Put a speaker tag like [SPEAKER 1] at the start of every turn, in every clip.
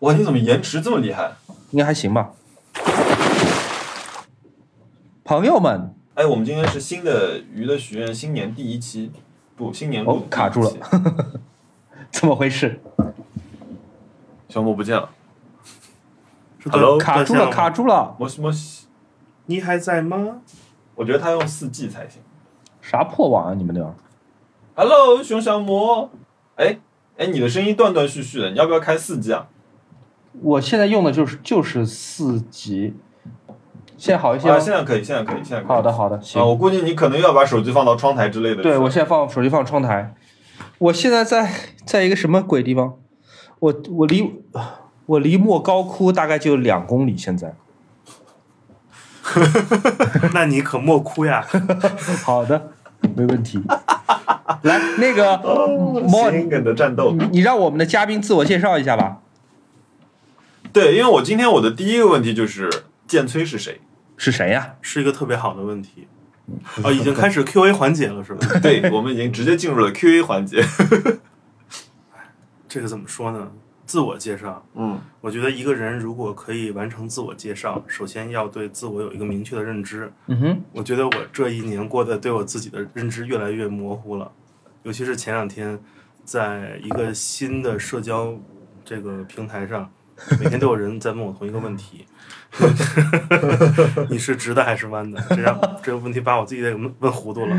[SPEAKER 1] 哇，你怎么延迟这么厉害？
[SPEAKER 2] 应该还行吧。朋友们，
[SPEAKER 1] 哎，我们今天是新的《鱼的许愿》新年第一期，不，新年录
[SPEAKER 2] 哦卡住了
[SPEAKER 1] 第一期
[SPEAKER 2] 怎么回事？
[SPEAKER 1] 小莫不见了，
[SPEAKER 3] 是
[SPEAKER 1] Hello？
[SPEAKER 3] 断
[SPEAKER 2] 卡住了，卡。
[SPEAKER 3] 断线吗
[SPEAKER 2] 住了，
[SPEAKER 1] 摩西摩西，
[SPEAKER 3] 你还在吗？
[SPEAKER 1] 我觉得他用四 G 才行。
[SPEAKER 2] 啥破网啊？你们那玩意儿
[SPEAKER 1] Hello，熊小魔，哎哎，你的声音断断续续的，你要不要开四 G 啊？
[SPEAKER 2] 我现在用的就是就是四级，现在好一些
[SPEAKER 1] 啊，
[SPEAKER 2] 吗
[SPEAKER 1] 现？在可以，现在可以，现在可以。
[SPEAKER 2] 好的，好的，行
[SPEAKER 1] 啊，。我估计你可能要把手机放到窗台之类的。
[SPEAKER 2] 对，我现在放手机放窗台。我现在在在一个什么鬼地方？我我离我离莫高窟大概就两公里。现在
[SPEAKER 3] 那你可莫哭呀！
[SPEAKER 2] 好的，没问题。来，那个莫，
[SPEAKER 1] 心哦梗的战斗。
[SPEAKER 2] 你你让我们的嘉宾自我介绍一下吧，
[SPEAKER 1] 对，因为我今天我的第一个问题就是建崔是谁？
[SPEAKER 2] 是谁呀、
[SPEAKER 3] 是一个特别好的问题。哦，已经开始 Q A 环节了是吧？
[SPEAKER 1] 对我们已经直接进入了 Q A 环节。
[SPEAKER 3] 这个怎么说呢？自我介绍，
[SPEAKER 1] 嗯，
[SPEAKER 3] 我觉得一个人如果可以完成自我介绍，首先要对自我有一个明确的认知。
[SPEAKER 2] 嗯哼，
[SPEAKER 3] 我觉得我这一年过得对我自己的认知越来越模糊了，尤其是前两天，在一个新的社交这个平台上，每天都有人在问我同一个问题： 你是直的还是弯的？这让这个问题把我自己给问问糊涂了。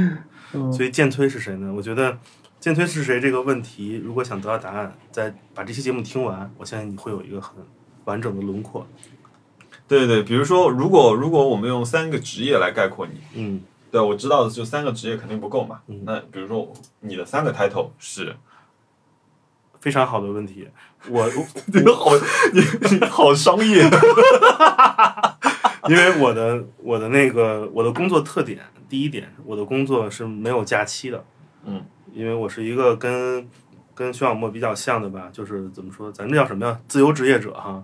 [SPEAKER 3] 所以剑推是谁呢？我觉得剑推是谁这个问题，如果想得到答案，再把这期节目听完，我相信你会有一个很完整的轮廓。
[SPEAKER 1] 对对，比如说，如果如果我们用三个职业来概括你，
[SPEAKER 3] 嗯，
[SPEAKER 1] 对我知道的就三个职业肯定不够嘛。
[SPEAKER 3] 嗯
[SPEAKER 1] 那比如说你的三个 title 是，
[SPEAKER 3] 非常好的问题。我
[SPEAKER 1] 你好，你你好商业。
[SPEAKER 3] 因为我的我的那个我的工作特点，第一点，我的工作是没有假期的。
[SPEAKER 1] 嗯，
[SPEAKER 3] 因为我是一个跟跟徐小沫比较像的吧，就是怎么说，咱们这叫什么呀？自由职业者哈。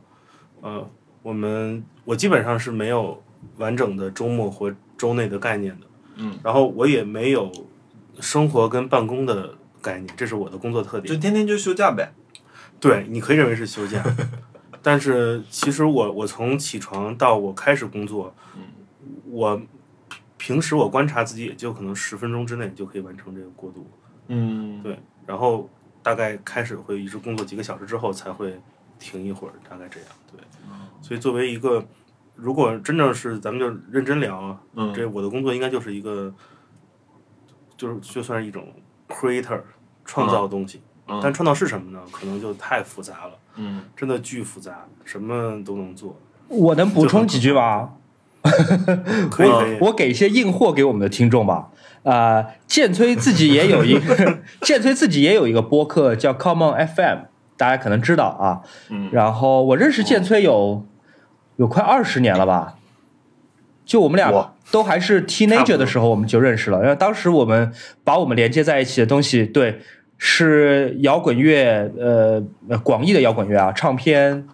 [SPEAKER 3] 呃，我们我基本上是没有完整的周末或周内的概念的。
[SPEAKER 1] 嗯，
[SPEAKER 3] 然后我也没有生活跟办公的概念，这是我的工作特点
[SPEAKER 1] 就。天天就休假呗。
[SPEAKER 3] 对，你可以认为是休假， 但是其实我我从起床到我开始工作，
[SPEAKER 1] 嗯
[SPEAKER 3] 我平时我观察自己也就可能十分钟之内就可以完成这个过渡，
[SPEAKER 1] 嗯，
[SPEAKER 3] 对，然后大概开始会一直工作几个小时之后才会停一会儿，大概这样，对，
[SPEAKER 1] 哦
[SPEAKER 3] 所以作为一个。如果真正是咱们就认真聊啊，
[SPEAKER 1] 嗯
[SPEAKER 3] 这我的工作应该就是一个，就是就算是一种 creator 创造东西，
[SPEAKER 1] 嗯
[SPEAKER 3] 但创造是什么呢？可能就太复杂了。
[SPEAKER 1] 嗯，
[SPEAKER 3] 真的巨复杂，什么都能做。
[SPEAKER 2] 我能补充几句吗？
[SPEAKER 3] 可以可以，
[SPEAKER 2] 嗯我给一些硬货给我们的听众吧。呃，建崔自己也有一 个，建崔自己也有一个播客叫 Common FM，大家可能知道啊。
[SPEAKER 1] 嗯
[SPEAKER 2] 然后我认识
[SPEAKER 3] 哦
[SPEAKER 2] 建崔有有快二十年了吧，就我们俩
[SPEAKER 1] 哇
[SPEAKER 2] 都还是
[SPEAKER 3] 差不
[SPEAKER 2] teenager
[SPEAKER 3] 多
[SPEAKER 2] 的时候我们就认识了，因为当时我们把我们连接在一起的东西，对，是摇滚乐，呃，呃广义的摇滚乐啊，唱片。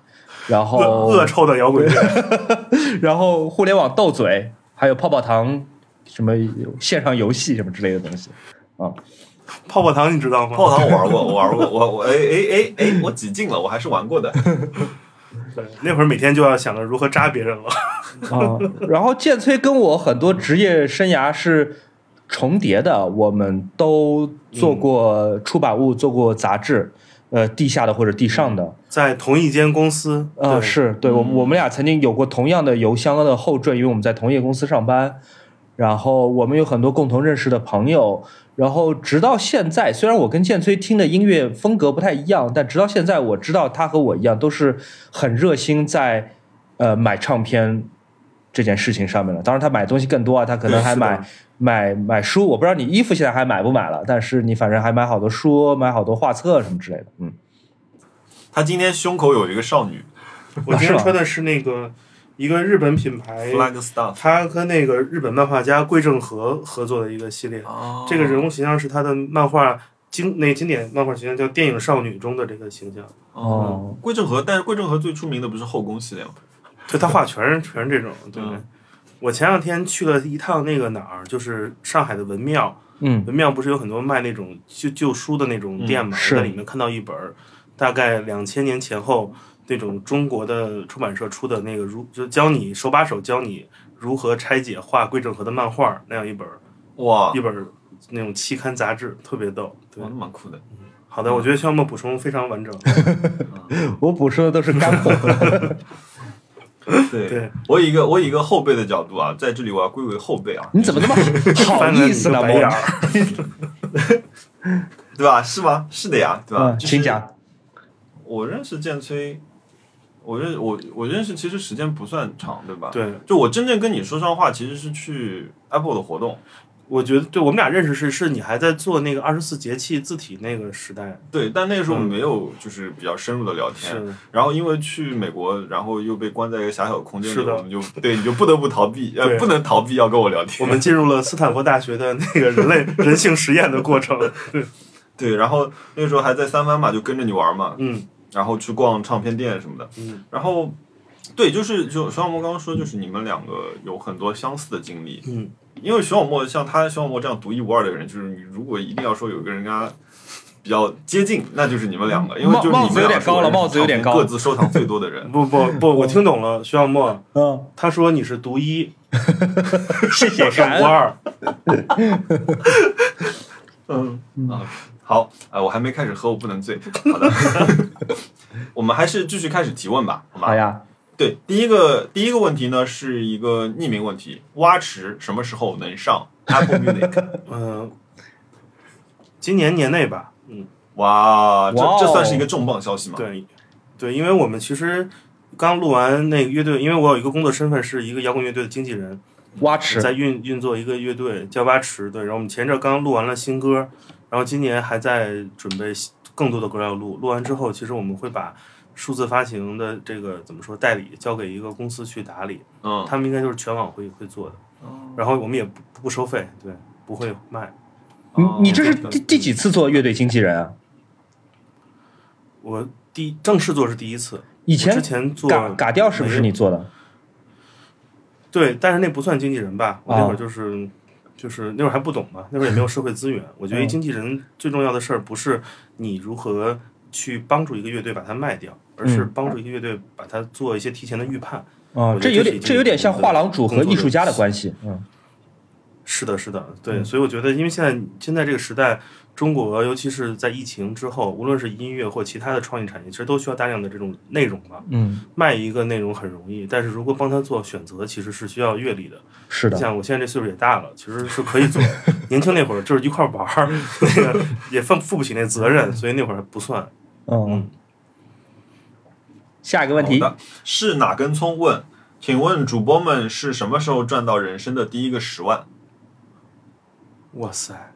[SPEAKER 2] 然后
[SPEAKER 3] 恶恶臭的摇滚乐，
[SPEAKER 2] 然后互联网斗嘴，还有泡泡糖，什么线上游戏什么之类的东西。
[SPEAKER 3] 泡泡糖你知道吗？
[SPEAKER 1] 泡泡糖我玩过， 我玩过，我我哎哎哎哎，我挤进了，我还是玩过的。
[SPEAKER 3] 对，那会儿每天就要想着如何扎别人了。
[SPEAKER 2] 啊、 然后建崔跟我很多职业生涯是重叠的，我们都做过出版物，做过杂志，呃，地下的或者地上的。
[SPEAKER 3] 在同一间公司，
[SPEAKER 2] 啊、
[SPEAKER 3] 对，
[SPEAKER 2] 是对我们我们俩曾经有过同样的邮箱的后缀，因为我们在同一个公司上班，然后我们有很多共同认识的朋友，然后直到现在，虽然我跟建崔听的音乐风格不太一样，但直到现在我知道他和我一样都是很热心在呃买唱片这件事情上面了。当然他买东西更多啊，他可能
[SPEAKER 3] 对
[SPEAKER 2] 还
[SPEAKER 3] 是的
[SPEAKER 2] 买买买书，我不知道你衣服现在还买不买了，但是你反正还买好多书，买好多画册什么之类的，嗯。
[SPEAKER 1] 他今天胸口有一个少女
[SPEAKER 3] 我今
[SPEAKER 2] 是
[SPEAKER 3] 天
[SPEAKER 2] 吗
[SPEAKER 3] 穿的是那个一个日本品牌，
[SPEAKER 1] ，flag star。
[SPEAKER 3] 他跟那个日本漫画家桂正和合作的一个系列。
[SPEAKER 1] 哦
[SPEAKER 3] 这个人物形象是他的漫画经那经典漫画形象叫《电影少女》中的这个形象，
[SPEAKER 2] 哦，
[SPEAKER 1] 桂正和，但是桂正和最出名的不是后宫系列吗？
[SPEAKER 3] 就他画全是全是这种。对，
[SPEAKER 1] 嗯
[SPEAKER 3] 我前两天去了一趟那个哪儿，就是上海的文庙。
[SPEAKER 2] 嗯，
[SPEAKER 3] 文庙不是有很多卖那种旧旧书的那种店嘛？
[SPEAKER 2] 嗯是
[SPEAKER 3] 我在里面看到一本儿大概两千年前后那种中国的出版社出的那个如就教你手把手教你如何拆解画桂正和的漫画那样一本儿
[SPEAKER 1] 哇，
[SPEAKER 3] 一本儿那种期刊杂志，特别逗。对
[SPEAKER 1] 哇，那，蛮酷的。
[SPEAKER 3] 好
[SPEAKER 2] 嗯
[SPEAKER 3] 的，我觉得肖莫补充非常完整。
[SPEAKER 2] 我补充的都是干货。
[SPEAKER 1] 对，
[SPEAKER 3] 对
[SPEAKER 1] 我以一个我以一个后辈的角度啊，在这里我要归为后辈啊，
[SPEAKER 2] 你怎么那么好
[SPEAKER 3] 翻了
[SPEAKER 2] 意
[SPEAKER 3] 你
[SPEAKER 2] 思
[SPEAKER 3] 个
[SPEAKER 2] 呢？
[SPEAKER 3] 白眼
[SPEAKER 2] 我
[SPEAKER 3] 儿，
[SPEAKER 1] 对吧？是吗？是的呀，对吧？
[SPEAKER 2] 嗯，
[SPEAKER 1] 就是
[SPEAKER 2] 请讲。
[SPEAKER 1] 我认识剑崔，我认我我认识其实时间不算长，对吧？，
[SPEAKER 3] 对，
[SPEAKER 1] 就我真正跟你说上话，其实是去 Apple 的活动。
[SPEAKER 3] 我觉得对我们俩认识是是你还在做那个二十四节气字体那个时代，
[SPEAKER 1] 对，但那个时候
[SPEAKER 3] 嗯
[SPEAKER 1] 没有就是比较深入的聊天，
[SPEAKER 3] 是
[SPEAKER 1] 然后因为去美国，然后又被关在一个狭小的空间里，
[SPEAKER 3] 是的
[SPEAKER 1] 我们就对你就不得不逃避，呃，
[SPEAKER 3] 对
[SPEAKER 1] 不能逃避要跟我聊
[SPEAKER 3] 我
[SPEAKER 1] 天。
[SPEAKER 3] 们进入了斯坦福大学的那个人类人性实验的过程。
[SPEAKER 1] 对，然后那个时候还在三番嘛，就跟着你玩嘛，
[SPEAKER 3] 嗯
[SPEAKER 1] 然后去逛唱片店什么的，
[SPEAKER 3] 嗯，
[SPEAKER 1] 然后。对，就是就徐小莫刚刚说，就是你们两个有很多相似的经历，
[SPEAKER 3] 嗯，
[SPEAKER 1] 因为徐小莫像他徐小莫这样独一无二的人，就是你如果一定要说有一个人跟他比较接近，那就是你们两个，因为
[SPEAKER 2] 帽
[SPEAKER 1] 就是你们
[SPEAKER 2] 帽子有
[SPEAKER 1] 两
[SPEAKER 2] 点
[SPEAKER 1] 个是
[SPEAKER 2] 高了
[SPEAKER 1] 我认识
[SPEAKER 2] 帽子有点
[SPEAKER 1] 唱片
[SPEAKER 2] 高
[SPEAKER 1] 各自收藏最多的人，
[SPEAKER 3] 不不不，我听懂了，徐小沫，
[SPEAKER 2] 嗯，
[SPEAKER 3] 他说你是独一，
[SPEAKER 2] 谢谢
[SPEAKER 3] 我是无
[SPEAKER 2] 感恩。
[SPEAKER 3] 二，
[SPEAKER 1] 嗯啊，好，哎，我还没开始喝，我不能醉。好的， 我们还是继续开始提问吧，好
[SPEAKER 2] 好
[SPEAKER 1] 吗？
[SPEAKER 2] 哎
[SPEAKER 3] 啊
[SPEAKER 2] 呀，
[SPEAKER 1] 对，第一个第一个问题呢是一个匿名问题，蛙池什么时候能上 Apple Music？
[SPEAKER 3] 嗯，今年年内吧，嗯，
[SPEAKER 1] 哇，这
[SPEAKER 2] 哇哦
[SPEAKER 1] 这算是一个重磅消息吗？，
[SPEAKER 3] 对对，因为我们其实刚录完那个乐队，因为我有一个工作身份是一个摇滚乐队的经纪人，
[SPEAKER 2] 蛙池
[SPEAKER 3] 在运运作一个乐队叫蛙池，对，然后我们前一阵儿刚录完了新歌，然后今年还在准备更多的歌要录，录完之后，其实我们会把数字发行的这个怎么说代理交给一个公司去打理，
[SPEAKER 1] 嗯，
[SPEAKER 3] 他们应该就是全网会会做的，然后我们也不不收费，对，不会卖。
[SPEAKER 2] 你
[SPEAKER 1] 哦
[SPEAKER 3] 啊
[SPEAKER 2] 你这是
[SPEAKER 1] 对
[SPEAKER 2] 第第几次做乐队经纪人啊？
[SPEAKER 3] 我第正式做是第一次，
[SPEAKER 2] 以
[SPEAKER 3] 我之
[SPEAKER 2] 前
[SPEAKER 3] 前做
[SPEAKER 2] 嘎嘎调是不是
[SPEAKER 3] 没
[SPEAKER 2] 你做的？
[SPEAKER 3] 对，但是那不算经纪人吧？我
[SPEAKER 2] 啊
[SPEAKER 3] 那会儿就是、就是那会儿还不懂嘛，那会儿也没有社会资源。我觉得
[SPEAKER 2] 嗯
[SPEAKER 3] 经纪人最重要的事儿不是你如何去帮助一个乐队把它卖掉，而是
[SPEAKER 2] 嗯
[SPEAKER 3] 帮助一个乐队把它做一些提前的预判。
[SPEAKER 2] 啊，
[SPEAKER 3] 我觉得
[SPEAKER 2] 这有
[SPEAKER 3] 这是
[SPEAKER 2] 点
[SPEAKER 3] 已经
[SPEAKER 2] 这有点像画廊主和
[SPEAKER 3] 工作
[SPEAKER 2] 艺术家的
[SPEAKER 3] 的
[SPEAKER 2] 关系。嗯
[SPEAKER 3] 是的，是的，对，所以我觉得，因为现在现在这个时代，中国尤其是在疫情之后，无论是音乐或其他的创意产业，其实都需要大量的这种内容嘛。
[SPEAKER 2] 嗯，
[SPEAKER 3] 卖一个内容很容易，但是如果帮他做选择，其实是需要阅历的。
[SPEAKER 2] 是
[SPEAKER 3] 你
[SPEAKER 2] 的，
[SPEAKER 3] 想，我现在这岁数也大了，其实是可以 做的。年轻那会儿就是一块儿玩儿，那个也负负不起那责任，所以那会儿还不算。
[SPEAKER 2] 嗯。下一个问题
[SPEAKER 1] 好，的是哪根葱问？请问主播们是什么时候赚到人生的第一个十万？
[SPEAKER 3] 哇塞，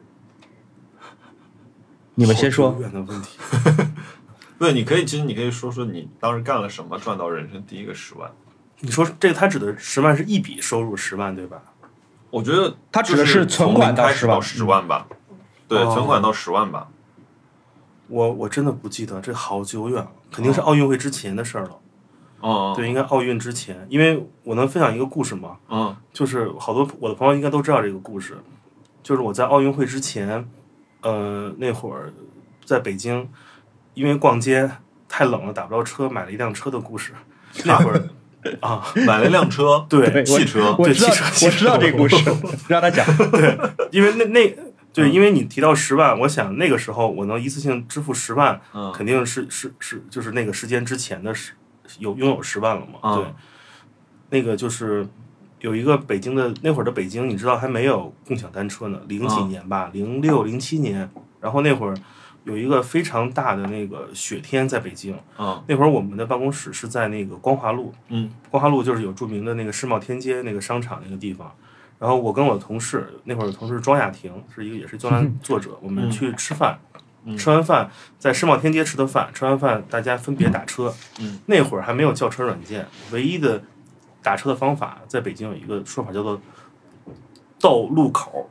[SPEAKER 2] 你们先说
[SPEAKER 3] 好。久远的问题。
[SPEAKER 1] 对，你可以，其实你可以说说你当时干了什么赚到人生第一个十万。
[SPEAKER 3] 你说这个他指的十万是一笔收入十万对吧？
[SPEAKER 1] 我觉得
[SPEAKER 2] 他指的是存款到
[SPEAKER 1] 到
[SPEAKER 2] 10万
[SPEAKER 1] 十万吧，对，
[SPEAKER 3] 哦
[SPEAKER 1] 存款到十万吧。
[SPEAKER 3] 我我真的不记得，这好久远了，肯定是奥运会之前的事儿了。
[SPEAKER 1] 嗯
[SPEAKER 3] 对，应该奥运之前，因为我能分享一个故事吗？
[SPEAKER 1] 嗯
[SPEAKER 3] 就是好多我的朋友应该都知道这个故事，就是我在奥运会之前，呃，那会儿在北京，因为逛街太冷了打不着车，买了一辆车的故事。那会儿啊，，
[SPEAKER 1] 嗯，买了辆车
[SPEAKER 3] 对，
[SPEAKER 2] 对，我
[SPEAKER 1] 汽车
[SPEAKER 2] 我
[SPEAKER 3] 对
[SPEAKER 2] 知道
[SPEAKER 3] 汽车汽
[SPEAKER 2] 我知道
[SPEAKER 3] 车
[SPEAKER 2] 这个 故事，让他讲。
[SPEAKER 3] 因为那那对，因为你提到十万，我想那个时候我能一次性支付十万，
[SPEAKER 1] 嗯
[SPEAKER 3] 肯定是是是就是那个时间之前的十有拥有十万了嘛，
[SPEAKER 1] 嗯
[SPEAKER 3] 对，那个就是。有一个北京的那会儿的北京，你知道还没有共享单车呢，零几
[SPEAKER 1] 嗯
[SPEAKER 3] 年吧，零六零七年。然后那会儿有一个非常大的那个雪天在北京，
[SPEAKER 1] 嗯
[SPEAKER 3] 那会儿我们的办公室是在那个光华路，
[SPEAKER 1] 嗯，
[SPEAKER 3] 光华路就是有著名的那个世贸天阶那个商场那个地方。然后我跟我同事，那会儿有同事庄雅婷是一个也是
[SPEAKER 1] 嗯
[SPEAKER 3] 专栏作者，我们去吃饭，吃完饭在世贸天阶吃的饭，吃完饭大家分别打车。
[SPEAKER 1] 嗯，
[SPEAKER 3] 那会儿还没有叫车软件，唯一的打车的方法，在北京有一个说法叫做斗路口。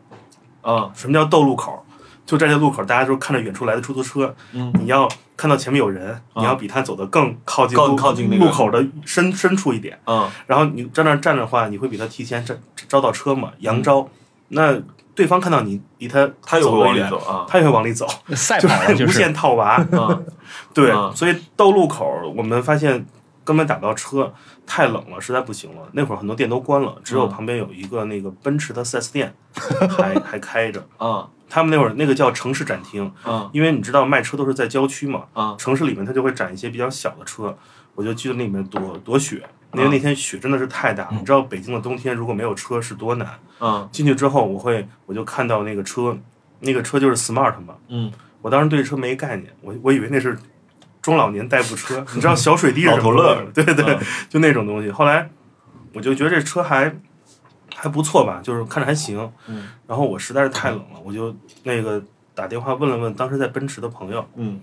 [SPEAKER 1] 啊
[SPEAKER 3] 什么叫斗路口？就站在路口，大家就看着远处来的出租车，
[SPEAKER 1] 嗯
[SPEAKER 3] 你要看到前面有人，你要比他走得更靠近
[SPEAKER 1] 啊更
[SPEAKER 3] 路
[SPEAKER 1] 靠近那个
[SPEAKER 3] 路口的深深处一点。
[SPEAKER 1] 嗯
[SPEAKER 3] 然后你在那儿站着的话，你会比他提前招招到车嘛，扬招。那对方看到你离他
[SPEAKER 1] 嗯他也会
[SPEAKER 3] 走得
[SPEAKER 1] 往里
[SPEAKER 3] 远
[SPEAKER 1] 走啊
[SPEAKER 3] 他也会往里走，
[SPEAKER 2] 赛
[SPEAKER 3] 就
[SPEAKER 2] 跑了
[SPEAKER 3] 是
[SPEAKER 2] 就
[SPEAKER 3] 无
[SPEAKER 2] 是。
[SPEAKER 3] 限套娃。
[SPEAKER 1] 嗯
[SPEAKER 3] 对，
[SPEAKER 1] 嗯
[SPEAKER 3] 所以到路口我们发现根本打不到车，太冷了，实在不行了。那会儿很多店都关了，只有旁边有一个那个奔驰的 4S 店 还还开着。
[SPEAKER 1] 啊
[SPEAKER 3] 他们那会儿那个叫城市展厅，
[SPEAKER 1] 啊
[SPEAKER 3] 因为你知道卖车都是在郊区嘛，
[SPEAKER 1] 啊
[SPEAKER 3] 城市里面它就会展一些比较小的车，我就去那里面躲躲雪。因
[SPEAKER 1] 嗯
[SPEAKER 3] 为那天雪真的是太大了，你知道北京的冬天如果没有车是多难。
[SPEAKER 1] 啊
[SPEAKER 3] 进去之后，我会我就看到那个车，那个车就是 smart 嘛，
[SPEAKER 1] 嗯，
[SPEAKER 3] 我当时对车没概念，我我以为那是中老年代步车，你知道小水滴是什么
[SPEAKER 1] 老头乐
[SPEAKER 3] 吗对对，
[SPEAKER 1] 嗯
[SPEAKER 3] 就那种东西。后来我就觉得这车还还不错吧，就是看着还行。
[SPEAKER 1] 嗯
[SPEAKER 3] 然后我实在是太冷了，我就那个打电话问了问当时在奔驰的朋友，
[SPEAKER 1] 嗯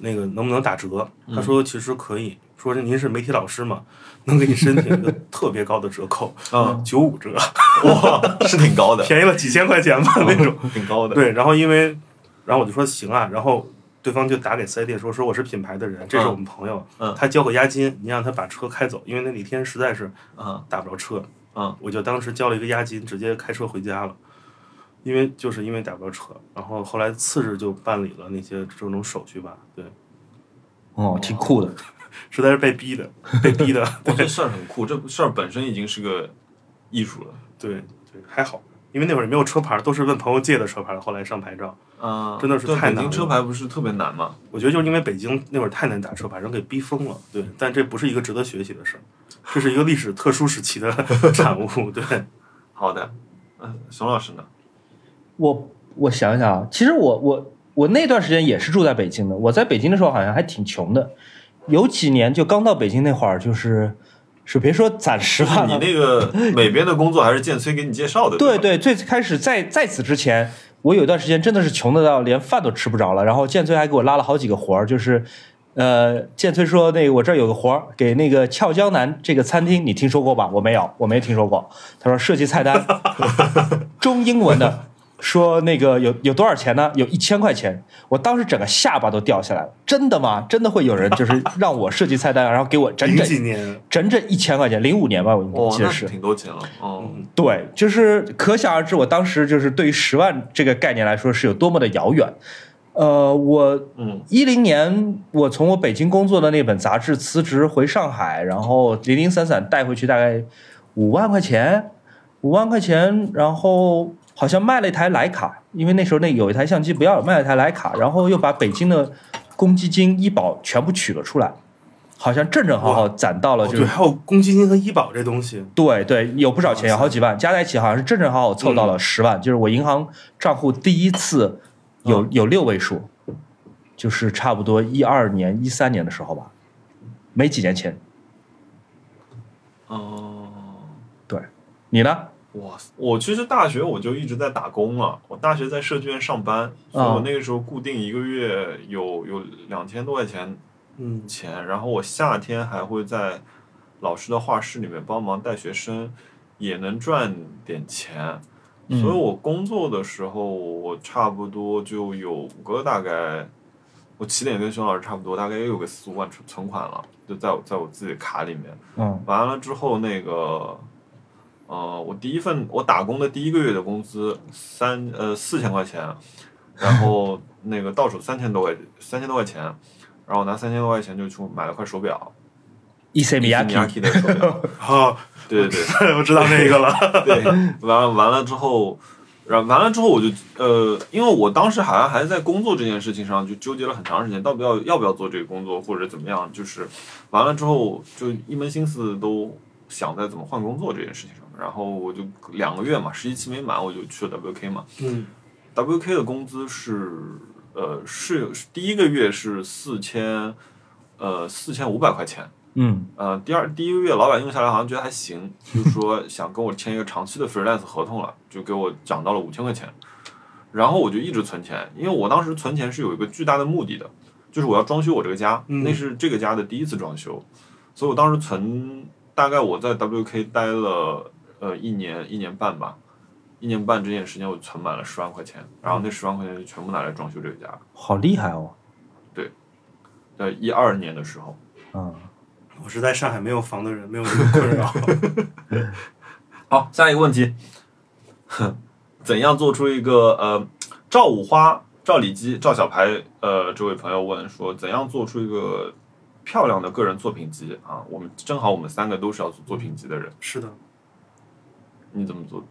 [SPEAKER 3] 那个能不能打折？他说其实可以，说是您是媒体老师嘛， 能给你申请一个特别高的折扣，
[SPEAKER 1] 啊，
[SPEAKER 3] 九五折，
[SPEAKER 1] 哇，是挺高的，
[SPEAKER 3] 便宜了几千块钱
[SPEAKER 1] 哦
[SPEAKER 3] 吧那种。
[SPEAKER 1] 挺高的，
[SPEAKER 3] 对，然后因为，然后我就说行啊，然后对方就打给四 S 店说，说我是品牌的人，这是我们朋友，
[SPEAKER 1] 嗯
[SPEAKER 3] 他交个押金，你让他把车开走，因为那几天实在是
[SPEAKER 1] 啊
[SPEAKER 3] 打不着车，
[SPEAKER 1] 啊
[SPEAKER 3] 我就当时交了一个押金，直接开车回家了。因为就是因为打不着车，然后后来次日就办理了那些这种手续吧，对，
[SPEAKER 2] 哦，挺酷的。
[SPEAKER 3] 实在是被逼的，被 逼的，
[SPEAKER 1] 哇这事儿很酷，这事儿本身已经是个艺术了
[SPEAKER 3] 对对，还好，因为那会儿也没有车牌，都是问朋友借的车牌，后来上牌照。
[SPEAKER 1] 啊，
[SPEAKER 3] 真的是
[SPEAKER 1] 对
[SPEAKER 3] 太
[SPEAKER 1] 北
[SPEAKER 3] 难
[SPEAKER 1] 京
[SPEAKER 3] 了
[SPEAKER 1] 车牌不是特别难嘛，
[SPEAKER 3] 我觉得就是因为北京那会儿太难打车，把人给逼疯了。对，但这不是一个值得学习的事儿，这是一个历史特殊时期的 产物。对，
[SPEAKER 1] 好的，嗯，熊老师呢？
[SPEAKER 2] 我我想一想啊，其实我我我那段时间也是住在北京的。我在北京的时候好像还挺穷的，有几年就刚到北京那会儿，就是是别说攒十
[SPEAKER 1] 就是
[SPEAKER 2] 万
[SPEAKER 1] 你
[SPEAKER 2] 了，
[SPEAKER 1] 那个美编的工作还是建崔给你介绍的，
[SPEAKER 2] 对
[SPEAKER 1] 吧，
[SPEAKER 2] 对，最开始在在此之前，我有一段时间真的是穷的到连饭都吃不着了。然后建崔还给我拉了好几个活儿，就是，呃，建崔说那个我这儿有个活儿，给那个俏江南这个餐厅，你听说过吧？我没有，我没听说过。他说设计菜 单，中英文的，说那个有有多少钱呢？有一千块钱。我当时整个下巴都掉下来了，真的吗？真的会有人就是让我设计菜单，然后给我整
[SPEAKER 3] 零
[SPEAKER 2] 整
[SPEAKER 3] 几年，
[SPEAKER 2] 整整一千块钱，零五年吧，我应该
[SPEAKER 1] 哦，
[SPEAKER 2] 记
[SPEAKER 1] 那
[SPEAKER 2] 得是
[SPEAKER 1] 是。挺多钱了，哦，
[SPEAKER 3] 嗯，
[SPEAKER 2] 对，就是可想而知，我当时就是对于十万这个概念来说是有多么的遥远。呃，我
[SPEAKER 1] 嗯
[SPEAKER 2] 一零年我从我北京工作的那本杂志辞职回上海，然后零零散散带回去大概五万块钱，五万块钱，然后好像卖了一台徕卡，因为那时候那有一台相机不要了，卖了一台徕卡，然后又把北京的公积金、医保全部取了出来，好像正正好好攒到了
[SPEAKER 3] 哦
[SPEAKER 2] 就是
[SPEAKER 3] 对，还有公积金和医保这东西，
[SPEAKER 2] 对对，有不少钱，有好几万，加在一起好像是正正好好凑到了十万，就是我银行账户第一次有、有六位数，就是差不多一二年、一三年的时候吧，没几年前。
[SPEAKER 1] 哦，
[SPEAKER 2] 你呢？
[SPEAKER 1] 哇塞，我其实大学我就一直在打工了，我大学在设计院上班，所以
[SPEAKER 3] 嗯
[SPEAKER 1] 我那个时候固定一个月有有两千多块钱
[SPEAKER 3] 嗯，
[SPEAKER 1] 钱，然后我夏天还会在老师的画室里面帮忙带学生，也能赚点钱。
[SPEAKER 2] 嗯
[SPEAKER 1] 所以我工作的时候，我差不多就有个大概，我起点跟熊老师差不多，大概也有个四五万存存款了，就在我在我自己卡里面。
[SPEAKER 2] 嗯
[SPEAKER 1] 完了之后，那个，呃，我第一份我打工的第一个月的工资三呃四千块钱，然后那个到手三千多块 三千多块钱，然后我拿三千多块钱就去买了块手表，
[SPEAKER 2] 伊塞米亚
[SPEAKER 1] 米
[SPEAKER 2] 基
[SPEAKER 1] 亚基的手表，
[SPEAKER 3] 好，
[SPEAKER 1] 对对对，
[SPEAKER 3] 哦 我知道那个了，
[SPEAKER 1] 对，完了完了之后，然完了之后我就呃，因为我当时好像还在工作这件事情上就纠结了很长时间，到底要要不要做这个工作或者怎么样，就是完了之后就一门心思都想在怎么换工作这件事情上。然后我就两个月嘛，实习期没满，我就去了 WK 嘛。
[SPEAKER 3] 嗯
[SPEAKER 1] WK 的工资是呃是是第一个月是四千呃四千五百块钱。
[SPEAKER 2] 嗯
[SPEAKER 1] 呃，第二第一个月老板用下来好像觉得还行，就说想跟我签一个长期的 freelance 合同了，就给我涨到了五千块钱。然后我就一直存钱，因为我当时存钱是有一个巨大的目的的，就是我要装修我这个家，
[SPEAKER 3] 嗯
[SPEAKER 1] 那是这个家的第一次装修，所以我当时存大概我在 WK 待了呃一年一年半吧，一年半这件时间我存满了十万块钱，然后那十万块钱就全部拿来装修这个家，
[SPEAKER 2] 好厉害哦！
[SPEAKER 1] 在一二年的时候。
[SPEAKER 2] 嗯，
[SPEAKER 3] 我是在上海没有房的人，没有这个困扰。
[SPEAKER 1] 好，下一个问题， 怎样做出一个呃，赵五花、赵里基、赵小排呃，这位朋友问说，怎样做出一个漂亮的个人作品集啊。我们正好我们三个都是要做作品集的人，
[SPEAKER 3] 是的，
[SPEAKER 1] 你怎么做？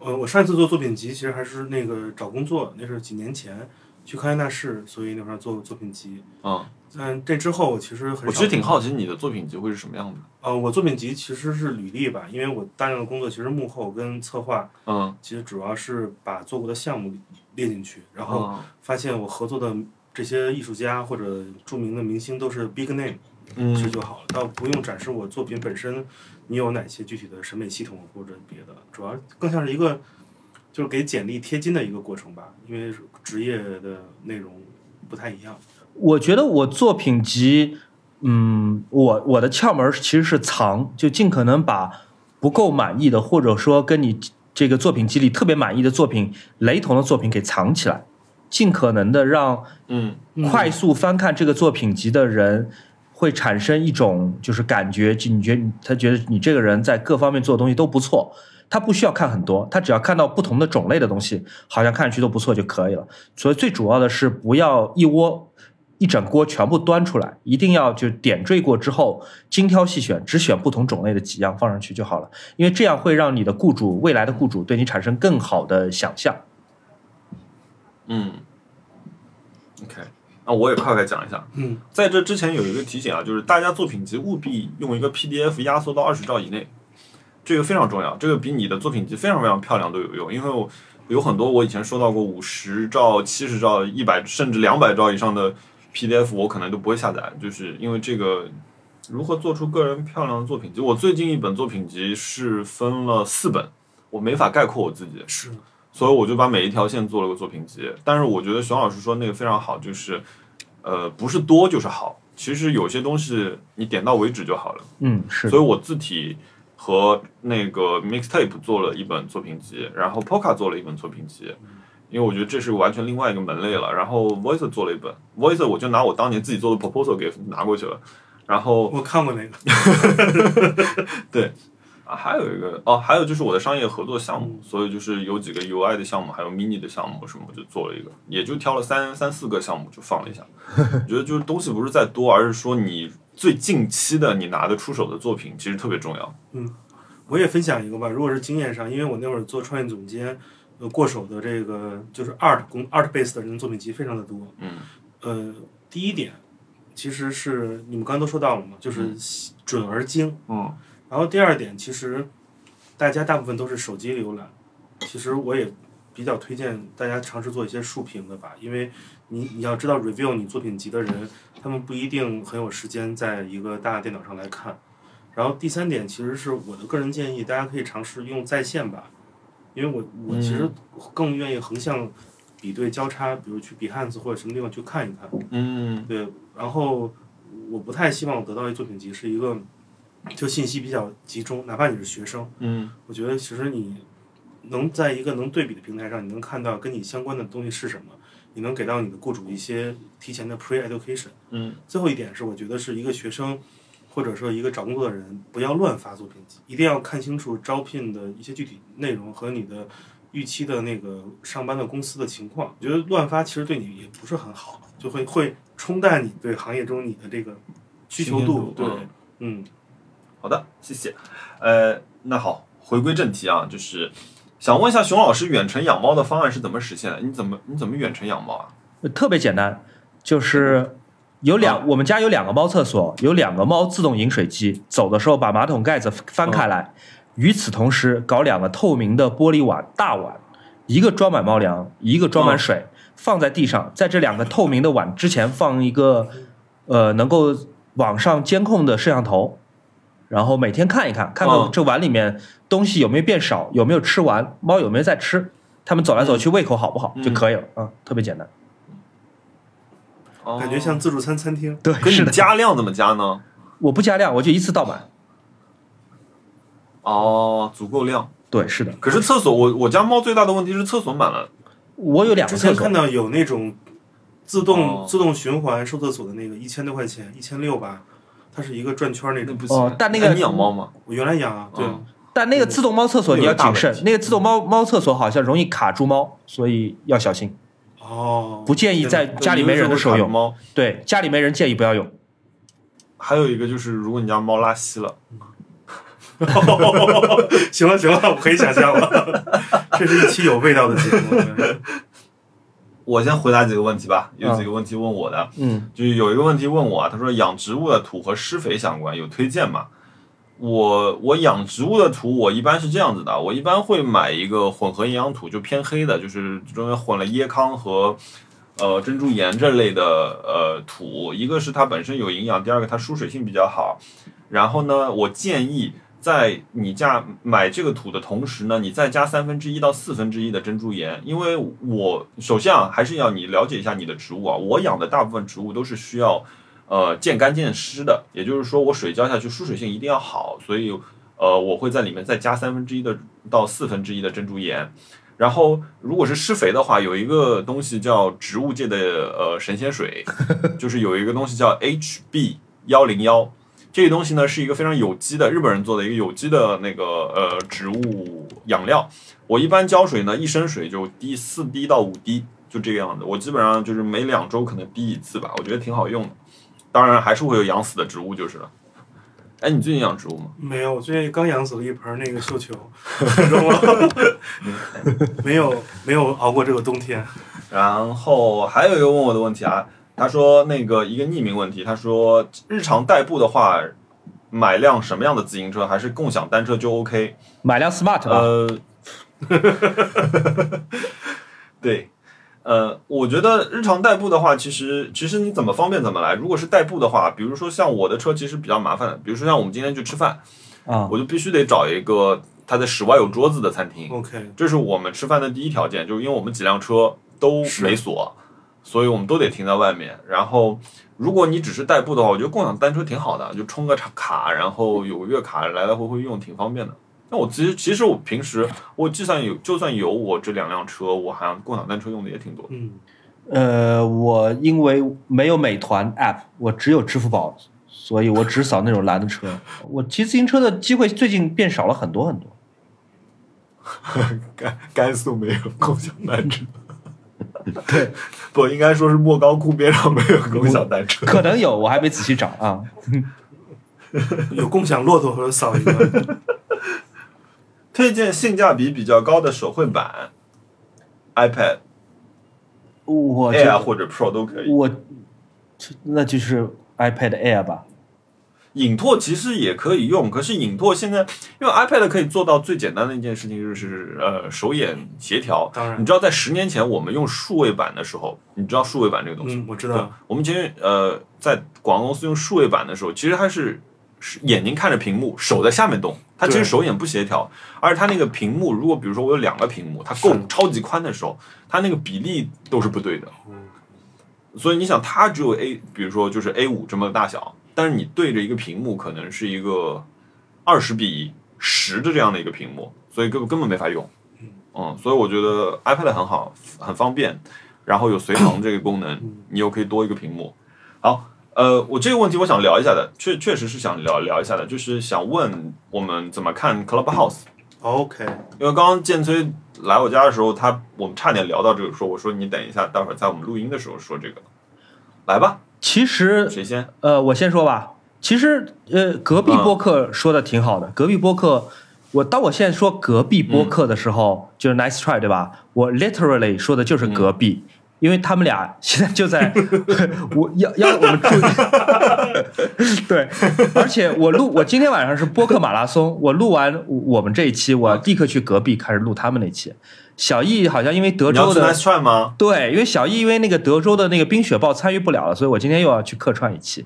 [SPEAKER 3] 呃，我上一次做作品集其实还是那个找工作，那是几年前去康奈纳市，所以那块儿做作品集。
[SPEAKER 1] 嗯，
[SPEAKER 3] 但这之后我其实很少。
[SPEAKER 1] 我其实挺好奇你的作品集会是什么样的。
[SPEAKER 3] 呃，我作品集其实是履历吧，因为我大量的工作其实幕后跟策划，
[SPEAKER 1] 嗯，
[SPEAKER 3] 其实主要是把做过的项目列进去，然后
[SPEAKER 1] 嗯
[SPEAKER 3] 发现我合作的这些艺术家或者著名的明星都是 big name，其实
[SPEAKER 1] 嗯
[SPEAKER 3] 就好了，倒不用展示我作品本身，你有哪些具体的审美系统或者别的，主要更像是一个就是给简历贴金的一个过程吧，因为职业的内容不太一样。
[SPEAKER 2] 我觉得我作品集，嗯，我我的窍门儿其实是藏，就尽可能把不够满意的，或者说跟你这个作品集里特别满意的作品、雷同的作品给藏起来，尽可能的让
[SPEAKER 1] 嗯
[SPEAKER 2] 快速翻看这个作品集的人。会产生一种就是感觉，就你觉得你他觉得你这个人在各方面做的东西都不错，他不需要看很多，他只要看到不同的种类的东西，好像看上去都不错就可以了。所以最主要的是不要一窝一整锅全部端出来，一定要就点缀过之后精挑细选，只选不同种类的几样放上去就好了，因为这样会让你的雇主未来的雇主对你产生更好的想象。
[SPEAKER 1] 嗯，OK，那我也快快讲一下。
[SPEAKER 3] 嗯，
[SPEAKER 1] 在这之前有一个提醒啊，就是大家作品集务必用一个 PDF 压缩到二十兆以内，这个非常重要，这个比你的作品集非常非常漂亮都有用，因为我有很多我以前收到过五十兆、七十兆、一百甚至两百兆以上的 PDF，我可能都不会下载，就是因为这个。如何做出个人漂亮的作品集？我最近一本作品集是分了四本，我没法概括我自己，
[SPEAKER 3] 是
[SPEAKER 1] 所以我就把每一条线做了个作品集。但是我觉得熊老师说那个非常好，就是呃，不是多就是好。其实有些东西你点到为止就好了。
[SPEAKER 2] 嗯，是的
[SPEAKER 1] 所以我字体和那个 mixtape 做了一本作品集，然后 Poca 做了一本作品集，因为我觉得这是完全另外一个门类了。然后 Voice 做了一本，Voice 我就拿我当年自己做的 proposal 给拿过去了。然后
[SPEAKER 3] 我看过那个，
[SPEAKER 1] 啊，还有一个哦，还有就是我的商业合作项
[SPEAKER 2] 嗯
[SPEAKER 1] 目，所以就是有几个 UI 的项目，还有 mini 的项目什么，我就做了一个，也就挑了三三四个项目就放了一 下。我觉得就是东西不是在多，而是说你最近期的你拿得出手的作品，其实特别重要。
[SPEAKER 3] 我也分享一个吧。如果是经验上，因为我那会儿做创业总监，呃，过手的这个就是 art 工 art base 的人作品集非常的多。
[SPEAKER 1] 嗯，
[SPEAKER 3] 呃，第一点其实是你们刚才都说到了嘛，就是准而精。
[SPEAKER 1] 嗯
[SPEAKER 3] 然后第二点，其实大家大部分都是手机浏览，其实我也比较推荐大家尝试做一些竖屏的吧，因为你你要知道 review 你作品集的人，他们不一定很有时间在一个大的电脑上来看。然后第三点，其实是我的个人建议，大家可以尝试用在线吧，因为我我其实更愿意横向比对交叉，比如去 Behance 或者什么地方去看一看。
[SPEAKER 1] 嗯
[SPEAKER 3] 对，然后我不太希望我得到一作品集是一个就信息比较集中，哪怕你是学生，
[SPEAKER 1] 嗯
[SPEAKER 3] 我觉得其实你能在一个能对比的平台上，你能看到跟你相关的东西是什么，你能给到你的雇主一些提前的 pre education。
[SPEAKER 1] 嗯
[SPEAKER 3] 最后一点是，我觉得是一个学生或者说一个找工作的人，不要乱发作品集，一定要看清楚招聘的一些具体内容和你的预期的那个上班的公司的情况。我觉得乱发其实对你也不是很好，就会会冲淡你对行业中你的这个需求度。
[SPEAKER 1] 信任度
[SPEAKER 3] 对
[SPEAKER 1] 嗯，
[SPEAKER 3] 嗯，
[SPEAKER 1] 好的，谢谢。呃，那好，回归正题啊，就是想问一下熊老师，远程养猫的方案是怎么实现的？你怎么你怎么远程养猫啊？
[SPEAKER 2] 特别简单，就是有两、
[SPEAKER 1] 啊
[SPEAKER 2] 我们家有两个猫厕所，有两个猫自动饮水机，走的时候把马桶盖子翻
[SPEAKER 1] 啊
[SPEAKER 2] 开来，与此同时搞两个透明的玻璃碗大碗，一个装满猫粮，一个装
[SPEAKER 1] 啊
[SPEAKER 2] 满水，放在地上，在这两个透明的碗之前放一个呃能够网上监控的摄像头。然后每天看一看，看看
[SPEAKER 1] 嗯
[SPEAKER 2] 这碗里面东西有没有变少，有没有吃完，猫有没有在吃，它们走来走去胃口好不好、就
[SPEAKER 1] 嗯
[SPEAKER 2] 可以了，嗯，特别简单。
[SPEAKER 1] 哦
[SPEAKER 3] 嗯感觉像自助餐餐厅。
[SPEAKER 2] 对，
[SPEAKER 1] 可哦你
[SPEAKER 2] 是的，
[SPEAKER 1] 加量怎么加呢？
[SPEAKER 2] 我不加量，我就一次倒满。
[SPEAKER 1] 哦，足够量。
[SPEAKER 2] 对，是的，
[SPEAKER 1] 可是厕所，我我家猫最大的问题是厕所满了。
[SPEAKER 2] 我有两个
[SPEAKER 3] 之
[SPEAKER 2] 厕
[SPEAKER 3] 前
[SPEAKER 2] 所
[SPEAKER 3] 看，到有那种自动、
[SPEAKER 1] 哦
[SPEAKER 3] 自动循环收厕所的那个，一千多块钱，一千六吧，它是一个转圈儿那种。
[SPEAKER 1] 不
[SPEAKER 2] 哦但那个
[SPEAKER 1] 哎你养猫吗？
[SPEAKER 3] 我原来养啊，对，
[SPEAKER 1] 嗯
[SPEAKER 2] 但那个自动猫厕所
[SPEAKER 1] 那
[SPEAKER 2] 你
[SPEAKER 1] 有
[SPEAKER 2] 要
[SPEAKER 1] 大
[SPEAKER 2] 谨
[SPEAKER 1] 问
[SPEAKER 2] 慎
[SPEAKER 1] 题，
[SPEAKER 2] 那个自动猫猫厕所好像容易卡住猫，所以要小心，
[SPEAKER 3] 哦，
[SPEAKER 2] 不建议在
[SPEAKER 1] 对
[SPEAKER 2] 嗯家里没人的时候
[SPEAKER 1] 有时
[SPEAKER 2] 用。
[SPEAKER 1] 候会卡猫，
[SPEAKER 2] 对，家里没人建议不要用。
[SPEAKER 1] 还有一个就是，如果你家猫拉稀了，
[SPEAKER 3] 行了行了，我可以想象了， 这是一期有味道的节目。
[SPEAKER 1] 我先回答几个问题吧，有几个问题问我的，
[SPEAKER 2] 嗯
[SPEAKER 1] 就有一个问题问我啊，他说养植物的土和施肥相关，有推荐吗？我我养植物的土，我一般是这样子的，我一般会买一个混合营养土，就偏黑的，就是中间混了椰糠和呃珍珠岩这类的呃土，一个是它本身有营养，第二个它疏水性比较好。然后呢，我建议在你加买这个土的同时呢，你再加三分之一到四分之一的珍珠岩，因为我首先啊还是要你了解一下你的植物啊，我养的大部分植物都是需要呃见干见湿的，也就是说我水浇下去疏水性一定要好，所以呃我会在里面再加三分之一的到四分之一的珍珠岩。然后，如果是施肥的话，有一个东西叫植物界的呃神仙水， 就是有一个东西叫 HB 幺零幺，这个东西呢是一个非常有机的日本人做的一个有机的那个呃植物养料。我一般浇水呢，一升水就滴四滴到五滴，就这个样子。我基本上就是每两周可能滴一次吧，我觉得挺好用的。当然还是会有养死的植物就是了。哎，你最近养植物吗？
[SPEAKER 3] 没有，我最近刚养死了一盆那个绣球，你 懂吗？没有没有熬过这个冬天。
[SPEAKER 1] 然后还有一个问我的问题啊，他说那个一个匿名问题，他说日常代步的话，买辆什么样的自行车，还是共享单车就 OK？
[SPEAKER 2] 买辆 smart 吧，
[SPEAKER 1] 呃，对，呃，我觉得日常代步的话，其实其实你怎么方便怎么来。如果是代步的话，比如说像我的车其实比较麻烦的，比如说像我们今天去吃饭，
[SPEAKER 2] 啊、
[SPEAKER 1] 我就必须得找一个它在室外有桌子的餐厅。
[SPEAKER 3] OK，
[SPEAKER 1] 这是我们吃饭的第一条件，就是因为我们几辆车都没锁，所以我们都得停在外面。然后，如果你只是代步的话，我觉得共享单车挺好的，就充个卡，然后有个月卡，来来回回用挺方便的。那我其实其实我平时我就算有就算有我这两辆车，我好像共享单车用的也挺多的。
[SPEAKER 3] 嗯，
[SPEAKER 2] 呃，我因为没有美团 app，我只有支付宝，所以我只扫那种蓝的车。我骑自行车的机会最近变少了很多很多。
[SPEAKER 1] 甘甘肃没有共享单 车，
[SPEAKER 2] 对，
[SPEAKER 1] 不应该说是莫高窟边上没有共享单车。
[SPEAKER 2] 可能有，我还没仔细找啊。
[SPEAKER 3] 有共享骆驼和扫一个，
[SPEAKER 1] 推荐性价比比较高的手绘板，iPad。
[SPEAKER 2] 我觉
[SPEAKER 1] Air
[SPEAKER 2] 得
[SPEAKER 1] 或者 Pro 都可以。
[SPEAKER 2] 我那就是 iPad Air 吧。
[SPEAKER 1] 影拓其实也可以用，可是影拓现在因为 iPad 可以做到最简单的一件事情就是呃手眼协调。
[SPEAKER 3] 当然
[SPEAKER 1] 你知道在十年前我们用数位板的时候，你知道数位板这个东西吗？
[SPEAKER 3] 嗯，我知
[SPEAKER 1] 对
[SPEAKER 3] 道，，
[SPEAKER 1] 我们前面呃在广告公司用数位板的时候，其实它是是眼睛看着屏幕，手在下面动，它其实
[SPEAKER 3] 对
[SPEAKER 1] 手眼不协调。而且它那个屏幕，如果比如说我有两个屏幕，它够
[SPEAKER 3] 是
[SPEAKER 1] 超级宽的时候，它那个比例都是不对的
[SPEAKER 3] 嗯。
[SPEAKER 1] 所以你想，它只有 A，比如说就是 A 五这么大小，但是你对着一个屏幕，可能是一个二十比十的这样的一个屏幕，所以根本根本没法用。嗯，所以我觉得 iPad 很好，很方便，然后有随行这个功能，
[SPEAKER 3] 嗯
[SPEAKER 1] 你又可以多一个屏幕。好，呃，我这个问题我想聊一下的，确确实是想聊聊一下的，就是想问我们怎么看 Clubhouse，
[SPEAKER 3] OK，
[SPEAKER 1] 因为刚刚建崔来我家的时候，他我们差点聊到这个，说我说你等一下，待会儿在我们录音的时候说这个，来吧，
[SPEAKER 2] 其实
[SPEAKER 1] 谁先？
[SPEAKER 2] 呃，我先说吧。其实，呃，隔
[SPEAKER 1] 嗯
[SPEAKER 2] 壁播客说的挺好的。隔壁播客，我当我现在说隔壁播
[SPEAKER 1] 嗯
[SPEAKER 2] 客的时候，就是 nice try 对吧？我 literally 说的就是隔壁，
[SPEAKER 1] 嗯
[SPEAKER 2] 因为他们俩现在 就在我要要我们住， 对，而且我录我今天晚上是播客马拉松，我录完我们这一期，
[SPEAKER 1] 嗯
[SPEAKER 2] 我立刻去隔壁开始录他们那期。小易好像因为德
[SPEAKER 1] 你要
[SPEAKER 2] 州
[SPEAKER 1] 去
[SPEAKER 2] 的
[SPEAKER 1] Nice Try 吗？
[SPEAKER 2] 对，因为小易因为那个德州的那个冰雪暴参与不了了，所以我今天又要去客串一期。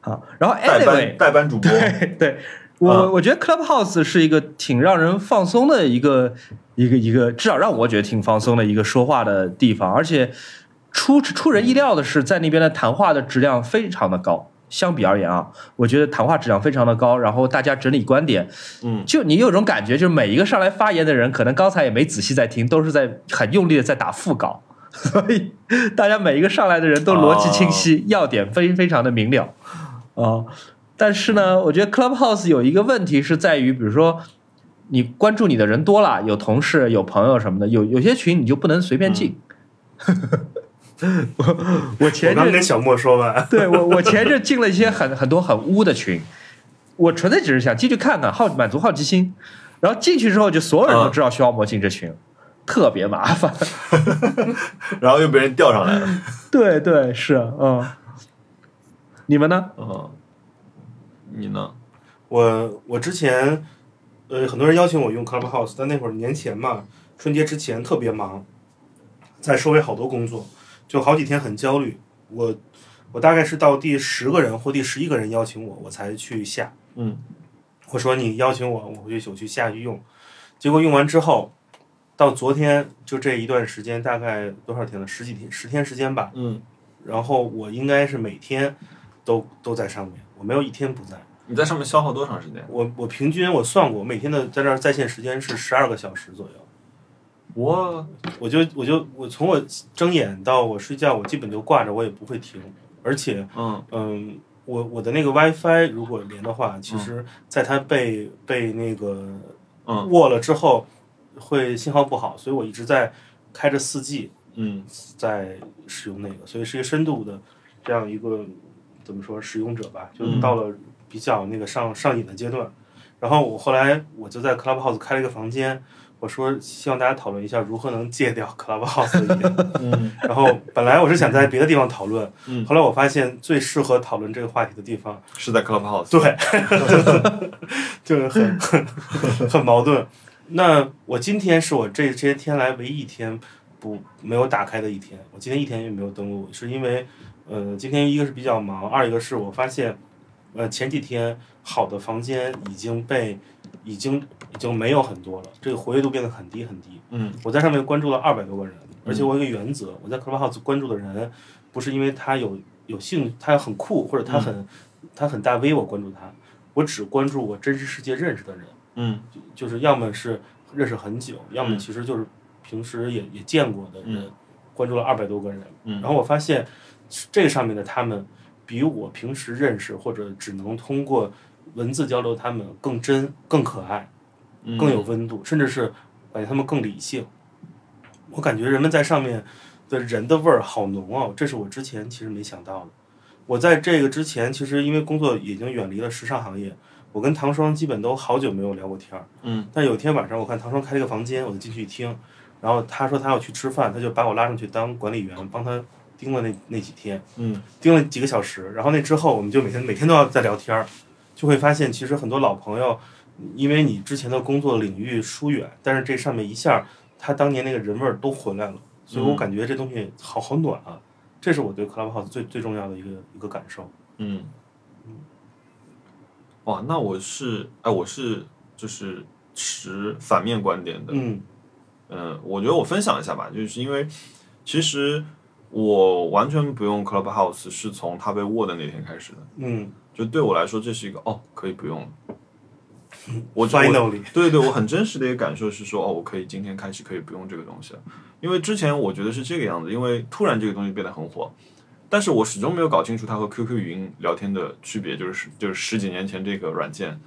[SPEAKER 2] 好，然后
[SPEAKER 1] 代班
[SPEAKER 2] anyway，
[SPEAKER 1] 代班主播，
[SPEAKER 2] 对对，我、
[SPEAKER 1] 啊
[SPEAKER 2] 我觉得 Clubhouse 是一个挺让人放松的一个一个一个，至少让我觉得挺放松的一个说话的地方，而且出出人意料的是，在那边的谈话的质量非常的高。相比而言啊，我觉得谈话质量非常的高，然后大家整理观点，
[SPEAKER 1] 嗯，
[SPEAKER 2] 就你有种感觉，就是每一个上来发言的人，可能刚才也没仔细在听，都是在很用力的在打腹稿， 所以大家每一个上来的人都逻辑清晰，要点非非常的明了啊、但是呢，我觉得 Clubhouse 有一个问题是在于，比如说你关注你的人多了，有同事、有朋友什么的，有有些群你就不能随便进。嗯 我我前
[SPEAKER 3] 我刚
[SPEAKER 2] 阵
[SPEAKER 3] 跟小莫说完，
[SPEAKER 2] 对我我前阵进了一些很很多很污的群，我纯粹只是想进去看看，好满足好奇心。然后进去之后，就所有人都知道徐小魔进这群，特别麻烦。
[SPEAKER 1] 然后又被人钓上来了。
[SPEAKER 2] 对对是，嗯。你们呢？
[SPEAKER 1] 嗯，你呢？
[SPEAKER 3] 我我之前呃很多人邀请我用 Clubhouse，但那会儿年前嘛，春节之前特别忙，在收尾好多工作，就好几天很焦虑。我我大概是到第十个人或第十一个人邀请我，我才去下。
[SPEAKER 1] 嗯，
[SPEAKER 3] 我说你邀请我，我回去我去下去用。结果用完之后，到昨天就这一段时间，大概多少天了？十几天，十天时间吧。
[SPEAKER 1] 嗯，
[SPEAKER 3] 然后我应该是每天都都在上面，我没有一天不在。
[SPEAKER 1] 你在上面消耗多长时间？
[SPEAKER 3] 我我平均我算过，每天的在这儿在线时间是十二个小时左右。
[SPEAKER 1] 我
[SPEAKER 3] 我就我就我从我睁眼到我睡觉，我基本就挂着，我也不会停。而且，
[SPEAKER 1] 嗯
[SPEAKER 3] 嗯，我我的那个 WiFi 如果连的话，其实在它被、被那个
[SPEAKER 1] 嗯
[SPEAKER 3] 握了之后，会信号不好，所以我一直在开着四 G，
[SPEAKER 1] 嗯
[SPEAKER 3] 在使用那个，所以是一个深度的这样一个怎么说使用者吧，就
[SPEAKER 1] 嗯
[SPEAKER 3] 到了比较那个上上瘾的阶段。然后我后来我就在 Clubhouse 开了一个房间，我说希望大家讨论一下如何能戒掉 Clubhouse 的瘾。
[SPEAKER 1] 嗯
[SPEAKER 3] 然后本来我是想在别的地方讨论，
[SPEAKER 1] 嗯，
[SPEAKER 3] 后来我发现最适合讨论这个话题的地方，
[SPEAKER 1] 是在 Clubhouse。
[SPEAKER 3] 对，就是很很 很矛盾。那我今天是我这这些天来唯一一天不没有打开的一天，我今天一天也没有登录，是因为呃，今天一个是比较忙，二一个是我发现呃前几天好的房间已经被已经已经没有很多了，这个活跃度变得很低很低。
[SPEAKER 1] 嗯
[SPEAKER 3] 我在上面关注了二百多个人，而且我有一个原则，我在 Clubhouse 关注的人，不是因为他有有兴，他很酷或者
[SPEAKER 1] 嗯
[SPEAKER 3] 他很、他很大 V，我关注他，我只关注我真实世界认识的人，
[SPEAKER 1] 嗯
[SPEAKER 3] 就就是要么是认识很久，要么
[SPEAKER 1] 嗯
[SPEAKER 3] 其实就是平时也也见过的人，
[SPEAKER 1] 嗯
[SPEAKER 3] 关注了二百多个人，
[SPEAKER 1] 嗯
[SPEAKER 3] 然后我发现这上面的他们比我平时认识或者只能通过文字交流他们更真、更可爱。
[SPEAKER 1] 嗯，
[SPEAKER 3] 更有温度，甚至是感觉他们更理性。我感觉人们在上面的人的味儿好浓哦，这是我之前其实没想到的。我在这个之前，其实因为工作已经远离了时尚行业，我跟唐双基本都好久没有聊过天儿。
[SPEAKER 1] 嗯，
[SPEAKER 3] 但有一天晚上，我看唐双开了一个房间，我就进去一听，然后他说他要去吃饭，他就把我拉上去当管理员，帮他盯了那那几天。
[SPEAKER 1] 嗯
[SPEAKER 3] 盯了几个小时，然后那之后我们就每天每天都要在聊天儿，就会发现其实很多老朋友，因为你之前的工作领域疏远，但是这上面一下儿他当年那个人味儿都回来了，所以我
[SPEAKER 1] 嗯
[SPEAKER 3] 感觉这东西好好暖啊，这是我对 Clubhouse 最最重要的一个一个感受。
[SPEAKER 1] 嗯，哇，那我是哎，我是就是持反面观点的。
[SPEAKER 3] 嗯
[SPEAKER 1] 嗯，我觉得我分享一下吧，就是因为其实我完全不用 Clubhouse 是从它被握的那天开始的，
[SPEAKER 3] 嗯
[SPEAKER 1] 就对我来说这是一个哦可以不用了。我我
[SPEAKER 3] ，Finally，
[SPEAKER 1] 对对对，我很真实的一个感受是说，哦，我可以今天开始可以不用这个东西了，因为之前我觉得是这个样子，因为突然这个东西变得很火，但是我始终没有搞清楚它和 QQ 语音聊天的区别，就是就是十几年前这个软件，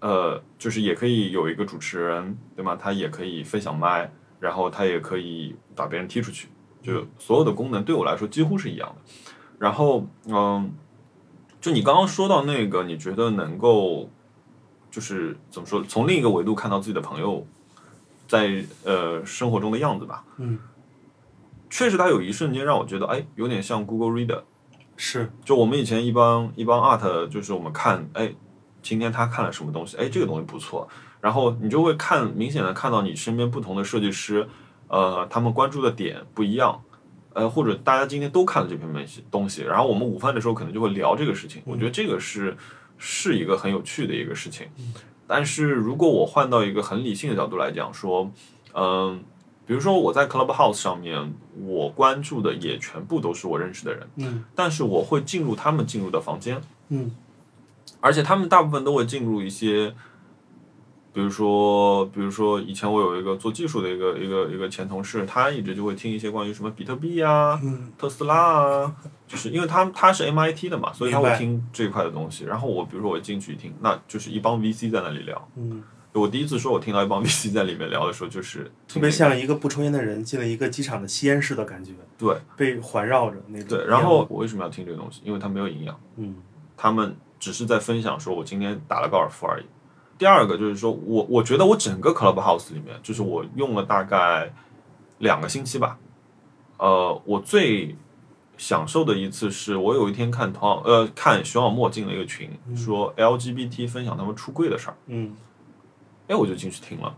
[SPEAKER 1] 呃，就是也可以有一个主持人，对吗？他也可以分享麦，然后他也可以把别人踢出去，就所有的功能对我来说几乎是一样的。然后，嗯，就你刚刚说到那个，你觉得能够就是怎么说，从另一个维度看到自己的朋友在呃生活中的样子吧。
[SPEAKER 3] 嗯，
[SPEAKER 1] 确实，它有一瞬间让我觉得，哎，有点像 Google Reader。
[SPEAKER 3] 是
[SPEAKER 1] 就我们以前一帮一帮 art，就是我们看，哎，今天他看了什么东西，哎，这个东西不错，然后你就会看，明显的看到你身边不同的设计师，呃，他们关注的点不一样，呃，或者大家今天都看了这篇东西东西，然后我们午饭的时候可能就会聊这个事情，我觉得这个是是一个很有趣的一个事情，但是如果我换到一个很理性的角度来讲，说，嗯、比如说我在 Clubhouse 上面，我关注的也全部都是我认识的人。
[SPEAKER 3] 嗯
[SPEAKER 1] 但是我会进入他们进入的房间，
[SPEAKER 3] 嗯
[SPEAKER 1] 而且他们大部分都会进入一些，比如说，比如说以前我有一个做技术的一个一个一个前同事，他一直就会听一些关于什么比特币啊、
[SPEAKER 3] 嗯
[SPEAKER 1] 特斯拉啊，就是因为他他是 MIT 的嘛，所以他会
[SPEAKER 3] 明白
[SPEAKER 1] 听这一块的东西。然后我比如说我进去一听，那就是一帮 VC 在那里聊，
[SPEAKER 3] 嗯
[SPEAKER 1] 我第一次说我听到一帮 VC 在里面聊的时候，就是
[SPEAKER 3] 特别像一个不抽烟的人进了一个机场的吸烟室的感觉，
[SPEAKER 1] 对
[SPEAKER 3] 被环绕着那种。
[SPEAKER 1] 对。然后，我为什么要听这个东西？因为它没有营养，
[SPEAKER 3] 嗯，
[SPEAKER 1] 他们只是在分享说我今天打了高尔夫而已。第二个就是说我我觉得我整个 Clubhouse 里面，就是我用了大概两个星期吧，呃，我最享受的一次是我有一天看同行呃看徐小墨进了一个群，说 LGBT 分享他们出柜的事儿。
[SPEAKER 3] 嗯，
[SPEAKER 1] 哎，我就进去听了。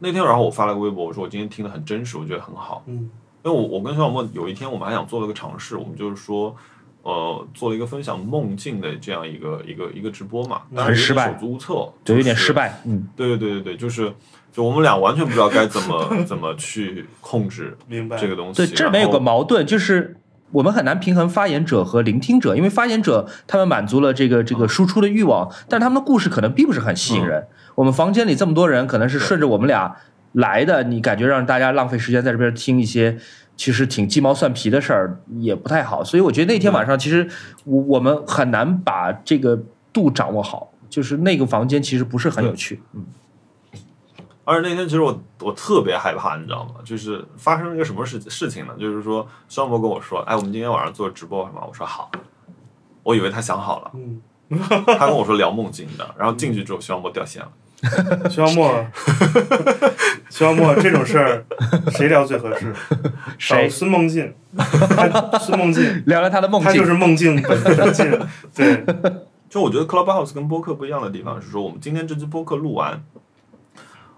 [SPEAKER 1] 那天，然后我发了个微博，我说我今天听的很真实，我觉得很好。
[SPEAKER 3] 嗯，
[SPEAKER 1] 因为我我跟小莫有一天我们还想做了个尝试，我们就是说，呃，做了一个分享梦境的这样一个一个一个直播嘛，
[SPEAKER 3] 嗯
[SPEAKER 1] 当然有
[SPEAKER 2] 很
[SPEAKER 1] 点
[SPEAKER 2] 失败
[SPEAKER 1] 手足无策，
[SPEAKER 2] 就有点
[SPEAKER 1] 是
[SPEAKER 2] 失败。嗯，
[SPEAKER 1] 对对对对对，就是就我们俩完全不知道该怎么 怎么去控制
[SPEAKER 3] 明白。
[SPEAKER 1] 这个东西。
[SPEAKER 2] 对，这里面有个
[SPEAKER 1] 然后
[SPEAKER 2] 矛盾，就是我们很难平衡发言者和聆听者，因为发言者他们满足了这个这
[SPEAKER 3] 嗯
[SPEAKER 2] 个输出的欲望，但是他们的故事可能并不是很吸引人。我们房间里这么多人，可能是顺着我们俩来的，你感觉让大家浪费时间在这边听一些。其实挺鸡毛蒜皮的事儿也不太好，所以我觉得那天
[SPEAKER 3] 嗯
[SPEAKER 2] 晚上其实我我们很难把这个度掌握好，就是那个房间其实不是很有趣。
[SPEAKER 1] 而且那天其实我我特别害怕，你知道吗？就是发生了一个什么事事情呢？就是说，肖博跟我说：“哎，我们今天晚上做直播什么？”我说：“好。”我以为他想好了，
[SPEAKER 3] 嗯，
[SPEAKER 1] 他跟我说聊梦境的，然后进去之后，肖博掉线了。
[SPEAKER 3] 徐小 莫，徐小莫这种事儿谁聊最合适？找
[SPEAKER 2] 谁
[SPEAKER 3] 孙 梦静， 孙梦静，
[SPEAKER 2] 聊聊他的梦
[SPEAKER 3] 他
[SPEAKER 2] 境？
[SPEAKER 3] 就是梦境本本境。对，
[SPEAKER 1] 就我觉得 Clubhouse 跟播客不一样的地方是说，我们今天这期播客录完，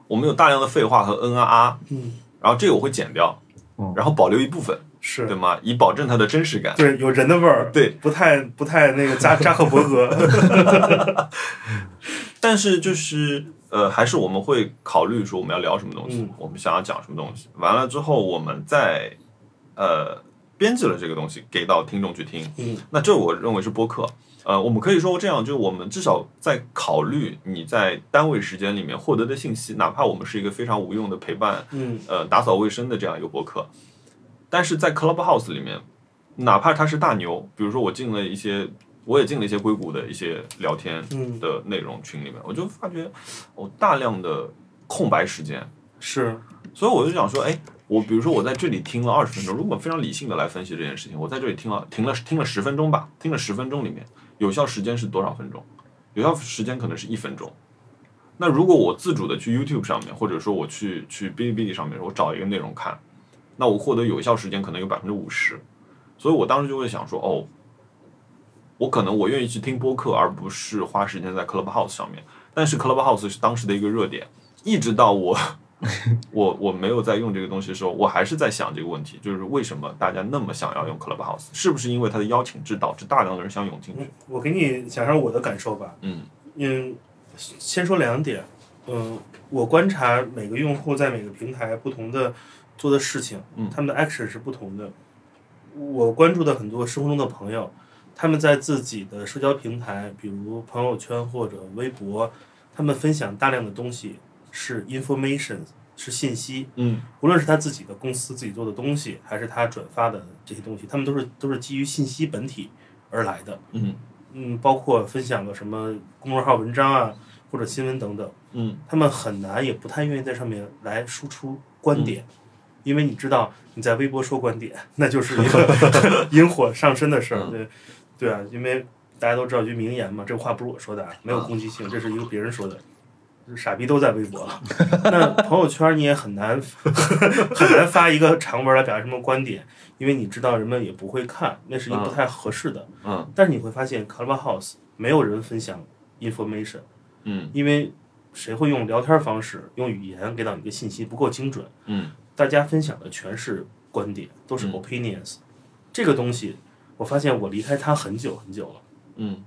[SPEAKER 1] 我们有大量的废话和嗯啊啊，
[SPEAKER 3] 嗯，
[SPEAKER 1] 然后这个我会剪掉
[SPEAKER 2] 嗯，
[SPEAKER 1] 然后保留一部分，
[SPEAKER 3] 是
[SPEAKER 1] 对吗？以保证它的真实感。
[SPEAKER 3] 对，有人的味儿，
[SPEAKER 1] 对，
[SPEAKER 3] 不太不太那个扎扎克伯格，
[SPEAKER 1] 但是就是呃，还是我们会考虑说我们要聊什么东西，
[SPEAKER 3] 嗯
[SPEAKER 1] 我们想要讲什么东西。完了之后，我们再呃编辑了这个东西给到听众去听。
[SPEAKER 3] 嗯，
[SPEAKER 1] 那这我认为是播客。呃，我们可以说这样，就是我们至少在考虑你在单位时间里面获得的信息，哪怕我们是一个非常无用的陪伴，
[SPEAKER 3] 嗯，
[SPEAKER 1] 呃，打扫卫生的这样一个博客，但是在 Clubhouse 里面，哪怕他是大牛，比如说我进了一些，我也进了一些硅谷的一些聊天
[SPEAKER 3] 嗯
[SPEAKER 1] 的内容群里面，我就发觉我大量的空白时间，
[SPEAKER 3] 是，
[SPEAKER 1] 所以我就想说，哎，我比如说我在这里听了二十分钟，如果非常理性的来分析这件事情，我在这里听了停了听了十分钟吧，听了十分钟里面有效时间是多少分钟？有效时间可能是一分钟。那如果我自主的去 YouTube 上面，或者说我去去哔哩哔哩上面，我找一个内容看，那我获得有效时间可能有百分之五十，所以我当时就会想说，哦，我可能我愿意去听播客，而不是花时间在 Clubhouse 上面。但是 Clubhouse 是当时的一个热点，一直到我我我没有在用这个东西的时候，我还是在想这个问题，就是为什么大家那么想要用 Clubhouse？是不是因为它的邀请制导致大量的人想涌进去？
[SPEAKER 3] 我给你讲讲我的感受吧。
[SPEAKER 1] 嗯
[SPEAKER 3] 嗯，先说两点。嗯，我观察每个用户在每个平台不同的做的事情，
[SPEAKER 1] 嗯
[SPEAKER 3] 他们的 action 是不同的。我关注的很多生活中的朋友，他们在自己的社交平台，比如朋友圈或者微博，他们分享大量的东西是 information，是信息。
[SPEAKER 1] 嗯
[SPEAKER 3] 无论是他自己的公司自己做的东西，还是他转发的这些东西，他们都是都是基于信息本体而来的。
[SPEAKER 1] 嗯
[SPEAKER 3] 嗯，包括分享个什么公众号文章啊，或者新闻等等，
[SPEAKER 1] 嗯
[SPEAKER 3] 他们很难也不太愿意在上面来输出观点，
[SPEAKER 1] 嗯
[SPEAKER 3] 因为你知道你在微博说观点，那就是 一个 引火上身的事儿，
[SPEAKER 1] 嗯
[SPEAKER 3] 对对啊，因为大家都知道一句名言嘛，这话不是我说的，啊，没有攻击性，这是一个别人说的。傻逼都在微博了，那朋友圈你也很难 很难发一个长文来表达什么观点，因为你知道人们也不会看，那是一个不太合适的。
[SPEAKER 1] 嗯
[SPEAKER 3] 但是你会发现 Clubhouse 没有人分享 information，
[SPEAKER 1] 嗯
[SPEAKER 3] 因为谁会用聊天方式、用语言给到你的信息不够精准？
[SPEAKER 1] 嗯
[SPEAKER 3] 大家分享的全是观点，都是
[SPEAKER 1] 嗯
[SPEAKER 3] opinions。这个东西，我发现我离开它很久很久了。
[SPEAKER 1] 嗯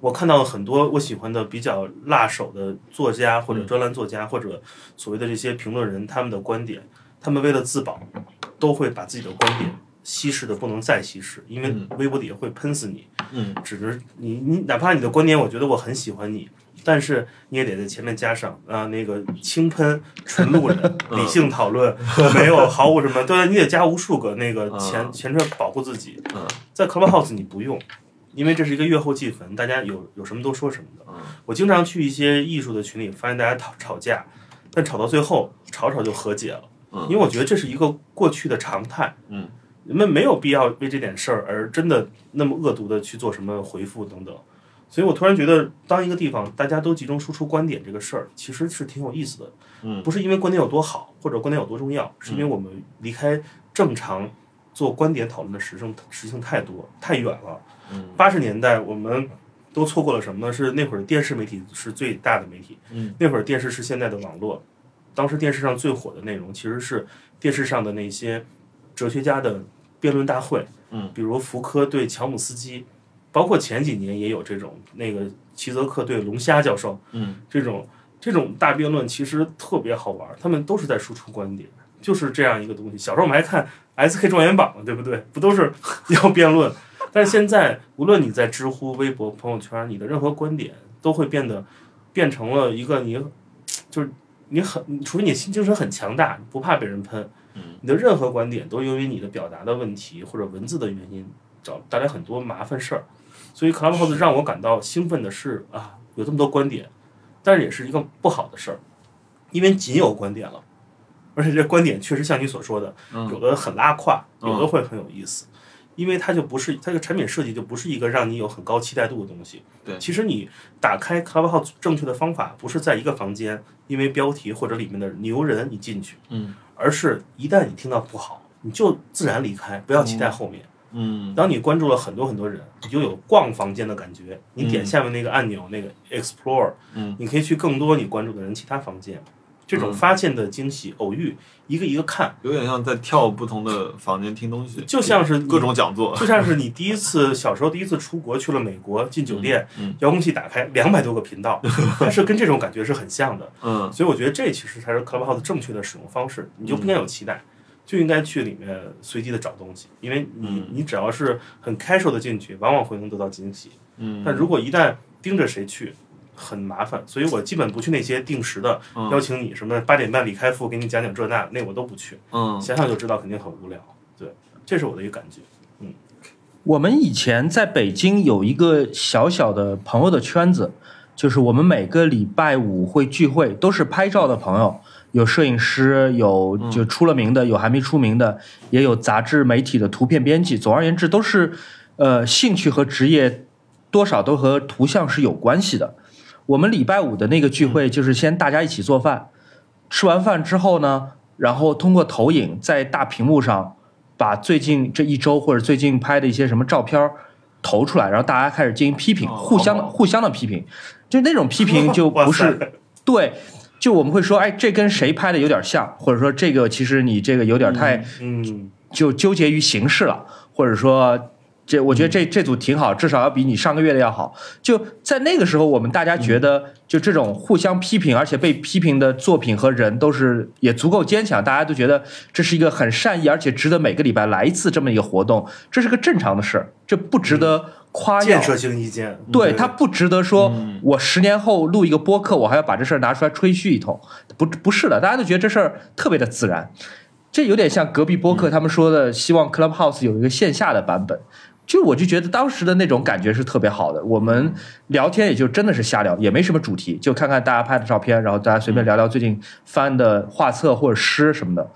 [SPEAKER 3] 我看到了很多我喜欢的比较辣手的作家
[SPEAKER 1] 嗯
[SPEAKER 3] 或者专栏作家或者所谓的这些评论人他们的观点，他们为了自保，都会把自己的观点稀释的不能再稀释，因为
[SPEAKER 1] 嗯
[SPEAKER 3] 微博底下会喷死你。
[SPEAKER 1] 嗯，
[SPEAKER 3] 只是你你哪怕你的观点，我觉得我很喜欢你，但是你也得在前面加上啊、那个轻喷、纯路人、
[SPEAKER 1] 嗯
[SPEAKER 3] 理性讨论，没有毫无什啊么，对，你得加无数个那个前
[SPEAKER 1] 嗯
[SPEAKER 3] 前缀保护自己
[SPEAKER 1] 嗯。
[SPEAKER 3] 在 Clubhouse 你不用，因为这是一个月后祭坟，大家有有什么都说什么的。
[SPEAKER 1] 嗯
[SPEAKER 3] 我经常去一些艺术的群里，发现大家吵吵架，但吵到最后吵吵就和解了，因
[SPEAKER 1] 嗯
[SPEAKER 3] 为我觉得这是一个过去的常态。
[SPEAKER 1] 嗯，
[SPEAKER 3] 人们没有必要为这点事儿而真的那么恶毒的去做什么回复等等。所以我突然觉得，当一个地方大家都集中输出观点这个事儿，其实是挺有意思的。
[SPEAKER 1] 嗯
[SPEAKER 3] 不是因为观点有多好或者观点有多重要，是因为我们离开正常做观点讨论的时政事情太多太远了。
[SPEAKER 1] 嗯
[SPEAKER 3] 八十年代我们都错过了什么呢？是那会儿电视媒体是最大的媒体，
[SPEAKER 1] 嗯
[SPEAKER 3] 那会儿电视是现在的网络。当时电视上最火的内容其实是电视上的那些哲学家的辩论大会，
[SPEAKER 1] 嗯，
[SPEAKER 3] 比如福柯对乔姆斯基，包括前几年也有这种那个齐泽克对龙虾教授，
[SPEAKER 1] 嗯
[SPEAKER 3] 这种这种大辩论其实特别好玩儿，他们都是在输出观点，就是这样一个东西。小时候我们还看 S K 状元榜呢，对不对？不都是 要辩论？但是现在，无论你在知乎、微博、朋友圈，你的任何观点都会变得变成了一个你就是你很，除非你精神很强大，你不怕被人喷
[SPEAKER 1] 嗯，
[SPEAKER 3] 你的任何观点都由于你的表达的问题或者文字的原因，找带来很多麻烦事儿。所以 Clubhouse 让我感到兴奋的是啊，有这么多观点，但是也是一个不好的事儿，因为仅有观点了，而且这观点确实像你所说的，有
[SPEAKER 1] 嗯
[SPEAKER 3] 的很拉胯，
[SPEAKER 1] 嗯
[SPEAKER 3] 有的会很有意思，因为它就不是它的产品设计就不是一个让你有很高期待度的东西。
[SPEAKER 1] 对
[SPEAKER 3] 其实你打开 Clubhouse 正确的方法不是在一个房间，因为标题或者里面的牛人你进去，
[SPEAKER 1] 嗯
[SPEAKER 3] 而是一旦你听到不好，你就自然离开，不要期待后面。
[SPEAKER 1] 嗯
[SPEAKER 3] 当你关注了很多很多人，你就有逛房间的感觉。你点
[SPEAKER 1] 嗯
[SPEAKER 3] 下面那个按钮，那个 Explore，
[SPEAKER 1] 嗯
[SPEAKER 3] 你可以去更多你关注的人其他房间。这种
[SPEAKER 1] 嗯
[SPEAKER 3] 发现的惊喜、偶遇，一个一个看，
[SPEAKER 1] 有点像在跳不同的房间听东西，
[SPEAKER 3] 就像是
[SPEAKER 1] 各种讲座
[SPEAKER 3] 你，就像是你第一次小时候第一次出国去了美国，进酒店，
[SPEAKER 1] 嗯
[SPEAKER 3] 遥控器打开两百多个频 道，它是跟这种感觉是很像的。
[SPEAKER 1] 嗯
[SPEAKER 3] 所以我觉得这其实才是 Clubhouse 正确的使用方式，你就不
[SPEAKER 1] 嗯
[SPEAKER 3] 应该有期待，就应该去里面随机的找东西，因为你
[SPEAKER 1] 嗯
[SPEAKER 3] 你只要是很 casual 的进去，往往会能得到惊喜。
[SPEAKER 1] 嗯，
[SPEAKER 3] 但如果一旦盯着谁去，很麻烦，所以我基本不去那些定时的
[SPEAKER 1] 嗯
[SPEAKER 3] 邀请你什么八点半李开复给你讲讲这那那我都不去，
[SPEAKER 1] 嗯
[SPEAKER 3] 想想就知道肯定很无聊。对，这是我的一个感觉。
[SPEAKER 2] 我们以前在北京有一个小小的朋友的圈子，就是我们每个礼拜五会聚会，都是拍照的朋友，有摄影师，有
[SPEAKER 1] 嗯
[SPEAKER 2] 就出了名的，有还没出名的，也有杂志媒体的图片编辑。总而言之，都是呃兴趣和职业多少都和图像是有关系的。我们礼拜五的那个聚
[SPEAKER 1] 嗯
[SPEAKER 2] 会就是先大家一起做饭，吃完饭之后呢，然后通过投影在大屏幕上把最近这一周或者最近拍的一些什么照片儿投出来，然后大家开始进行批评，
[SPEAKER 1] 哦
[SPEAKER 2] 互相的
[SPEAKER 1] 好好
[SPEAKER 2] 互相的批评，就那种批 评就
[SPEAKER 3] 哇塞
[SPEAKER 2] 不是对。就我们会说，哎，这跟谁拍的有点像，或者说这个其实你这个有点太、
[SPEAKER 3] 嗯，
[SPEAKER 2] 就纠结于形式了，或者说这我觉得这这组挺好，至少要比你上个月的要好。就在那个时候，我们大家觉得就这种互相批评，而且被批评的作品和人都是也足够坚强，大家都觉得这是一个很善意，而且值得每个礼拜来一次这么一个活动，这是个正常的事儿，这不值得夸耀
[SPEAKER 3] 建。设性意嗯见，
[SPEAKER 2] 对他不值得说，我十年后录一个播客，我还要把这事儿拿出来吹嘘一通，不不是的，大家都觉得这事儿特别的自然，这有点像隔壁播客他们说的，希望 Clubhouse 有一个线下的版本。就我就觉得当时的那种感觉是特别好的，我们聊天也就真的是瞎聊，也没什么主题，就看看大家拍的照片，然后大家随便聊聊最近翻的画册或者诗什么的，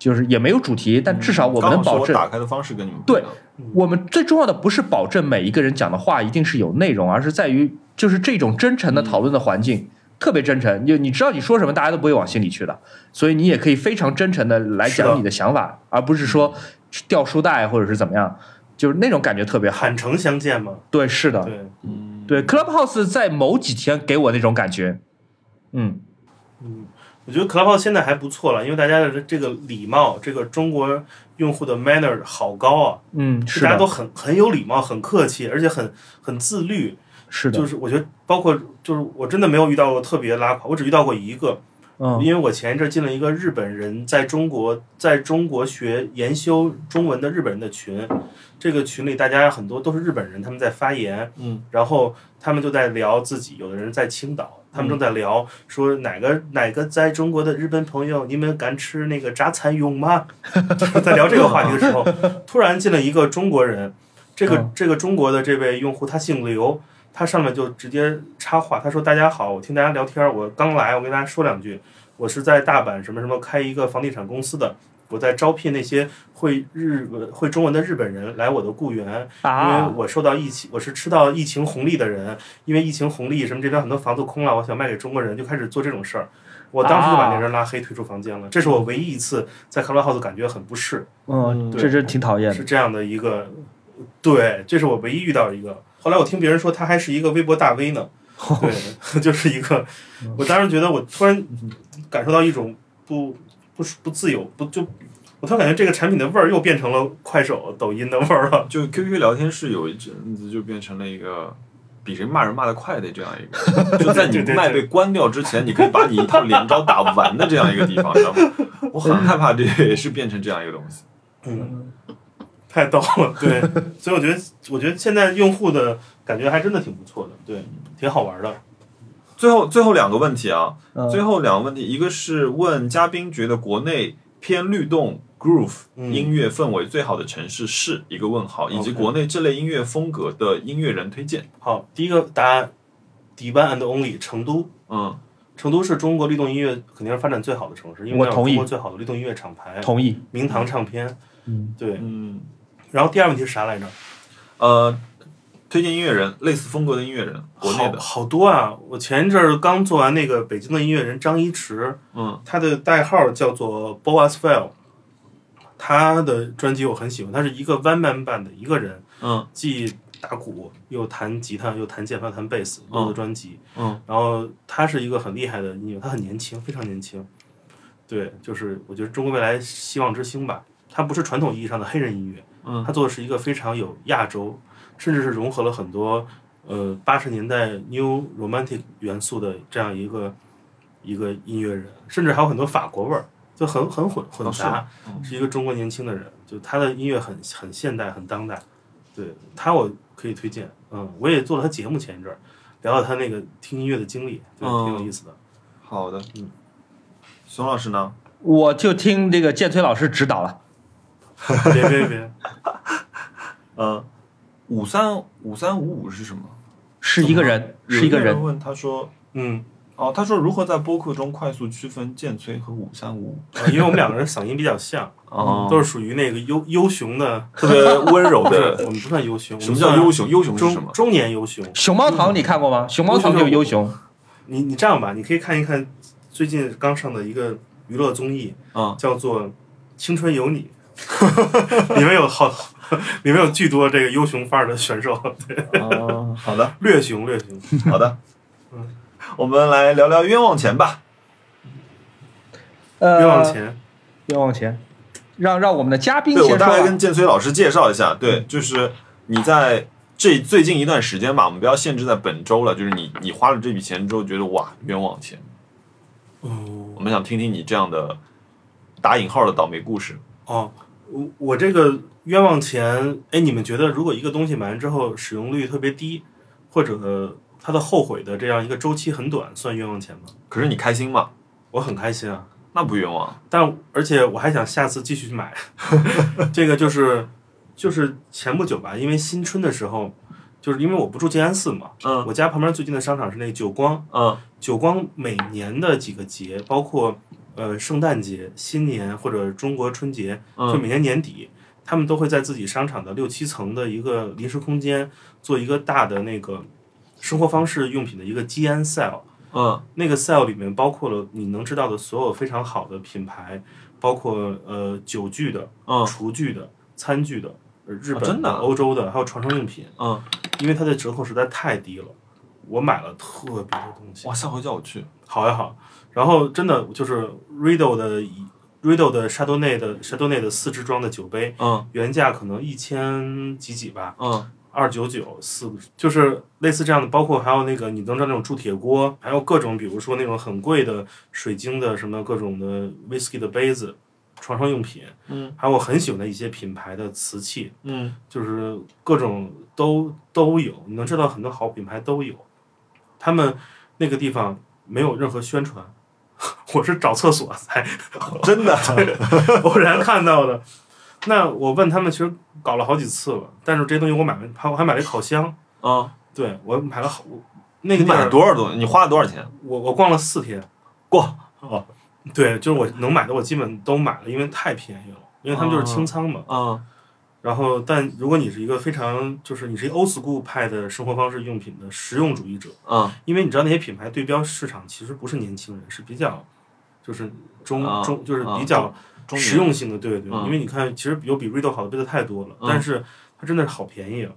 [SPEAKER 2] 就是也没有主题，但至少我们
[SPEAKER 1] 刚好
[SPEAKER 2] 能
[SPEAKER 1] 是
[SPEAKER 2] 保
[SPEAKER 1] 嗯我
[SPEAKER 2] 证
[SPEAKER 1] 打开的方式跟你们不一样，
[SPEAKER 2] 我们最重要的不是保证每一个人讲的话一定是有内容，而是在于就是这种真诚的讨论的环境，
[SPEAKER 3] 嗯
[SPEAKER 2] 特别真诚。就你知道你说什么，大家都不会往心里去的，所以你也可以非常真诚的来
[SPEAKER 3] 是的嗯
[SPEAKER 2] 讲你的想法，而不是说掉书袋或者是怎么样，就是那种感觉特别好。
[SPEAKER 3] 坦诚相见嘛。
[SPEAKER 2] 对，是的，
[SPEAKER 3] 对，
[SPEAKER 1] 嗯，
[SPEAKER 2] 对，Clubhouse 在某几天给我那种感觉，嗯，
[SPEAKER 3] 嗯，我觉得 Clubhouse 现在还不错了，因为大家的这个礼貌，这个中国用户的 manner 好高啊，
[SPEAKER 2] 嗯，是
[SPEAKER 3] 大家都
[SPEAKER 2] 的，
[SPEAKER 3] 很很有礼貌，很客气，而且很很自律。
[SPEAKER 2] 是的
[SPEAKER 3] 就，是我觉得，包括就是我真的没有遇到过特别拉垮，我只遇到过一个，
[SPEAKER 2] 嗯
[SPEAKER 3] 因为我前一阵进了一个日本人在中国在中国学研修中文的日本人的群，这个群里大家很多都是日本人，他们在发言，
[SPEAKER 1] 嗯，
[SPEAKER 3] 然后他们就在聊自己，有的人在青岛。他们正在聊，说哪个哪个在中国的日本朋友，你们敢吃 那个炸蚕蛹吗？在聊这个话题的时候，突然进了一个中国人，这个、
[SPEAKER 2] 嗯
[SPEAKER 3] 这个中国的这位用户他姓刘，他上面就直接插话，他说：“大家好，我听大家聊天儿，我刚来，我跟大家说两句，我是在大阪什么什么开一个房地产公司的。”我在招聘那些会日文、会中文的日本人来我的雇员，因为
[SPEAKER 2] 啊，
[SPEAKER 3] 我受到疫情，我是吃到疫情红利的人，因为疫情红利，什么这边很多房子空了，我想卖给中国人，就开始做这种事儿。我当时就
[SPEAKER 2] 啊
[SPEAKER 3] 把那人拉黑，退出房间了。这是我唯一一次在 Clubhouse 感觉很不适，
[SPEAKER 2] 嗯，
[SPEAKER 1] 对
[SPEAKER 2] 这真挺讨厌的
[SPEAKER 3] 是这样的一个，对，这是我唯一遇到一个。后来我听别人说他还是一个微博大 V 呢，对， 就是一个，我当时觉得我突然感受到一种不不不自由，不就我突然感觉这个产品的味儿又变成了快手、抖音的味儿了。
[SPEAKER 1] 就 QQ 聊天室有一阵子就变成了一个比谁骂人骂得快的这样一 个，就在你
[SPEAKER 3] 对对对
[SPEAKER 1] 麦被关掉之前，你可以把你一套连招打完的这样一个地方，知道 吗？我很害怕这也是变成这样一个东西。
[SPEAKER 3] 嗯，太逗了，对，所以我觉得，我觉得现在用户的感觉还真的挺不错的，对，挺好玩的。
[SPEAKER 1] 最后最后两个问题啊，
[SPEAKER 2] 嗯
[SPEAKER 1] 最后两个问题，一个是问嘉宾觉得国内偏律动 groove
[SPEAKER 3] 嗯
[SPEAKER 1] 音乐氛围最好的城市是一个问号，以及
[SPEAKER 3] OK
[SPEAKER 1] 国内这类音乐风格的音乐人推荐。
[SPEAKER 3] 好，第一个答案，The One and Only 成都，
[SPEAKER 1] 嗯，
[SPEAKER 3] 成都是中国律动音乐肯定是发展最好的城市，因为
[SPEAKER 2] 我
[SPEAKER 3] 它有
[SPEAKER 2] 同意
[SPEAKER 3] 中国最好的律动音乐厂牌，
[SPEAKER 2] 同意。
[SPEAKER 3] 明堂唱片，
[SPEAKER 2] 嗯，
[SPEAKER 3] 对。
[SPEAKER 1] 嗯，
[SPEAKER 3] 然后第二个问题是啥来着？
[SPEAKER 1] 呃，推荐音乐人，类似风格的音乐人，国内
[SPEAKER 3] 好
[SPEAKER 1] 的，
[SPEAKER 3] 好多啊！我前一阵儿刚做完那个北京的音乐人张一驰，
[SPEAKER 1] 嗯
[SPEAKER 3] 他的代号叫做 Boas Fell，他的专辑我很喜欢，他是一个 one man band 的一个人，
[SPEAKER 1] 嗯
[SPEAKER 3] 既打鼓又弹吉他又弹键盘弹贝斯
[SPEAKER 1] 嗯
[SPEAKER 3] 录的专辑，
[SPEAKER 1] 嗯，
[SPEAKER 3] 然后他是一个很厉害的音乐，他很年轻，非常年轻，对，就是我觉得中国未来希望之星吧。他不是传统意义上的黑人音乐，
[SPEAKER 1] 嗯
[SPEAKER 3] 他做的是一个非常有亚洲，甚至是融合了很多呃八十年代 New Romantic 元素的这样一个一个音乐人，甚至还有很多法国味儿，就很很混混
[SPEAKER 1] 哦是
[SPEAKER 3] 杂
[SPEAKER 1] 吗，
[SPEAKER 3] 是一个中国年轻的人，就他的音乐很很现代，很当代，对他我可以推荐，嗯，我也做了他节目前一阵儿，聊聊他那个听音乐的经历，对，
[SPEAKER 1] 嗯
[SPEAKER 3] 挺有意思的。
[SPEAKER 1] 好的，
[SPEAKER 3] 嗯，
[SPEAKER 1] 熊老师呢？
[SPEAKER 2] 我就听这个建崔老师指导了。
[SPEAKER 3] 别别别，
[SPEAKER 1] 呃，五三五三五五是什么？
[SPEAKER 2] 是一个人，
[SPEAKER 1] 有
[SPEAKER 2] 是一个人
[SPEAKER 1] 人，问他说，
[SPEAKER 3] 嗯，
[SPEAKER 1] 哦，他说如何在播客中快速区分剑崔和五三五
[SPEAKER 3] 呃因为我们两个人嗓音比较像，
[SPEAKER 1] 五？哦，
[SPEAKER 3] 都是属于那个优优雄的，
[SPEAKER 1] 特别温柔
[SPEAKER 3] 我
[SPEAKER 1] 的。
[SPEAKER 3] 们不算优雄，我
[SPEAKER 1] 什
[SPEAKER 3] 们
[SPEAKER 1] 么叫
[SPEAKER 3] 算
[SPEAKER 1] 优雄？优雄是什
[SPEAKER 3] 中
[SPEAKER 1] 么？
[SPEAKER 3] 中年优雄。
[SPEAKER 2] 熊猫堂你看过吗？熊猫堂就是
[SPEAKER 3] 优
[SPEAKER 2] 优熊，
[SPEAKER 3] 你你这样吧，你可以看一看最近刚上的一个娱乐综艺，
[SPEAKER 1] 嗯
[SPEAKER 3] 叫做《青春有你》， 里面有好， 里面有巨多这个优雄范儿的选手，
[SPEAKER 1] 哦，好的，
[SPEAKER 3] 略雄略雄。
[SPEAKER 1] 好的
[SPEAKER 3] 嗯。
[SPEAKER 1] 我们来聊聊冤枉钱吧。
[SPEAKER 2] 呃，
[SPEAKER 3] 越往前，
[SPEAKER 2] 越往前，让让我们的嘉宾
[SPEAKER 1] 对，我
[SPEAKER 2] 先
[SPEAKER 1] 大概
[SPEAKER 2] 说吧。
[SPEAKER 1] 跟建崔老师介绍一下，对，就是你在这最近一段时间吧，我们不要限制在本周了，就是你你花了这笔钱之后，觉得哇冤枉钱。
[SPEAKER 3] 哦
[SPEAKER 1] 我们想听听你这样的打引号的倒霉故事。
[SPEAKER 3] 哦，我我这个冤枉钱，哎，你们觉得如果一个东西买完之后使用率特别低，或者它的后悔的这样一个周期很短，算冤枉钱吗？
[SPEAKER 1] 可是你开心吗？
[SPEAKER 3] 我很开心啊，
[SPEAKER 1] 那不冤枉。
[SPEAKER 3] 但而且我还想下次继续买。这个就是就是前不久吧，因为新春的时候，就是因为我不住静安寺嘛，
[SPEAKER 1] 嗯
[SPEAKER 3] 我家旁边最近的商场是那个久光，
[SPEAKER 1] 嗯
[SPEAKER 3] 久光每年的几个节，包括呃圣诞节、新年或者中国春节，就
[SPEAKER 1] 嗯
[SPEAKER 3] 每年年底，他们都会在自己商场的六七层的一个临时空间做一个大的那个生活方式用品的一个积安 sale。
[SPEAKER 1] 嗯
[SPEAKER 3] 那个 sale 里面包括了你能知道的所有非常好的品牌，包括呃酒具的、
[SPEAKER 1] 嗯
[SPEAKER 3] 厨具的、餐具的，呃日
[SPEAKER 1] 啊
[SPEAKER 3] 本
[SPEAKER 1] 真的啊
[SPEAKER 3] 欧洲的，还有床上用品，
[SPEAKER 1] 嗯，
[SPEAKER 3] 因为它的折扣实在太低了，我买了特别多东西，
[SPEAKER 1] 哇，下回叫我去。
[SPEAKER 3] 好呀好。然后真的就是 Riddle 的 Riddle 的沙多内的沙多内的四支装的酒杯，
[SPEAKER 1] 嗯
[SPEAKER 3] 原价可能一千几几吧，
[SPEAKER 1] 嗯
[SPEAKER 3] 二九九四，就是类似这样的，包括还有那个你能知道那种铸铁锅，还有各种比如说那种很贵的水晶的什么各种的 whisky 的杯子，床上用品，
[SPEAKER 1] 嗯，
[SPEAKER 3] 还有我很喜欢的一些品牌的瓷器，
[SPEAKER 1] 嗯
[SPEAKER 3] 就是各种都都有，你能知道很多好品牌都有，他们那个地方没有任何宣传， 我是找厕所才
[SPEAKER 1] 真的。
[SPEAKER 3] 偶然看到的。那我问他们，其实搞了好几次了，但是这些东西我买了，还我还买了一烤箱，
[SPEAKER 1] 啊，
[SPEAKER 3] 对我买了好那
[SPEAKER 1] 你
[SPEAKER 3] 个地
[SPEAKER 1] 买了
[SPEAKER 3] 儿，
[SPEAKER 1] 多少东西？你花了多少钱？
[SPEAKER 3] 我我逛了四天，
[SPEAKER 1] 逛
[SPEAKER 3] 哦，对，就是我能买的我基本都买了，因为太便宜了，因为他们就是清仓嘛。
[SPEAKER 1] 啊
[SPEAKER 3] 然后，但如果你是一个非常就是你是一 old school 派的生活方式用品的实用主义者，
[SPEAKER 1] 啊
[SPEAKER 3] 因为你知道那些品牌对标市场其实不是年轻人，是比较就是中
[SPEAKER 1] 啊
[SPEAKER 3] 中就是
[SPEAKER 1] 啊
[SPEAKER 3] 比较
[SPEAKER 1] 中
[SPEAKER 3] 实用性的，对对，
[SPEAKER 1] 嗯
[SPEAKER 3] 因为你看，其实有比 Rido 好的贝的太多了，
[SPEAKER 1] 嗯
[SPEAKER 3] 但是它真的是好便宜啊。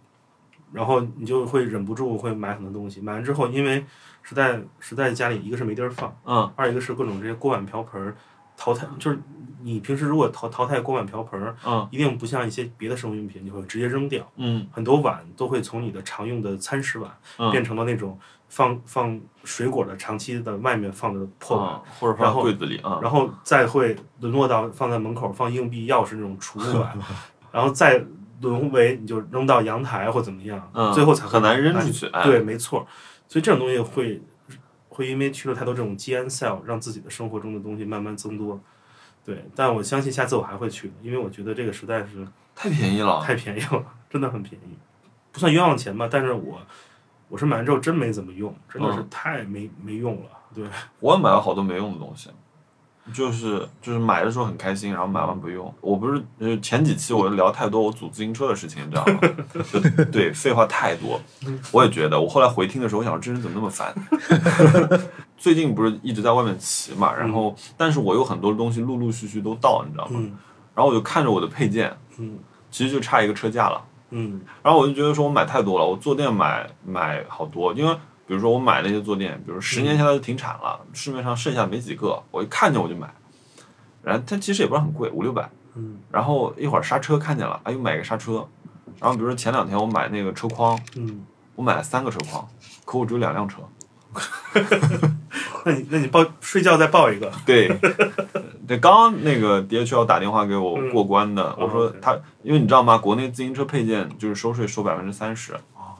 [SPEAKER 3] 然后你就会忍不住会买很多东西，买完之后，因为实在实在家里一个是没地儿放，
[SPEAKER 1] 嗯
[SPEAKER 3] 二一个是各种这些锅碗瓢盆儿淘汰，就是你平时如果淘淘汰锅碗瓢盆儿，
[SPEAKER 1] 嗯
[SPEAKER 3] 一定不像一些别的生活用品，你会直接扔掉。
[SPEAKER 1] 嗯
[SPEAKER 3] 很多碗都会从你的常用的餐食碗
[SPEAKER 1] 嗯，
[SPEAKER 3] 变成了那种放放水果的长期的外面放的破碗，
[SPEAKER 1] 啊或者放在柜子里啊
[SPEAKER 3] 然后再会沦落到放在门口放硬币、钥匙那种储物 碗，然后再沦为你就扔到阳台或怎么样，
[SPEAKER 1] 嗯
[SPEAKER 3] 最后才会
[SPEAKER 1] 很难扔
[SPEAKER 3] 拿
[SPEAKER 1] 出去哎
[SPEAKER 3] 对，没错。所以这种东西会会因为去了太多这种积 n sale，让自己的生活中的东西慢慢增多。对，但我相信下次我还会去的，因为我觉得这个实在是
[SPEAKER 1] 太便宜了。
[SPEAKER 3] 太便宜了，真的很便宜，不算冤枉钱吧。但是我我是买完之后真没怎么用，真的是
[SPEAKER 1] 嗯
[SPEAKER 3] 太没、没用了。对，
[SPEAKER 1] 我也买了好多没用的东西，就是就是买的时候很开心，然后买完不用。我不是呃前几期我聊太多我组自行车的事情，你知道吗？就对，废话太多。我也觉得，我后来回听的时候，我想这人怎么那么烦？ 最近不是一直在外面骑嘛，然后但是我有很多东西陆陆续续都到，你知道吗？
[SPEAKER 3] 嗯
[SPEAKER 1] 然后我就看着我的配件，
[SPEAKER 3] 嗯
[SPEAKER 1] 其实就差一个车架了。
[SPEAKER 3] 嗯
[SPEAKER 1] 然后我就觉得说我买太多了，我坐垫买买好多，因为比如说我买那些坐垫，比如十年前它就停产了，市面上剩下没几个，我一看见我就买，然后它其实也不是很贵，五六百，
[SPEAKER 3] 嗯
[SPEAKER 1] 然后一会儿刹车看见了，哎又买个刹车，然后比如说前两天我买那个车筐，
[SPEAKER 3] 嗯，
[SPEAKER 1] 我买了三个车筐，可我只有两辆车，
[SPEAKER 3] 那你那你抱睡觉再抱一个，
[SPEAKER 1] 对，对，刚刚那个 DHL 打电话给我
[SPEAKER 3] 嗯
[SPEAKER 1] 过关的，我说
[SPEAKER 3] 哦，OK
[SPEAKER 1] 他，因为你知道吗？国内自行车配件就是收税收百分之三十，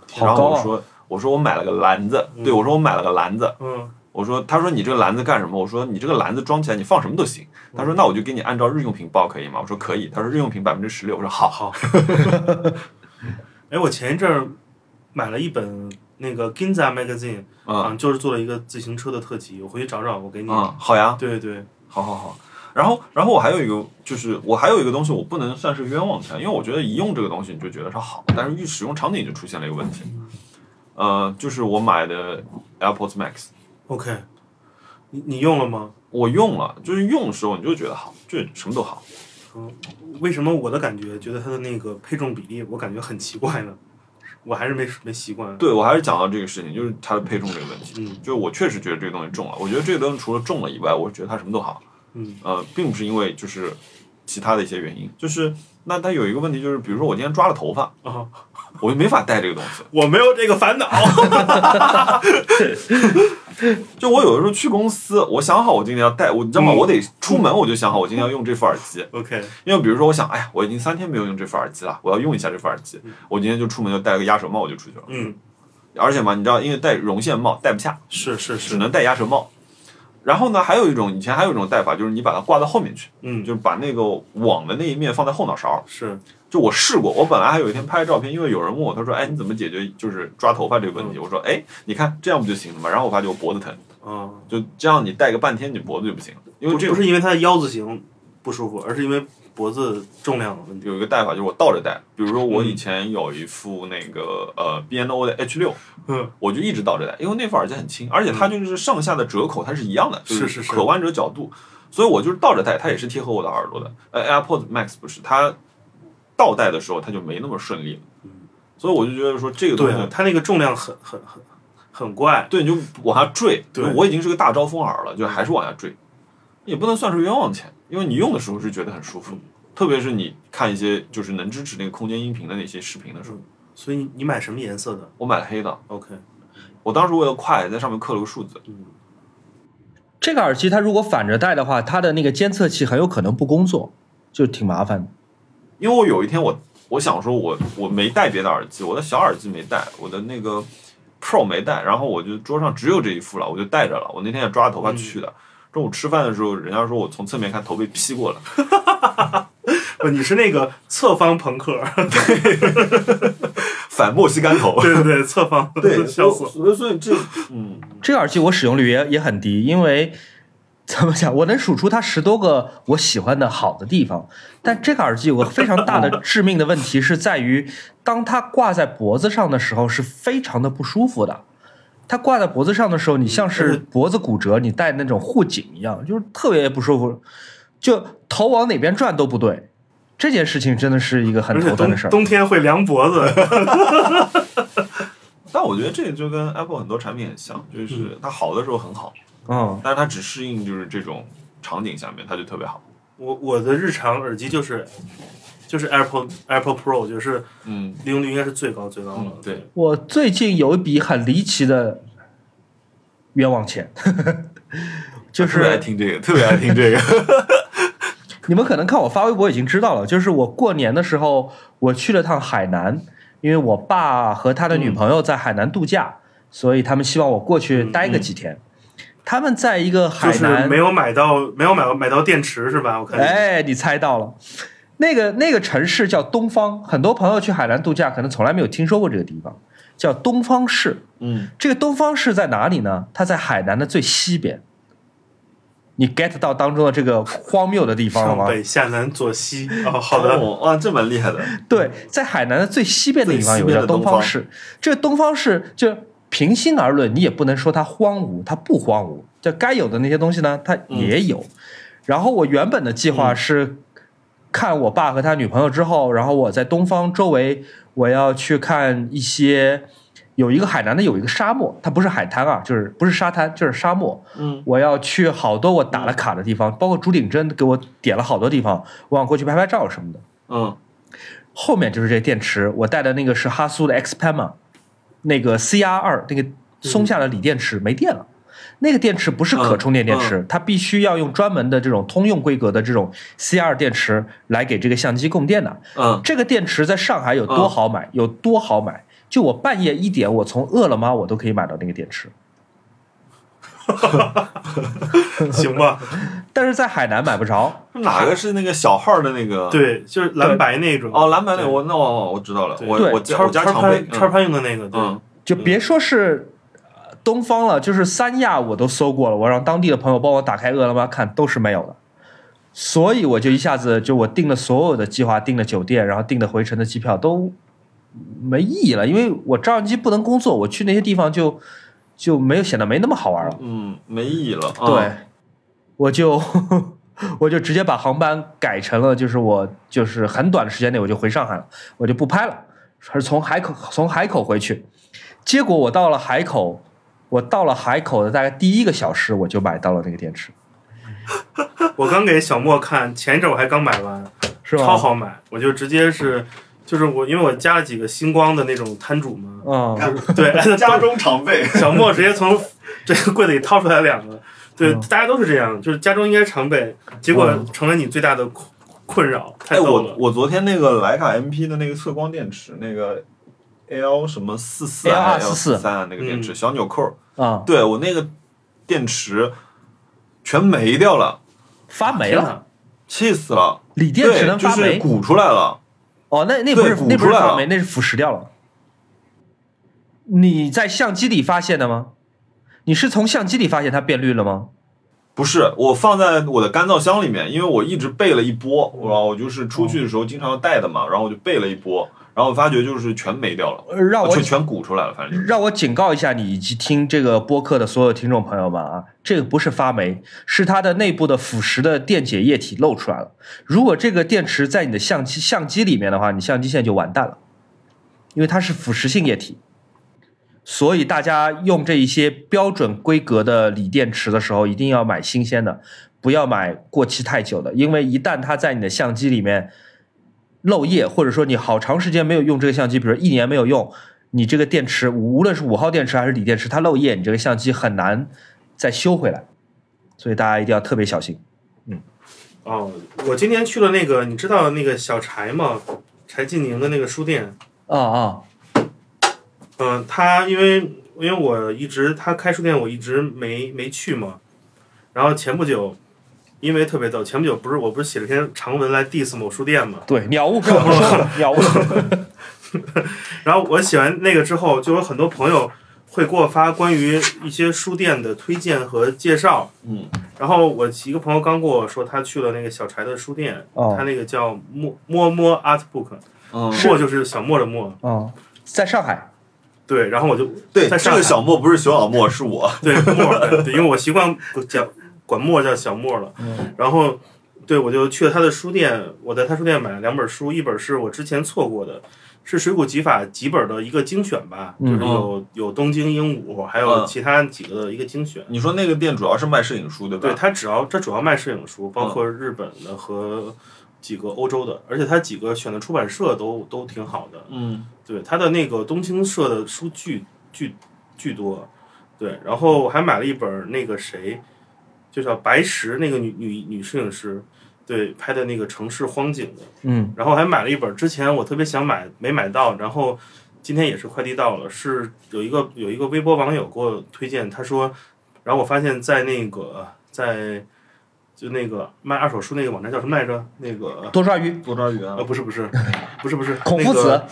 [SPEAKER 2] 天
[SPEAKER 1] 然
[SPEAKER 2] 好高
[SPEAKER 1] 后我
[SPEAKER 2] 啊
[SPEAKER 1] 说。我说我买了个篮子，对我说我买了个篮子，
[SPEAKER 3] 嗯
[SPEAKER 1] 我说，他说你这个篮子干什么？我说你这个篮子装起来，你放什么都行。他说那我就给你按照日用品报可以吗？我说可以。他说日用品百分之十六。我说好。
[SPEAKER 3] 好。哎，我前一阵儿买了一本那个 Ginza Magazine，
[SPEAKER 1] 嗯
[SPEAKER 3] 好像就是做了一个自行车的特辑，我回去找找，我给你。
[SPEAKER 1] 嗯，好呀，
[SPEAKER 3] 对对，
[SPEAKER 1] 好好好。然后，然后我还有一个，就是我还有一个东西，我不能算是冤枉钱，因为我觉得一用这个东西你就觉得它好，但是一使用场景就出现了一个问题。呃，就是我买的 AirPods Max，
[SPEAKER 3] ，OK，你你用了吗？
[SPEAKER 1] 我用了，就是用的时候你就觉得好，就什么都好。
[SPEAKER 3] 嗯为什么我的感觉觉得它的那个配重比例，我感觉很奇怪呢？我还是没没习惯。
[SPEAKER 1] 对我还是讲到这个事情，就是它的配重这个问题。
[SPEAKER 3] 嗯
[SPEAKER 1] 就我确实觉得这个东西重了，我觉得这个东西除了重了以外，我觉得它什么都好。
[SPEAKER 3] 嗯，
[SPEAKER 1] 呃，并不是因为就是其他的一些原因，就是那它有一个问题就是，比如说我今天抓了头发，
[SPEAKER 3] 哦，
[SPEAKER 1] 我就没法戴这个东西。
[SPEAKER 3] 我没有这个 烦恼。
[SPEAKER 1] 就我有的时候去公司，我想好我今天要戴，我你知道吗？我得出门我就想好我今天要用这副耳机，
[SPEAKER 3] OK，
[SPEAKER 1] 因为比如说我想，哎呀，我已经三天没有用这副耳机了，我要用一下这副耳机。我今天就出门就戴个鸭舌帽我就出去了，
[SPEAKER 3] 嗯，
[SPEAKER 1] 而且嘛，你知道，因为戴绒线帽戴不下，
[SPEAKER 3] 是是
[SPEAKER 1] 只
[SPEAKER 3] 是，
[SPEAKER 1] 能戴鸭舌帽。然后呢，还有一种以前还有一种戴法，就是你把它挂到后面去，
[SPEAKER 3] 嗯
[SPEAKER 1] 就是把那个网的那一面放在后脑勺，
[SPEAKER 3] 是
[SPEAKER 1] 就我试过，我本来还有一天拍照片，因为有人问我，他说：“哎，你怎么解决就是抓头发这个问题？”我说：“哎，你看这样不就行了吗？”然后我发觉我脖子疼，
[SPEAKER 3] 啊，
[SPEAKER 1] 就这样你戴个半天，你脖子就不行了，因为这
[SPEAKER 3] 不
[SPEAKER 1] 个
[SPEAKER 3] 是因为它的腰子型不舒服，而是因为脖子重量的问题。
[SPEAKER 1] 有一个戴法就是我倒着戴，比如说
[SPEAKER 3] 嗯
[SPEAKER 1] 我以前有一副那个呃 B N O 的 H 六，
[SPEAKER 3] 嗯，
[SPEAKER 1] 我就一直倒着戴，因为那副耳机很轻，而且它就是上下的折口它是一样的，就是
[SPEAKER 3] 是是
[SPEAKER 1] 可弯折角度，所以我就是倒着戴，它也是贴合我的耳朵的。呃，AirPods Max 不是，它倒戴的时候它就没那么顺利了，所以我就觉得说这个东
[SPEAKER 3] 嗯对
[SPEAKER 1] 西
[SPEAKER 3] 啊，它那个重量很很很很怪。
[SPEAKER 1] 对，你就往下坠。
[SPEAKER 3] 对
[SPEAKER 1] 我已经是个大招风耳了，就还是往下坠，也不能算是冤枉钱，因为你用的时候是觉得很舒服，
[SPEAKER 3] 嗯
[SPEAKER 1] 特别是你看一些就是能支持那个空间音频的那些视频的时候，
[SPEAKER 3] 所以你你买什么颜色的
[SPEAKER 1] 我买了黑的，
[SPEAKER 3] ？OK，
[SPEAKER 1] 我当时为了快，在上面刻了个数字，
[SPEAKER 2] 这个耳机它如果反着戴的话，它的那个监测器很有可能不工作，就挺麻烦的。
[SPEAKER 1] 因为我有一天我我想说我我没带别的耳机，我的小耳机没带，我的那个 Pro 没带，然后我就桌上只有这一副了，我就带着了。我那天也抓着头
[SPEAKER 3] 嗯
[SPEAKER 1] 发去的。中午吃饭的时候，人家说我从侧面看头被劈过了，
[SPEAKER 3] 不，哦你是那个侧方朋克，
[SPEAKER 1] 反莫西干头。
[SPEAKER 3] 对对 对，侧方，
[SPEAKER 1] 对，
[SPEAKER 3] 笑死
[SPEAKER 1] 所所
[SPEAKER 3] 了。
[SPEAKER 1] 以所以这，嗯，
[SPEAKER 2] 这个耳机我使用率也也很低，因为怎么讲，我能数出它十多个我喜欢的好的地方。但这个耳机有个非常大 的致命的问题是在于，当它挂在脖子上的时候是非常的不舒服的。它挂在脖子上的时候，你像
[SPEAKER 3] 嗯
[SPEAKER 2] 是脖子骨折，你戴那种护颈一样，就是特别不舒服，就头往哪边转都不对。这件事情真的是一个很
[SPEAKER 3] 而且
[SPEAKER 2] 头疼的事
[SPEAKER 3] 冬
[SPEAKER 2] 儿。
[SPEAKER 3] 冬天会凉脖子，
[SPEAKER 1] 但我觉得这个就跟 Apple 很多产品很像，就是它好的时候很好，
[SPEAKER 2] 嗯，
[SPEAKER 1] 但是它只适应就是这种场景下面，它就特别好。
[SPEAKER 3] 我我的日常耳机就是就是 Apple Apple Pro，就是
[SPEAKER 1] 嗯，
[SPEAKER 3] 利用率应该是最高最高了
[SPEAKER 1] 嗯。对，
[SPEAKER 2] 我最近有一笔很离奇的冤枉钱，就
[SPEAKER 3] 啊
[SPEAKER 1] 特别爱
[SPEAKER 2] 是
[SPEAKER 1] 听这个，特别爱听这个。
[SPEAKER 2] 你们可能看我发微博已经知道了，就是我过年的时候我去了趟海南，因为我爸和他的
[SPEAKER 3] 嗯
[SPEAKER 2] 女朋友在海南度假，所以他们希望我过去待个几天。他们在一个
[SPEAKER 3] 嗯就
[SPEAKER 2] 海
[SPEAKER 3] 是
[SPEAKER 2] 南
[SPEAKER 3] 没有买到没有买到买到电池是吧？我看
[SPEAKER 2] 哎，你猜到了，那个那个城市叫东方，很多朋友去海南度假可能从来没有听说过这个地方，叫东方市。
[SPEAKER 1] 嗯，
[SPEAKER 2] 这个东方市在哪里呢？它在海南的最西边。你 get 到当中的这个荒谬的地方了
[SPEAKER 3] 上
[SPEAKER 2] 吗？
[SPEAKER 3] 北下南左西哦，好的，
[SPEAKER 1] 哦哇，这蛮厉害的。
[SPEAKER 2] 对，在海南的最西边的地方有个叫东方市，这个东方市就平心而论，你也不能说它荒芜，它不荒芜，就该有的那些东西呢，它也有。
[SPEAKER 3] 嗯
[SPEAKER 2] 然后我原本的计划是看我爸和他女朋友之后，然后我在东方周围，我要去看一些。有一个海南的有一个沙漠，它不是海滩啊，就是不是沙滩，就是沙漠。
[SPEAKER 1] 嗯，
[SPEAKER 2] 我要去好多我打了卡的地方，包括朱顶真给我点了好多地方，我想过去拍拍照什么的。
[SPEAKER 1] 嗯，
[SPEAKER 2] 后面就是这个电池，我带的那个是哈苏的 Xpama，那个 CR 二那个松下的锂电池没电了。那个电池不是可充电电池，它必须要用专门的这种通用规格的这种 CR 电池来给这个相机供电的。
[SPEAKER 1] 嗯，
[SPEAKER 2] 这个电池在上海有多好买？有多好买？就我半夜一点，我从饿了么我都可以买到那个电池，
[SPEAKER 3] 行吧？
[SPEAKER 2] 但是在海南买不着。
[SPEAKER 1] 哪个是那个小号的那个？，
[SPEAKER 3] 对，就是蓝白那种
[SPEAKER 1] 哦，蓝白那
[SPEAKER 3] 对
[SPEAKER 1] 个，我那我我知道了，
[SPEAKER 3] 对
[SPEAKER 1] 我
[SPEAKER 2] 对
[SPEAKER 1] 我家
[SPEAKER 3] 叉
[SPEAKER 1] 我家
[SPEAKER 3] 叉
[SPEAKER 1] 常备
[SPEAKER 3] 潘。叉潘用的那个，对，
[SPEAKER 1] 嗯，
[SPEAKER 2] 就别说是呃东方了，就是三亚我都搜过了，我让当地的朋友帮我打开饿了么看，都是没有的。所以我就一下子就我定了所有的计划，定了酒店，然后定的回程的机票都没意义了，因为我照相机不能工作，我去那些地方就就没有显得没那么好玩了。
[SPEAKER 1] 嗯，嗯没意义了。嗯
[SPEAKER 2] 对，，我就 我就直接把航班改成了，就是我就是很短的时间内我就回上海了，我就不拍了，是从海口从海口回去。结果我到了海口，我到了海口的大概第一个小时，我就买到了那个电池，
[SPEAKER 3] 我刚给小莫看，前一阵我还刚买完，
[SPEAKER 2] 是吗？
[SPEAKER 3] 超好买，我就直接是，就是我因为我加了几个星光的那种摊主嘛，
[SPEAKER 2] 嗯，
[SPEAKER 3] 对，
[SPEAKER 1] 家中常备。
[SPEAKER 3] 小莫直接从这个柜子里掏出来两个，对，
[SPEAKER 2] 嗯
[SPEAKER 3] 大家都是这样，就是家中应该常备，结果
[SPEAKER 2] 嗯
[SPEAKER 3] 成了你最大的困困扰，太
[SPEAKER 1] 哎，
[SPEAKER 3] 逗
[SPEAKER 1] 我
[SPEAKER 3] 了。
[SPEAKER 1] 我昨天那个徕卡 MP 的那个测光电池，那个 L 什么四四
[SPEAKER 2] L244
[SPEAKER 1] L 四三啊，那个电池、
[SPEAKER 3] 嗯
[SPEAKER 1] 小纽扣，
[SPEAKER 2] 啊、
[SPEAKER 1] 对我那个电池全没掉了，
[SPEAKER 2] 发霉
[SPEAKER 3] 天
[SPEAKER 2] 了，
[SPEAKER 3] 哪，
[SPEAKER 1] 气死了。
[SPEAKER 2] 锂电池
[SPEAKER 1] 对，
[SPEAKER 2] 能
[SPEAKER 1] 就
[SPEAKER 2] 发
[SPEAKER 1] 是
[SPEAKER 2] 霉？
[SPEAKER 1] 鼓出来了。
[SPEAKER 2] 哦，那那不是
[SPEAKER 1] 对
[SPEAKER 2] 那不
[SPEAKER 1] 鼓出
[SPEAKER 2] 是
[SPEAKER 1] 来
[SPEAKER 2] 发
[SPEAKER 1] 了
[SPEAKER 2] 霉，那是腐蚀掉了。你在相机里发现的吗？你是从相机里发现它变绿了吗？
[SPEAKER 1] 不是，我放在我的干燥箱里面，因为我一直备了一波，然后我就是出去的时候经常要带的嘛，然后我就备了一波，然后我发觉就是全没掉了，
[SPEAKER 2] 呃让我
[SPEAKER 1] 就全鼓出来了，反正就是
[SPEAKER 2] 让我警告一下你以及听这个播客的所有听众朋友们啊，这个不是发霉，是它的内部的腐蚀的电解液体漏出来了。如果这个电池在你的相机相机里面的话，你相机现在就完蛋了，因为它是腐蚀性液体。所以大家用这一些标准规格的锂电池的时候，一定要买新鲜的，不要买过期太久的，因为一旦它在你的相机里面漏液，或者说你好长时间没有用这个相机，比如一年没有用，你这个电池无论是五号电池还是锂电池，它漏液，你这个相机很难再修回来，所以大家一定要特别小心。
[SPEAKER 3] 哦，我今天去了那个，你知道那个小柴吗？柴静宁的那个书店，
[SPEAKER 2] 啊啊，
[SPEAKER 3] 嗯，他因为因为我一直他开书店，我一直没没去嘛。然后前不久，因为特别逗，前不久不是我不是写了篇长文来 diss 某书店嘛，
[SPEAKER 2] 对，鸟屋跟我们说 的，鸟屋，
[SPEAKER 3] 然后我写完那个之后，就有很多朋友会给我发关于一些书店的推荐和介绍。
[SPEAKER 1] 嗯，
[SPEAKER 3] 然后我一个朋友刚跟我说，他去了那个小柴的书店，
[SPEAKER 2] 哦
[SPEAKER 3] 他那个叫摸摸摸 Art Book，
[SPEAKER 1] 嗯，
[SPEAKER 3] 墨就是小莫的墨。
[SPEAKER 2] 嗯，在上海，
[SPEAKER 3] 对，然后我就
[SPEAKER 1] 对，
[SPEAKER 3] 在
[SPEAKER 1] 这
[SPEAKER 3] 上海
[SPEAKER 1] 个小莫不是熊小莫，是我。
[SPEAKER 3] 对 墨，对，对因为我习惯讲管墨叫小墨了。
[SPEAKER 2] 嗯
[SPEAKER 3] 然后，对我就去了他的书店，我在他书店买了两本书，一本是我之前错过的，是《水谷集法》几本的一个精选吧，
[SPEAKER 2] 嗯
[SPEAKER 3] 就是有有东京鹦鹉，还有
[SPEAKER 1] 嗯
[SPEAKER 3] 其他几个的一个精选。
[SPEAKER 1] 你说那个店主要是卖摄影书对
[SPEAKER 3] 对
[SPEAKER 1] 吧？
[SPEAKER 3] 他只要他主要卖摄影书，包
[SPEAKER 1] 嗯
[SPEAKER 3] 括日本的和几个欧洲的，而且他几个选的出版社都都挺好的。
[SPEAKER 1] 嗯，
[SPEAKER 3] 对，他的那个东京社的书巨巨巨多，对，然后我还买了一本那个谁，就叫白石那个女女女摄影师，对拍的那个城市荒景的，
[SPEAKER 2] 嗯
[SPEAKER 3] 然后还买了一本之前我特别想买没买到，然后今天也是快递到了，是有一个有一个微博网友给我推荐，他说，然后我发现在那个在就那个卖二手书那个网站叫什么来着？那个
[SPEAKER 2] 多抓鱼，
[SPEAKER 1] 多抓鱼啊
[SPEAKER 3] 呃，不是不是不是不是
[SPEAKER 2] 孔夫
[SPEAKER 3] 那个
[SPEAKER 2] 子，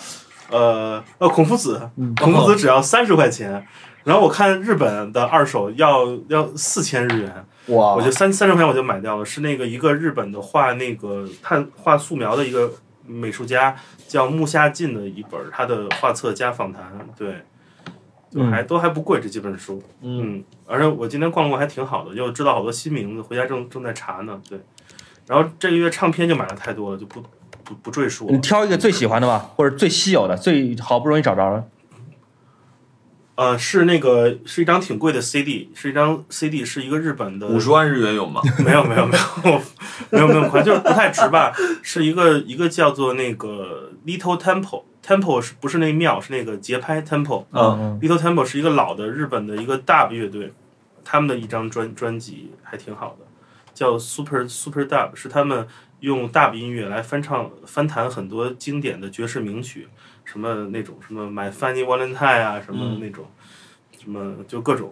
[SPEAKER 3] 呃呃，孔夫子
[SPEAKER 2] 嗯，
[SPEAKER 3] 孔夫子只要三十块钱，然后我看日本的二手要要四千日元，
[SPEAKER 2] 哇
[SPEAKER 3] 我就三三十块钱我就买掉了，是那个一个日本的画那个碳画素描的一个美术家叫木下进的一本他的画册加访谈，对，就还都还不贵这几本书，
[SPEAKER 1] 嗯，
[SPEAKER 3] 嗯，而且我今天逛逛还挺好的，又知道好多新名字，回家正正在查呢，对，然后这个月唱片就买了太多了，就不不不赘述
[SPEAKER 2] 你
[SPEAKER 3] 了，
[SPEAKER 2] 挑一个最喜欢的吧，或者最稀有的、最好不容易找着的。
[SPEAKER 3] 呃，是那个是一张挺贵的 CD，是一张 CD，是一个日本的，
[SPEAKER 1] 五十万日元有吗？
[SPEAKER 3] 没有没有没有 没有没有款，就是不太值吧，是一个一个叫做那个 Little Temple。Temple 是不是那庙？是那个节拍 Temple。
[SPEAKER 2] 嗯
[SPEAKER 3] Little Temple 是一个老的日本的一个大乐队，他们的一张专专辑还挺好的，叫 Super Super Dub，是他们用 dub 音乐来翻唱翻弹很多经典的爵士名曲，什么那种什么 My Funny Valentine 啊，什么
[SPEAKER 1] 嗯
[SPEAKER 3] 那种，什么就各种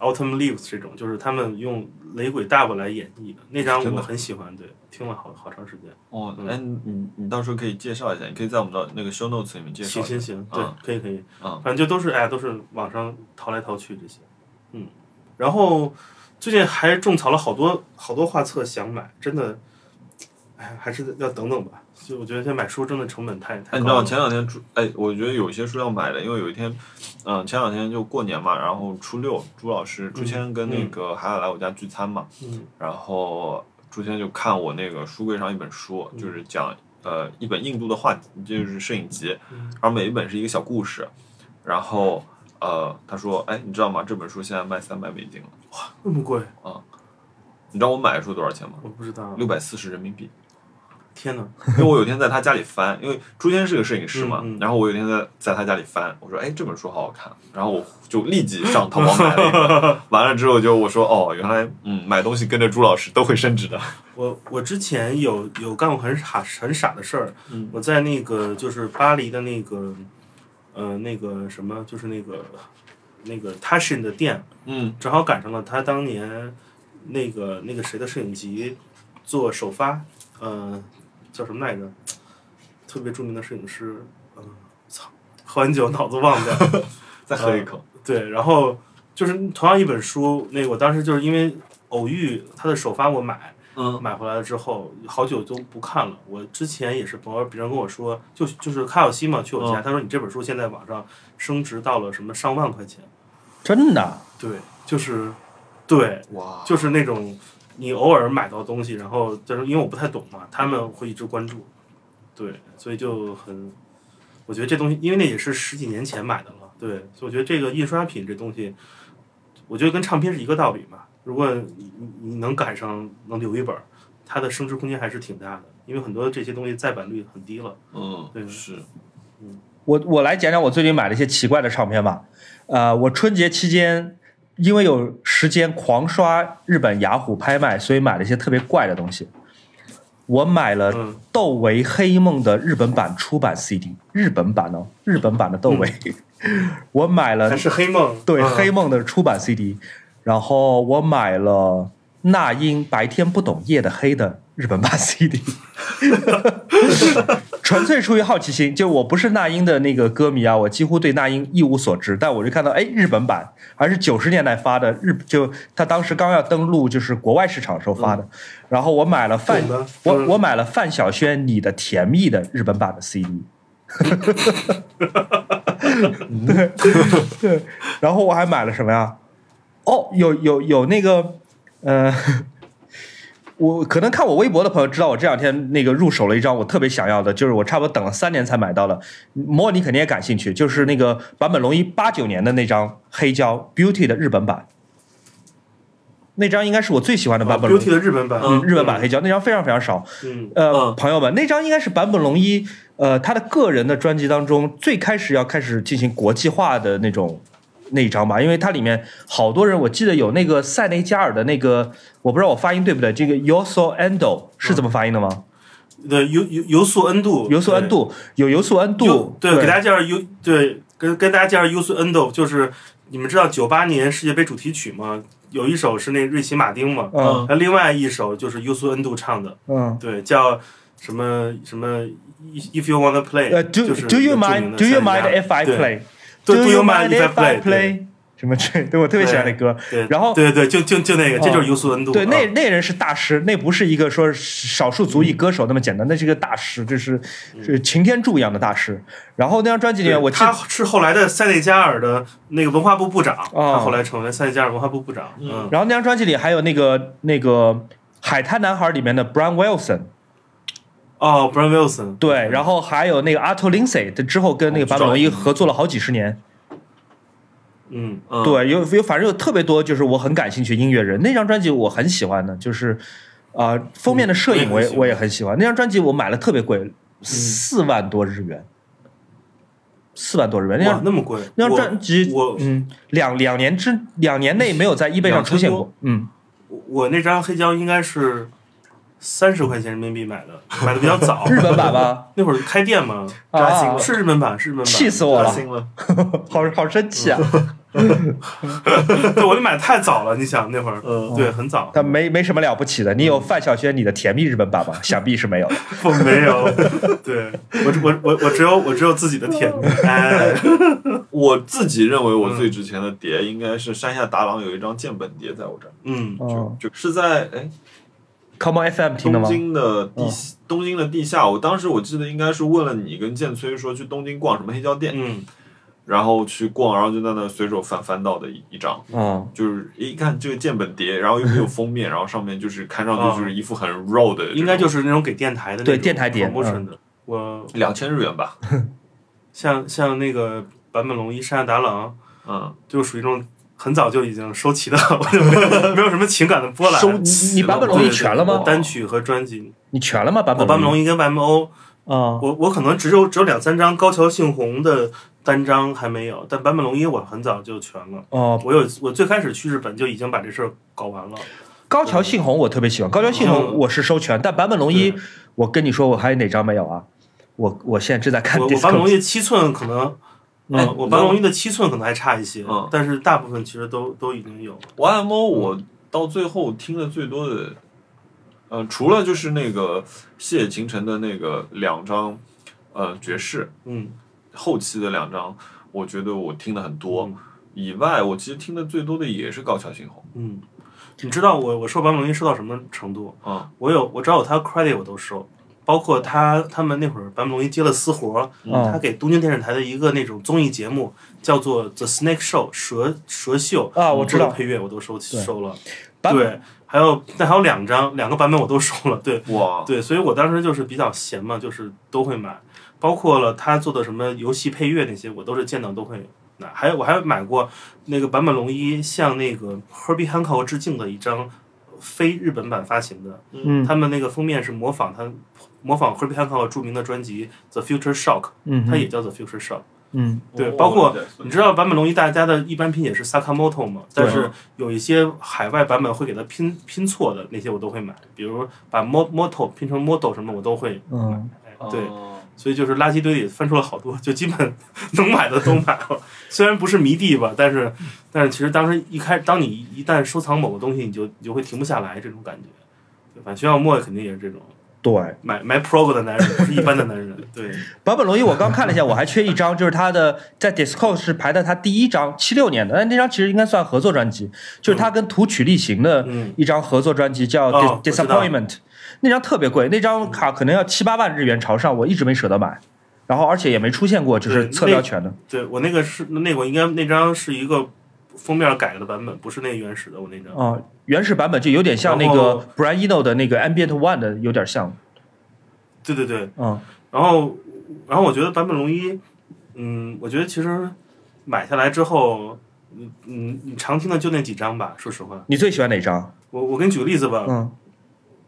[SPEAKER 3] Autumn Leaves 这种，就是他们用雷鬼 dub 来演绎的那张
[SPEAKER 1] 真的
[SPEAKER 3] 我很喜欢，对，听了好好长时间。
[SPEAKER 1] 哦，
[SPEAKER 3] 嗯
[SPEAKER 1] 哎，你你你到时候可以介绍一下，你可以在我们的那个 show notes 里面介绍
[SPEAKER 3] 行
[SPEAKER 1] 一下。
[SPEAKER 3] 行行，对
[SPEAKER 1] 嗯，
[SPEAKER 3] 可以可以，
[SPEAKER 1] 嗯
[SPEAKER 3] 反正就都是哎，都是网上淘来淘去这些，嗯，然后最近还种草了好多好多画册想买，真的，哎，还是要等等吧。就我觉得现在买书真的成本太
[SPEAKER 1] 哎，
[SPEAKER 3] 太
[SPEAKER 1] 你知
[SPEAKER 3] 高
[SPEAKER 1] 道
[SPEAKER 3] 了。
[SPEAKER 1] 前两天出，哎，我觉得有些书要买的，因为有一天，嗯、前两天就过年嘛，然后初六，朱老师朱谦跟那个海海来我家聚餐嘛，
[SPEAKER 3] 嗯
[SPEAKER 1] 然后朱谦就看我那个书柜上一本书，
[SPEAKER 3] 嗯
[SPEAKER 1] 就是讲呃一本印度的画集，就是摄影集，
[SPEAKER 3] 嗯
[SPEAKER 1] 然后每一本是一个小故事，然后呃他说，哎，你知道吗？这本书现在卖三百美金了，
[SPEAKER 3] 那么贵，
[SPEAKER 1] 你知道我买的时候多少钱吗？
[SPEAKER 3] 我不知道。
[SPEAKER 1] 六百四十人民币。
[SPEAKER 3] 天哪，
[SPEAKER 1] 因为我有一天在他家里翻，因为朱谦是个摄影师嘛，
[SPEAKER 3] 嗯嗯
[SPEAKER 1] 然后我有一天在在他家里翻，我说哎这本书好好看，然后我就立即上淘宝买了一 本，完了之后就我说哦原来嗯买东西跟着朱老师都会升值的，
[SPEAKER 3] 我我之前有有干过很傻很傻的事儿，
[SPEAKER 1] 嗯
[SPEAKER 3] 我在那个就是巴黎的那个呃那个什么，就是那个那个 Tashin 的店，
[SPEAKER 1] 嗯
[SPEAKER 3] 正好赶上了他当年那个那个谁的摄影集做首发，呃，叫什么来着？特别著名的摄影师，嗯、操，喝完酒脑子忘掉。
[SPEAKER 1] 再喝一口，
[SPEAKER 3] 对，然后就是同样一本书，那个我当时就是因为偶遇他的首发，我买，
[SPEAKER 1] 嗯
[SPEAKER 3] 买回来了之后，好久都不看了。我之前也是朋友，别人跟我说，就就是卡小西嘛，去我家，
[SPEAKER 1] 嗯
[SPEAKER 3] 他说你这本书现在网上升值到了什么上万块钱，
[SPEAKER 2] 真的，
[SPEAKER 3] 对，就是，对，
[SPEAKER 1] 哇
[SPEAKER 3] 就是那种你偶尔买到东西，然后就是因为我不太懂嘛，他们会一直关注，对，所以就很，我觉得这东西，因为那也是十几年前买的了，对，所以我觉得这个印刷品这东西，我觉得跟唱片是一个道理嘛。如果你你你能赶上，能留一本儿，它的升值空间还是挺大的，因为很多这些东西再版率很低了。对
[SPEAKER 1] 嗯是
[SPEAKER 2] 我我来讲讲我最近买了一些奇怪的唱片吧。呃，我春节期间因为有时间狂刷日本雅虎拍卖，所以买了一些特别怪的东西。我买了
[SPEAKER 3] 嗯
[SPEAKER 2] 窦唯《黑梦》的日本版出版 CD，日本版哦，日本版的窦唯。 我买了
[SPEAKER 3] 还是黑梦，
[SPEAKER 2] 呃对《
[SPEAKER 3] 嗯
[SPEAKER 2] 黑梦》的出版 CD，然后我买了那英白天不懂夜的黑的日本版 CD，纯粹出于好奇心，就我不是那英的那个歌迷啊，我几乎对那英一无所知，但我就看到哎日本版，还是九十年代发的日，就他当时刚要登陆就是国外市场时候发的，然后我买了范
[SPEAKER 3] 懂的
[SPEAKER 2] 我
[SPEAKER 3] 嗯
[SPEAKER 2] 我买了范晓萱《你的甜蜜》的日本版的 CD。对对，然后我还买了什么呀？哦，有有有那个，呃， 我可能看我微博的朋友知道，我这两天那个入手了一张我特别想要的，就是我差不多等了三年才买到了。莫你肯定也感兴趣，就是那个坂本龙一八九年的那张黑胶《Beauty》的日本版，那张应该是我最喜欢的版本龙一、
[SPEAKER 3] 啊 Beauty 的日本版，
[SPEAKER 1] 嗯
[SPEAKER 2] 日本版黑胶，那张非常非常少。
[SPEAKER 3] 嗯，
[SPEAKER 2] 呃，
[SPEAKER 1] 嗯
[SPEAKER 2] 朋友们，那张应该是坂本龙一呃他的个人的专辑当中最开始要开始进行国际化的那种那一张吧，因为它里面好多人，我记得有那个塞内加尔的那个，我不知道我发音对不对，这个 Yoso Endo 是这么发音的吗？
[SPEAKER 3] 对，尤尤尤素恩度，
[SPEAKER 2] 尤素恩度有尤素恩
[SPEAKER 3] 嗯对，
[SPEAKER 2] 度，
[SPEAKER 3] 对，给大家介绍尤，对，跟跟大家介绍尤素恩度，就是你们知道九八年世界杯主题曲吗？有一首是那瑞奇马丁嘛，
[SPEAKER 2] 嗯
[SPEAKER 3] 那另外一首就是尤素恩度唱的，
[SPEAKER 2] 嗯。
[SPEAKER 3] 对，叫什么什么？If you wanna play，
[SPEAKER 2] 呃
[SPEAKER 3] 就
[SPEAKER 2] ，Do
[SPEAKER 3] 是
[SPEAKER 2] Do you
[SPEAKER 3] 一个著名
[SPEAKER 2] mind
[SPEAKER 3] 的
[SPEAKER 2] Do you
[SPEAKER 3] 三人
[SPEAKER 2] mind
[SPEAKER 3] 家
[SPEAKER 2] if I
[SPEAKER 3] 对
[SPEAKER 2] play
[SPEAKER 3] 对
[SPEAKER 2] Do
[SPEAKER 3] ，Do
[SPEAKER 2] you
[SPEAKER 3] you
[SPEAKER 2] mind
[SPEAKER 3] mind
[SPEAKER 2] if I
[SPEAKER 3] play？对
[SPEAKER 2] play 什么这？对我特别喜欢那歌。
[SPEAKER 3] 对，
[SPEAKER 2] 然后哦
[SPEAKER 3] 对对，就就就那个，这就是尤素恩度。
[SPEAKER 2] 对，那
[SPEAKER 3] 啊嗯
[SPEAKER 2] 那人是大师，那不是一个说少数族裔歌手那么简单，那是个大师，就是是擎天柱一样的大师。然后那张专辑里面，我记
[SPEAKER 3] 他是后来的塞内加尔的那个文化部部长，
[SPEAKER 2] 哦
[SPEAKER 3] 他后来成为塞内加尔文化部部长。嗯，
[SPEAKER 2] 然后那张专辑里还有那个那个《海滩男孩》里面的 Brown Wilson，
[SPEAKER 3] 哦，Brian Wilson。
[SPEAKER 2] 对，然后还有那个 Arto Lindsay，他之后跟那个坂本龙一合作了好几十年。
[SPEAKER 3] 嗯，
[SPEAKER 1] 嗯，
[SPEAKER 2] 对，有有反正有特别多，就是我很感兴趣音乐人那张专辑我很喜欢的，就是啊、呃封面的摄影
[SPEAKER 3] 嗯
[SPEAKER 2] 我
[SPEAKER 3] 我也
[SPEAKER 2] 也我也
[SPEAKER 3] 很喜欢嗯
[SPEAKER 2] 很喜欢，那张专辑我买了特别贵，四万多日元，四万多日元那
[SPEAKER 3] 哇，
[SPEAKER 2] 张。
[SPEAKER 3] 那么贵，
[SPEAKER 2] 那张
[SPEAKER 3] 我
[SPEAKER 2] 专辑，
[SPEAKER 3] 我
[SPEAKER 2] 嗯，两两年之两年内没有在 eBay 上出现
[SPEAKER 3] 两
[SPEAKER 2] 过，嗯，
[SPEAKER 3] 我那张黑胶应该是三十块钱人民币买的，买的比较早。
[SPEAKER 2] 日本版 吧，
[SPEAKER 3] 那会儿开店 嘛，
[SPEAKER 1] 扎心
[SPEAKER 2] 啊
[SPEAKER 1] 了
[SPEAKER 3] 是日本版，是日本版。
[SPEAKER 2] 气死我了
[SPEAKER 1] 扎心了，
[SPEAKER 2] 好好生气啊！
[SPEAKER 3] 嗯对，我就买的太早了，你想那会儿，
[SPEAKER 1] 嗯
[SPEAKER 3] 对，很早。
[SPEAKER 2] 但没没什么了不起的，你有范晓萱你的甜蜜日本版吗？想必是没 有的。
[SPEAKER 3] 我没有，对我只我我我只有我只有自己的甜蜜。
[SPEAKER 2] 嗯
[SPEAKER 3] 哎，
[SPEAKER 1] 我自己认为我
[SPEAKER 3] 嗯
[SPEAKER 1] 最值钱的碟应该是山下达郎有一张键本碟在我这儿，
[SPEAKER 3] 嗯，
[SPEAKER 2] 嗯
[SPEAKER 1] 就就是在哎
[SPEAKER 2] ，Come on FM 听
[SPEAKER 1] 东
[SPEAKER 2] 的吗？
[SPEAKER 1] 京的地
[SPEAKER 2] 嗯
[SPEAKER 1] 东京的地下，我当时我记得应该是问了你跟建崔说去东京逛什么黑胶店，
[SPEAKER 3] 嗯，
[SPEAKER 1] 然后去逛，然后就在那儿随手翻翻到的一一张，
[SPEAKER 2] 嗯，
[SPEAKER 1] 就是一看这个键本碟，然后又没有封面，然后上面就是看上去就是一副很 raw 的这种，
[SPEAKER 3] 应该就是那种给电台的那种
[SPEAKER 2] 对电台嗯碟
[SPEAKER 3] 广播纯的。我
[SPEAKER 1] 两千日元吧，
[SPEAKER 3] 像像那个坂本龙一、山下达郎，
[SPEAKER 1] 嗯，
[SPEAKER 3] 就属于那种很早就已经收齐的， 我就没有没有什么情感的波澜。
[SPEAKER 1] 收
[SPEAKER 2] 你你版本
[SPEAKER 1] 容
[SPEAKER 2] 龙
[SPEAKER 1] 易
[SPEAKER 2] 一全了吗？
[SPEAKER 3] 单曲和专辑，
[SPEAKER 2] 你全了吗？版
[SPEAKER 3] 我
[SPEAKER 2] 本
[SPEAKER 3] 哦坂本
[SPEAKER 2] 龙
[SPEAKER 3] 龙
[SPEAKER 2] 一
[SPEAKER 3] 一跟 YMO，
[SPEAKER 2] 啊，
[SPEAKER 3] 我我可能只有只有两三张高桥幸宏的单张还没有，但坂本龙一我很早就全了。
[SPEAKER 2] 哦，
[SPEAKER 3] 我有我最开始去日本就已经把这事儿搞完了。
[SPEAKER 2] 高桥幸宏我特别喜欢，高桥幸宏
[SPEAKER 3] 嗯
[SPEAKER 2] 我是收全，但坂本龙一
[SPEAKER 3] 对，
[SPEAKER 2] 我跟你说，我还有哪张没有啊？我我现在正在看
[SPEAKER 3] 我我坂本
[SPEAKER 2] Disco，
[SPEAKER 3] 龙一七寸可能，
[SPEAKER 2] 嗯
[SPEAKER 3] 嗯，我坂本龙一的七寸可能还差一些
[SPEAKER 1] 嗯，
[SPEAKER 3] 但是大部分其实都都已经有了。
[SPEAKER 1] YMO 我到最后听的最多的，呃，除了就是那个谢野晴臣的那个两张，呃，爵士
[SPEAKER 3] 嗯，
[SPEAKER 1] 后期的两张，我觉得我听的很多
[SPEAKER 3] 嗯。
[SPEAKER 1] 以外，我其实听的最多的也是高桥幸宏。
[SPEAKER 3] 嗯，你知道我我收坂本龙一收到什么程度？
[SPEAKER 1] 嗯，
[SPEAKER 3] 我有我只要有他 credit 我都收，包括他他们那会儿坂本龙一接了私活儿，
[SPEAKER 2] 嗯
[SPEAKER 3] 他给东京电视台的一个那种综艺节目叫做 The Snake Show 蛇蛇秀
[SPEAKER 2] 啊我知道
[SPEAKER 3] 做的配乐我都收收了，
[SPEAKER 2] 版本
[SPEAKER 3] 对，还有但还有两张两个版本我都收了，对
[SPEAKER 1] 哇，
[SPEAKER 3] 对，所以我当时就是比较闲嘛，就是都会买，包括了他做的什么游戏配乐那些，我都是见到都会买。还有我还买过那个坂本龙一向那个 Herbie Hancock 致敬的一张非日本版发行的，
[SPEAKER 2] 嗯
[SPEAKER 3] 他们那个封面是模仿他模仿 Herbie Hancock 著名的专辑 The Future Shock，
[SPEAKER 2] 嗯
[SPEAKER 3] 它
[SPEAKER 2] 哼
[SPEAKER 3] 也叫 The Future Shock。
[SPEAKER 2] 嗯
[SPEAKER 3] 对
[SPEAKER 1] 我
[SPEAKER 3] 包括
[SPEAKER 1] 哦我在
[SPEAKER 3] 你知道坂本龙一大家的一般拼写是 Sakamoto 嘛？但是有一些海外版本会给它拼拼错的，那些我都会买，比如把 mo moto 拼成 model 什么我都会买。
[SPEAKER 2] 嗯
[SPEAKER 3] 对，
[SPEAKER 1] 哦
[SPEAKER 3] 所以就是垃圾堆里翻出了好多，就基本能买的都买了。 虽然不是迷弟吧，但是但是其实当时一开，当你一旦收藏某个东西，你就你就会停不下来这种感觉。对反正徐小莫肯定也是这种
[SPEAKER 2] 对，
[SPEAKER 3] 买买 PROG 的男人，不是一般的男人。 对，
[SPEAKER 2] 坂本龙一我刚看了一下，我还缺一张，就是他的在 Disco 是排在他第一张，七六年的，但那张其实应该算合作专辑，就是他跟图曲力行的
[SPEAKER 3] 嗯，
[SPEAKER 2] 一张合作专辑叫
[SPEAKER 3] 哦
[SPEAKER 2] Dis- Disappointment，、那张特别贵，那张卡可能要七八万日元朝上，我一直没舍得买，然后而且也没出现过就是
[SPEAKER 3] 对
[SPEAKER 2] 侧标权的，
[SPEAKER 3] 对我那个是那个我应该那张是一个封面改了的版本，不是那原始的我那张。
[SPEAKER 2] 啊、原始版本就有点像那
[SPEAKER 3] 然后
[SPEAKER 2] 个 Brian Eno 的那个 Ambient One 的有点像，
[SPEAKER 3] 对对对，
[SPEAKER 2] 嗯
[SPEAKER 3] 然后，然后我觉得坂本龙一，嗯，我觉得其实买下来之后，嗯嗯，你常听的就那几张吧。说实话，
[SPEAKER 2] 你最喜欢哪张？
[SPEAKER 3] 我我给你举个例子吧，
[SPEAKER 2] 嗯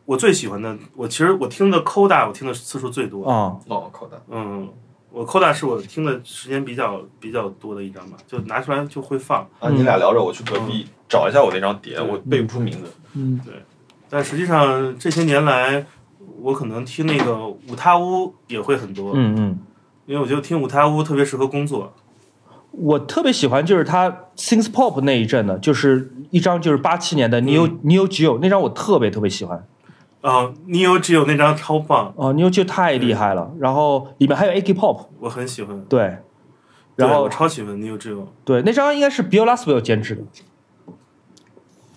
[SPEAKER 3] 我最喜欢的，我其实我听的 Koda 我听的次数最多，
[SPEAKER 2] 啊
[SPEAKER 1] 哦，靠的，
[SPEAKER 3] 嗯，我 Koda 是我听的时间比较比较多的一张吧，就拿出来就会放。
[SPEAKER 1] 啊，你俩聊着，我去隔壁找一下我那张碟，我背不出名字。
[SPEAKER 2] 嗯
[SPEAKER 3] 但实际上这些年来，我可能听那个五他屋也会很多，
[SPEAKER 2] 嗯嗯，
[SPEAKER 3] 因为我觉得听五他屋特别适合工作。
[SPEAKER 2] 我特别喜欢就是他 synth pop 那一阵的，就是一张就是八七
[SPEAKER 3] 嗯
[SPEAKER 2] 年的 Neo、Neo Geo 那张我特别特别喜欢
[SPEAKER 3] 啊、你有只有那张超棒，
[SPEAKER 2] 哦、n e o Geo 太厉害了，然后里面还有 AK pop
[SPEAKER 3] 我很喜欢。
[SPEAKER 2] 对，
[SPEAKER 3] 对
[SPEAKER 2] 然后
[SPEAKER 3] 我超喜欢 New Jill。
[SPEAKER 2] 对那张应该是 Bill Laswell 监制的，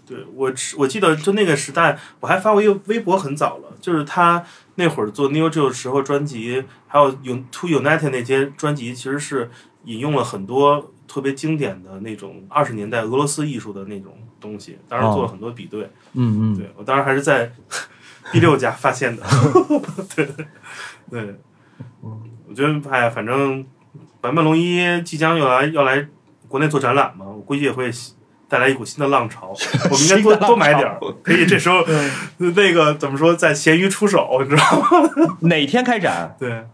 [SPEAKER 3] 对我是，我记得就那个时代，我还发过一个微博，很早了，就是他那会儿做 New Jill 的时候，专辑还有 Un- To United 那些专辑，其实是引用了很多特别经典的那种二十年代俄罗斯艺术的那种东西，当然
[SPEAKER 2] 哦
[SPEAKER 3] 做了很多比对。
[SPEAKER 2] 嗯嗯
[SPEAKER 3] 对我当时还是在 第六家发现的。对对，
[SPEAKER 2] 嗯
[SPEAKER 3] 我觉得哎呀，反正坂本龙一即将要来要来国内做展览嘛，我估计也会带来一股新的浪潮。我们应该
[SPEAKER 2] 新的
[SPEAKER 3] 多
[SPEAKER 2] 浪潮
[SPEAKER 3] 多买点儿，可以这时 候那个怎么说，在闲鱼出手，你知道吗？
[SPEAKER 2] 哪天开展？
[SPEAKER 3] 对。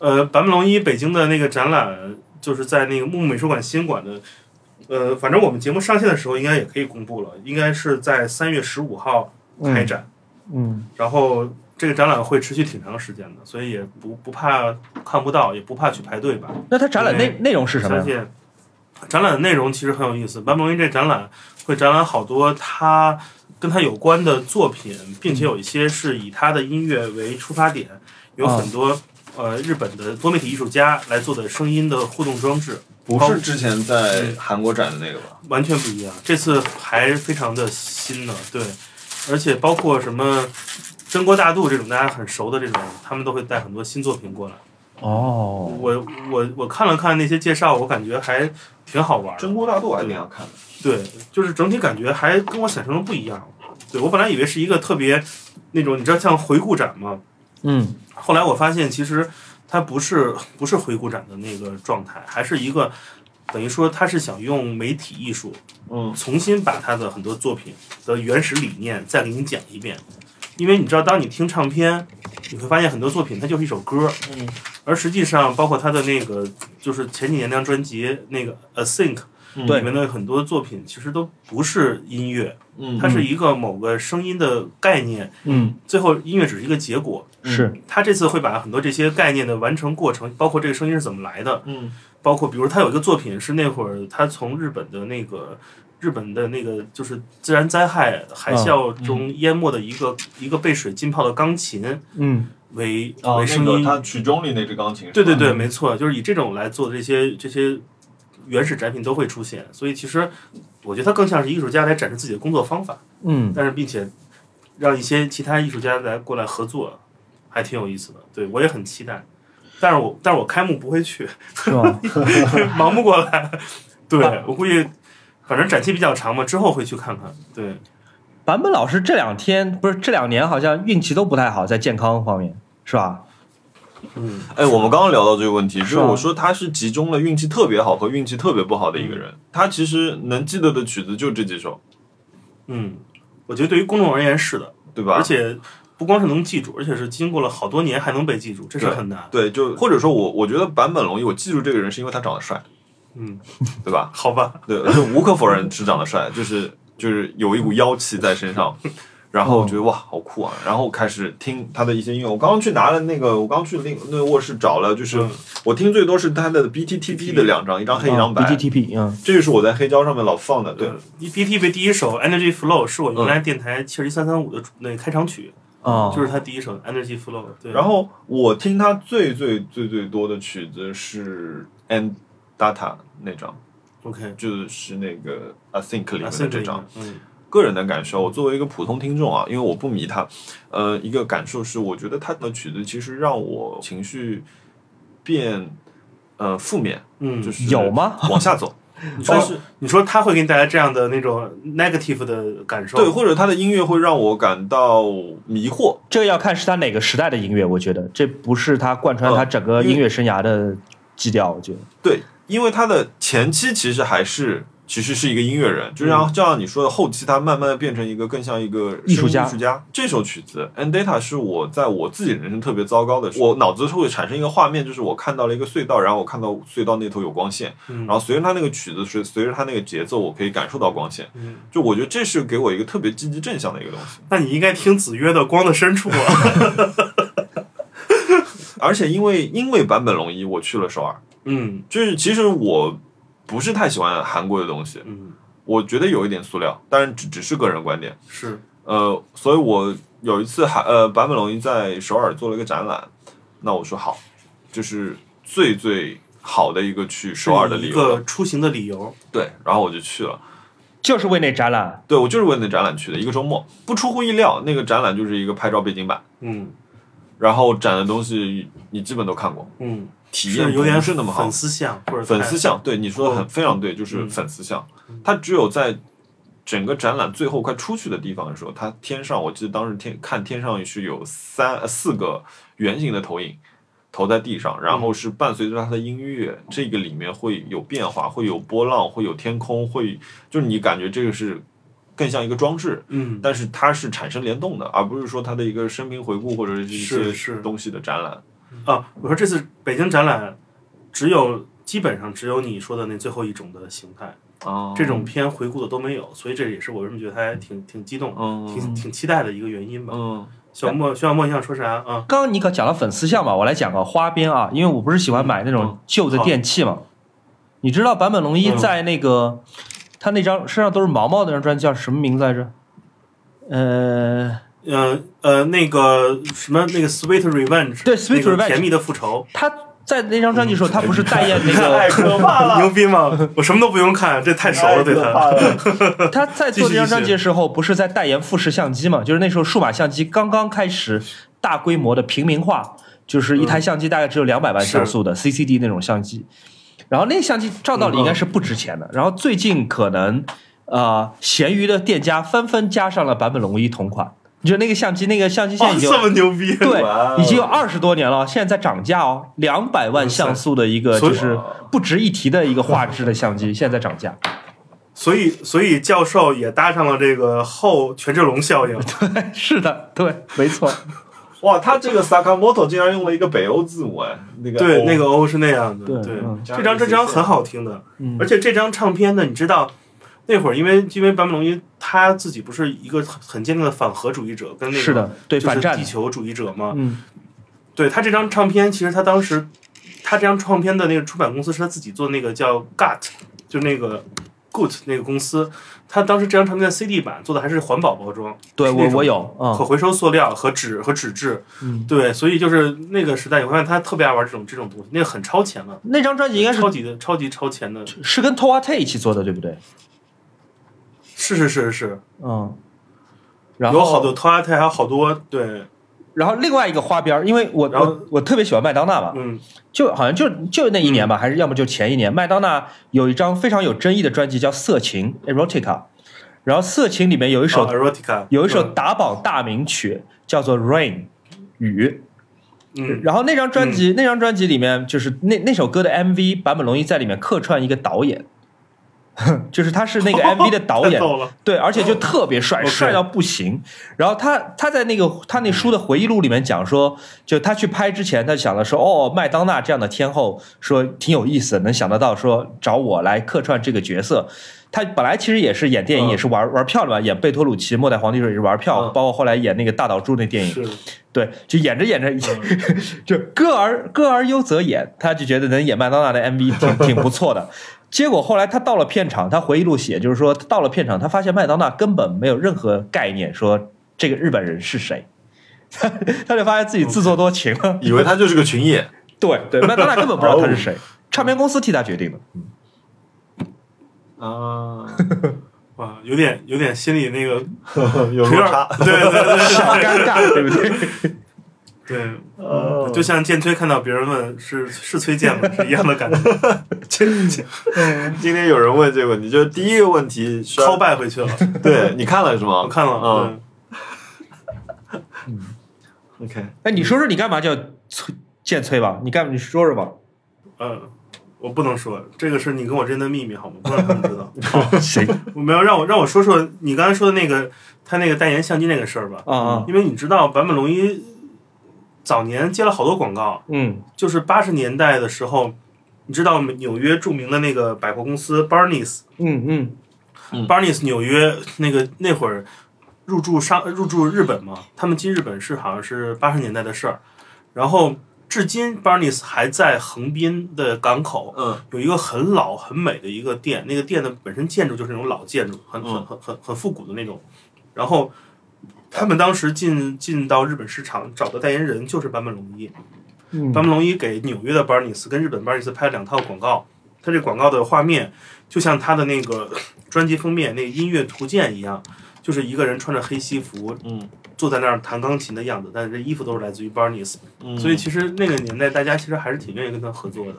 [SPEAKER 3] 呃，坂本龙一北京的那个展览，就是在那个木木美术馆新馆的，呃，反正我们节目上线的时候应该也可以公布了，应该是在三月十五号开展。
[SPEAKER 2] 嗯
[SPEAKER 3] 然后这个展览会持续挺长时间的，所以也不不怕看不到，也不怕去排队吧。
[SPEAKER 2] 那它展览内内容是什么
[SPEAKER 3] 相
[SPEAKER 2] 呀？
[SPEAKER 3] 信展览的内容其实很有意思。班博云这展览会展览好多他跟他有关的作品，并
[SPEAKER 2] 嗯
[SPEAKER 3] 且有一些是以他的音乐为出发点，有
[SPEAKER 2] 啊
[SPEAKER 3] 很多、呃日本的多媒体艺术家来做的声音的互动装置，
[SPEAKER 1] 不是之前在韩国展的那个吧？
[SPEAKER 3] 完全不一样。这次还非常的新呢，对，而且包括什么真锅大肚这种大家很熟的这种，他们都会带很多新作品过来。
[SPEAKER 2] 哦，
[SPEAKER 3] 我我我看了看那些介绍，我感觉还挺好玩的。
[SPEAKER 1] 真锅大肚还挺想看的。
[SPEAKER 3] 对，就是整体感觉还跟我想象中不一样。对我本来以为是一个特别那种，你知道像回顾展吗？
[SPEAKER 2] 嗯
[SPEAKER 3] 后来我发现其实它不是不是回顾展的那个状态，还是一个等于说他是想用媒体艺术
[SPEAKER 1] 嗯，
[SPEAKER 3] 重新把他的很多作品的原始理念再给你讲一遍。因为你知道，当你听唱片，你会发现很多作品它就是一首歌，
[SPEAKER 1] 嗯，
[SPEAKER 3] 而实际上包括他的那个就是前几年那张专辑那个《A Think》
[SPEAKER 2] 对
[SPEAKER 3] 里面的很多作品其实都不是音乐，
[SPEAKER 1] 嗯，
[SPEAKER 3] 它是一个某个声音的概念，
[SPEAKER 2] 嗯
[SPEAKER 3] 最后音乐只是一个结果。
[SPEAKER 2] 是
[SPEAKER 3] 他这次会把很多这些概念的完成过程，包括这个声音是怎么来的，
[SPEAKER 1] 嗯
[SPEAKER 3] 包括比如他有一个作品是那会儿他从日本的那个日本的那个就是自然灾害海啸中淹没的一个、一个被水浸泡的钢琴
[SPEAKER 2] 嗯
[SPEAKER 3] 为、
[SPEAKER 1] 哦
[SPEAKER 3] 为，
[SPEAKER 1] 那
[SPEAKER 3] 声
[SPEAKER 1] 个
[SPEAKER 3] 音，
[SPEAKER 1] 他嗯曲中里那支钢琴是吧，
[SPEAKER 3] 对对对，没错，就是以这种来做的这些这些原始展品都会出现，所以其实我觉得他更像是艺术家来展示自己的工作方法，
[SPEAKER 2] 嗯
[SPEAKER 3] 但是并且让一些其他艺术家来过来合作，还挺有意思的，对我也很期待。但是我但是我开幕不会去，
[SPEAKER 2] 是 吧？
[SPEAKER 3] 忙不过来。
[SPEAKER 1] 啊
[SPEAKER 3] 对我估计，反正展期比较长嘛，之后会去看看。对，
[SPEAKER 2] 坂本老师这两天不是这两年好像运气都不太好，在健康方面是吧？
[SPEAKER 3] 嗯，
[SPEAKER 1] 哎，我们刚刚聊到这个问题，就是
[SPEAKER 2] 啊
[SPEAKER 1] 我说他是集中了运气特别好和运气特别不好的一个人。他其实能记得的曲子就这几首，
[SPEAKER 3] 嗯，我觉得对于公众而言是的，
[SPEAKER 1] 对吧？
[SPEAKER 3] 而且不光是能记住，而且是经过了好多年还能被记住，这是
[SPEAKER 1] 对
[SPEAKER 3] 很难。
[SPEAKER 1] 对，就或者说我我觉得坂本龙一，我记住这个人是因为他长得帅，
[SPEAKER 3] 嗯，
[SPEAKER 1] 对吧？
[SPEAKER 3] 好吧，
[SPEAKER 1] 对，无可否认是长得帅，就是就是有一股妖气在身上。然后我觉得哇，好酷啊！然后开始听他的一些音乐。我刚刚去拿了那个，我刚去那那个卧室找了，就是
[SPEAKER 3] 嗯
[SPEAKER 1] 我听最多是他的 BTTP 的两张，一张黑一张白。
[SPEAKER 2] BGTP 嗯
[SPEAKER 1] 这就是我在黑胶上面老放的，对，嗯
[SPEAKER 3] B 呃 T V 第一首 Energy Flow 是我原来电台七十一三三五的那个开场曲，
[SPEAKER 2] 啊，
[SPEAKER 3] 就是他第一首 Energy Flow。对，
[SPEAKER 1] 哦然后我听他最最最最多的曲子是《And Data》那张，
[SPEAKER 3] OK，
[SPEAKER 1] 就是那个《I Think》里
[SPEAKER 3] 那
[SPEAKER 1] 面
[SPEAKER 3] 是
[SPEAKER 1] 的这张。，
[SPEAKER 3] 嗯
[SPEAKER 1] 个人的感受，我作为一个普通听众啊，因为我不迷他，呃，一个感受是，我觉得他的曲子其实让我情绪变呃负面，
[SPEAKER 3] 嗯，
[SPEAKER 1] 就是
[SPEAKER 2] 有吗？
[SPEAKER 1] 往下 走。
[SPEAKER 3] 你
[SPEAKER 1] 但
[SPEAKER 3] 说
[SPEAKER 1] 是
[SPEAKER 3] 你说他会给你带来这样的那种 negative 的感受，
[SPEAKER 1] 对，或者他的音乐会让我感到迷惑，
[SPEAKER 2] 这个要看是他哪个时代的音乐，我觉得这不是他贯穿他整个音乐生涯的基调，我觉得。
[SPEAKER 1] 对，因为他的前期其实还是其实是一个音乐人，就像就像你说的，后期他慢慢的变成一个更像一个
[SPEAKER 2] 嗯艺术家
[SPEAKER 1] 声音艺术家。这首曲子《And Data》是我在我自己人生特别糟糕的时候，我脑子会产生一个画面，就是我看到了一个隧道，然后我看到隧道那头有光线，
[SPEAKER 3] 嗯
[SPEAKER 1] 然后随着他那个曲子随随着他那个节奏，我可以感受到光线。
[SPEAKER 3] 嗯
[SPEAKER 1] 就我觉得这是给我一个特别积极正向的一个东西。
[SPEAKER 3] 那你应该听子曰的《光的深处》 啊。
[SPEAKER 1] 而且因为因为坂本龙一，我去了首尔，
[SPEAKER 3] 嗯
[SPEAKER 1] 就是其实我不是太喜欢韩国的东西，
[SPEAKER 3] 嗯，
[SPEAKER 1] 我觉得有一点塑料，当然只只是个人观点。
[SPEAKER 3] 是
[SPEAKER 1] 呃，所以我有一次还呃坂本龙一在首尔做了一个展览，那我说好，就是最最好的一个去首尔的理
[SPEAKER 3] 一
[SPEAKER 1] 由了，
[SPEAKER 3] 个出行的理由。
[SPEAKER 1] 对，然后我就去了。
[SPEAKER 2] 就是为那展览，
[SPEAKER 1] 对，我就是为那展览去的，一个周末。不出乎意料，那个展览就是一个拍照背景板，
[SPEAKER 3] 嗯
[SPEAKER 1] 然后展的东西你基本都看过，
[SPEAKER 3] 嗯，
[SPEAKER 1] 体验
[SPEAKER 3] 是有点
[SPEAKER 1] 不是那么好
[SPEAKER 3] 粉。丝向或者
[SPEAKER 1] 粉丝向，对你说的很
[SPEAKER 3] 嗯
[SPEAKER 1] 非常对，就是
[SPEAKER 3] 嗯
[SPEAKER 1] 粉丝向。它只有在整个展览最后快出去的地方的时候，它天上我记得当时天看天上是有三呃四个圆形的投影投在地上，然
[SPEAKER 3] 嗯
[SPEAKER 1] 后是伴随着它的音乐，这个里面会有变化，会有波浪，会有天空，会就是你感觉这个是更像一个装置。
[SPEAKER 3] 嗯
[SPEAKER 1] 但是它是产生联动的，而不是说它的一个生平回顾或者是一
[SPEAKER 3] 是
[SPEAKER 1] 些
[SPEAKER 3] 是
[SPEAKER 1] 东西的展览。
[SPEAKER 3] 啊，我说这次北京展览只有基本上只有你说的那最后一种的形态，
[SPEAKER 1] 啊，
[SPEAKER 3] 这种偏回顾的都没有，所以这也是我为什么觉得他还挺挺激动、
[SPEAKER 1] 嗯
[SPEAKER 3] 挺挺期待的一个原因吧。
[SPEAKER 1] 嗯
[SPEAKER 3] 小莫，小莫，你想说啥啊？
[SPEAKER 2] 刚刚你可讲到粉丝像嘛，我来讲个花边啊，因为我不是喜欢买那种旧的电器嘛。你知道坂本龙一在那个、他那张身上都是毛毛的那张专辑叫什么名字来着？呃，
[SPEAKER 3] 呃呃，那个什么，那个 Sweet Revenge，
[SPEAKER 2] 对，Sweet
[SPEAKER 3] 那个
[SPEAKER 2] Revenge
[SPEAKER 3] 甜蜜的 复仇，
[SPEAKER 2] 他在那张专辑的时候，他不是代言 那 个
[SPEAKER 1] 太可怕了，
[SPEAKER 3] 牛逼吗？我什么都不用看，这太 熟
[SPEAKER 2] 哎
[SPEAKER 3] 了，对他。
[SPEAKER 2] 他在做这张专辑的时候，不是在代言富士相机嘛？就是那时候数码相机刚刚开始大规模的平民化，就是一台相机大概只有两百万像素的 CCD 那种相机。然后那相机照道理应该是不值钱
[SPEAKER 3] 嗯
[SPEAKER 2] 的。然后最近可能呃，闲鱼的店家纷纷加上了坂本龙一同款。你觉得那个相机，那个相机现在
[SPEAKER 3] 哇，
[SPEAKER 2] 已经
[SPEAKER 3] 哦这么牛逼！
[SPEAKER 2] 对
[SPEAKER 1] 哇哦，
[SPEAKER 2] 已经有二十多年了，现在在涨价哦，两百万像素的一个
[SPEAKER 3] 所以
[SPEAKER 2] 就是不值一提的一个画质的相机，现在在涨价。
[SPEAKER 3] 所以所以教授也搭上了这个后权志龙效 应，
[SPEAKER 2] 是的，对，没错。
[SPEAKER 1] 哇，他这个 Sakamoto 竟然用了一个北欧字母哎，那个
[SPEAKER 3] 对，
[SPEAKER 1] 欧
[SPEAKER 3] 那个欧是那样的，
[SPEAKER 2] 哦对
[SPEAKER 3] 对
[SPEAKER 2] 嗯，
[SPEAKER 1] 加
[SPEAKER 3] 这张这张很好听的，
[SPEAKER 2] 嗯
[SPEAKER 3] 而且这张唱片呢，你知道那会儿因为因为坂本龙一他自己不是一个很很坚定的反核主义者，跟那个
[SPEAKER 2] 是的，对，
[SPEAKER 3] 就是
[SPEAKER 2] 反战
[SPEAKER 3] 地，球主义者嘛，
[SPEAKER 2] 嗯，
[SPEAKER 3] 对他这张唱片，其实他当时他这张唱片的那个出版公司是他自己做那个叫 Gut，就那个 Good 那个公司，他当时这张唱片的 CD 版做的还是环保包装，
[SPEAKER 2] 对
[SPEAKER 3] 是那
[SPEAKER 2] 我
[SPEAKER 3] 种
[SPEAKER 2] 我有，
[SPEAKER 3] 可
[SPEAKER 2] 嗯，
[SPEAKER 3] 回收塑料和纸和纸质，
[SPEAKER 2] 嗯
[SPEAKER 3] 对，所以就是那个时代，你会发现他特别爱玩这种这种东西，那个很超前了，
[SPEAKER 2] 那张专辑应该是
[SPEAKER 3] 超级的超级超前的，
[SPEAKER 2] 是跟 t o a t e 一起做的，对不对？
[SPEAKER 3] 是是是是，
[SPEAKER 2] 嗯，然后
[SPEAKER 3] 有好多，托拉泰，还有好多对，
[SPEAKER 2] 然后另外一个花边儿，因为我
[SPEAKER 3] 然后
[SPEAKER 2] 我我特别喜欢麦当娜嘛，
[SPEAKER 3] 嗯
[SPEAKER 2] 就好像就就那一年吧，还是要么就前一年，麦当娜有一张非常有争议的专辑叫《色情 Erotica》，然后《色情》里面有一首、
[SPEAKER 3] 啊 Erotica
[SPEAKER 2] 有一首打榜大名曲叫做《Rain》雨，
[SPEAKER 3] 嗯
[SPEAKER 2] 然后那张专辑，那张专辑里面就是那那首歌的 MV，坂本龙一在里面客串一个导演， 就是他是那个 MV 的导
[SPEAKER 3] 太
[SPEAKER 2] 演，
[SPEAKER 3] 逗了，
[SPEAKER 2] 对，而且就特别帅，
[SPEAKER 3] OK
[SPEAKER 2] 帅到不行。然后他他在那个他那书的回忆录里面讲说，就他去拍之前，他想的说，哦，麦当娜这样的天后，说挺有意思的，能想得到说找我来客串这个角色。他本来其实也是演电
[SPEAKER 1] 嗯
[SPEAKER 2] 影，也是玩玩票的嘛，演贝托鲁奇《末代皇帝》时候也是玩票，
[SPEAKER 1] 嗯
[SPEAKER 2] 包括后来演那个大岛渚那电影，
[SPEAKER 3] 是
[SPEAKER 2] 对，就演着演着， 就歌而歌而优则演，他就觉得能演麦当娜的 MV 挺挺不错的。结果后来他到了片场，他回忆录写就是说，他到了片场，他发现麦当娜根本没有任何概念，说这个日本人是谁，他他就发现自己自作多情了。
[SPEAKER 1] 以为他就是个群演，
[SPEAKER 2] 对对，麦当娜根本不知道他是谁，唱片公司替他决定的。
[SPEAKER 1] 啊，
[SPEAKER 3] 哇，有点有点心里那个
[SPEAKER 1] 有
[SPEAKER 3] 有
[SPEAKER 1] 落
[SPEAKER 3] 点
[SPEAKER 1] 差，
[SPEAKER 3] 对对
[SPEAKER 2] 好
[SPEAKER 3] 对
[SPEAKER 2] 尴尬，对不对？
[SPEAKER 3] 对
[SPEAKER 1] 哦
[SPEAKER 2] 嗯
[SPEAKER 3] 对，就像建崔看到别人问是是崔健吗是一样的感觉，这这
[SPEAKER 1] 今天有人问这个问题，就是第一个问题 是
[SPEAKER 3] call back 回去了，
[SPEAKER 1] 对你看了是 吗？
[SPEAKER 3] 我看了，
[SPEAKER 1] 嗯
[SPEAKER 3] 嗯，
[SPEAKER 1] ，OK，
[SPEAKER 2] 哎，你说说你干嘛叫催建催吧？你干你说说吧，
[SPEAKER 3] 呃，我不能说这个是你跟我之间的秘密，好吗？不能让他们知道。
[SPEAKER 2] 谁
[SPEAKER 3] 我没有让我让我说说你刚才说的那个他那个代言相机那个事儿吧，
[SPEAKER 2] 啊啊？
[SPEAKER 3] 因为你知道坂本龙一早年接了好多广告，
[SPEAKER 2] 嗯
[SPEAKER 3] 就是八十年代的时候，你知道纽约著名的那个百货公司 Barnes。
[SPEAKER 2] 嗯嗯
[SPEAKER 3] Barnes 纽约那个那会儿入驻上入驻日本嘛，他们进日本是好像是八十年代的事儿，然后至今 Barnes 还在横滨的港口
[SPEAKER 1] 嗯
[SPEAKER 3] 有一个很老很美的一个店，那个店的本身建筑就是那种老建筑，很很很很很复古的那种，然后。他们当时进进到日本市场找的代言人就是坂本龙一，
[SPEAKER 2] 嗯
[SPEAKER 3] 坂本龙一给纽约的 Barnes 跟日本 Barnes 拍了两套广告，他这广告的画面就像他的那个专辑封面那个音乐图鉴一样，就是一个人穿着黑西服
[SPEAKER 1] 嗯
[SPEAKER 3] 坐在那儿弹钢琴的样子，但是这衣服都是来自于 Barnes，
[SPEAKER 1] 嗯，
[SPEAKER 3] 所以其实那个年代大家其实还是挺愿意跟他合作的。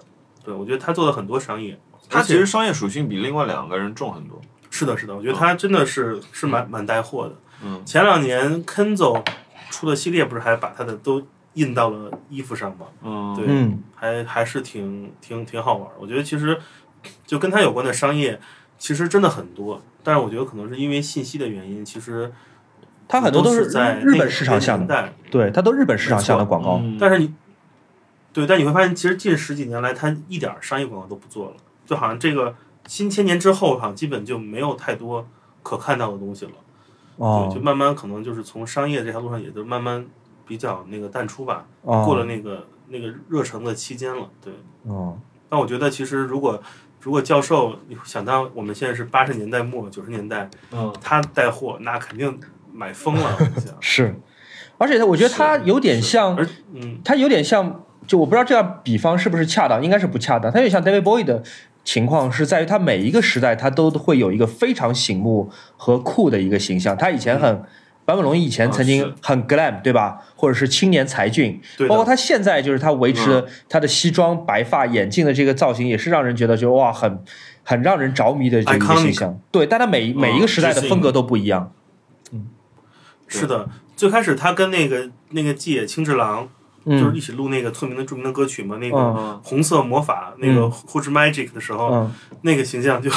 [SPEAKER 3] 对，我觉得他做了很多商业，
[SPEAKER 1] 他
[SPEAKER 3] 而
[SPEAKER 1] 其
[SPEAKER 3] 且
[SPEAKER 1] 实商业属性比另外两个人重很多。
[SPEAKER 3] 是的，是的，我觉得他真的是
[SPEAKER 2] 嗯
[SPEAKER 3] 是蛮蛮带货的。
[SPEAKER 1] 嗯
[SPEAKER 3] 前两年 Kenzo 出的系列不是还把他的都印到了衣服上吗？
[SPEAKER 1] 嗯，
[SPEAKER 3] 对
[SPEAKER 2] 嗯
[SPEAKER 3] 还还是挺挺挺好玩儿。我觉得其实就跟他有关的商业，其实真的很多。但是我觉得可能是因为信息的原因，其实
[SPEAKER 2] 它很多
[SPEAKER 3] 都
[SPEAKER 2] 都是
[SPEAKER 3] 在
[SPEAKER 2] 日
[SPEAKER 3] 那
[SPEAKER 2] 本
[SPEAKER 3] 个
[SPEAKER 2] 市场
[SPEAKER 3] 年
[SPEAKER 2] 向的，
[SPEAKER 3] 代，
[SPEAKER 2] 对，它都日本市场向的广告。
[SPEAKER 1] 嗯
[SPEAKER 3] 但是你对，但你会发现，其实近十几年来，他一点儿商业广告都不做了，就好像这个新千年之后，好像基本就没有太多可看到的东西了。对，就
[SPEAKER 2] 哦
[SPEAKER 3] 慢慢可能就是从商业这条路上，也就慢慢比较那个淡出吧，
[SPEAKER 2] 哦，
[SPEAKER 3] 过了那个那个热诚的期间了。对。
[SPEAKER 2] 哦，
[SPEAKER 3] 但我觉得其实如果如果教授想当我们现在是八十年代末九十年代，
[SPEAKER 1] 嗯
[SPEAKER 3] 他带货那肯定买疯了，我 想
[SPEAKER 2] 是，而且我觉得它有点像
[SPEAKER 3] 而嗯
[SPEAKER 2] 它有点像，就我不知道这样比方是不是恰当，应该是不恰当。它有点像 David Bowie 的情况，是在于他每一个时代，他都会有一个非常醒目和酷的一个形象。他以前
[SPEAKER 3] 嗯
[SPEAKER 2] 很。坂本龙一以前
[SPEAKER 1] 啊
[SPEAKER 2] 曾经
[SPEAKER 1] 是
[SPEAKER 2] 很 glam，、对吧？或者是青年才俊，
[SPEAKER 3] 对的嗯
[SPEAKER 2] 包括他现在就是他维持的他的西装、白发、眼镜的这个造型，也是让人觉得就哇，很很让人着迷的这么一个
[SPEAKER 3] Iconic 嗯
[SPEAKER 2] 形象。对，但他每每一个时代的
[SPEAKER 1] 自信
[SPEAKER 2] 风格都不一样。
[SPEAKER 3] 是的，最开始他跟那个那个季野清志郎就是
[SPEAKER 2] 嗯
[SPEAKER 3] 一起录那个著名的著名的歌曲嘛，那
[SPEAKER 2] 嗯
[SPEAKER 3] 个
[SPEAKER 1] 嗯
[SPEAKER 3] 红色魔法那个 Who's Magic 的时候，
[SPEAKER 2] 嗯，
[SPEAKER 3] 那个形象就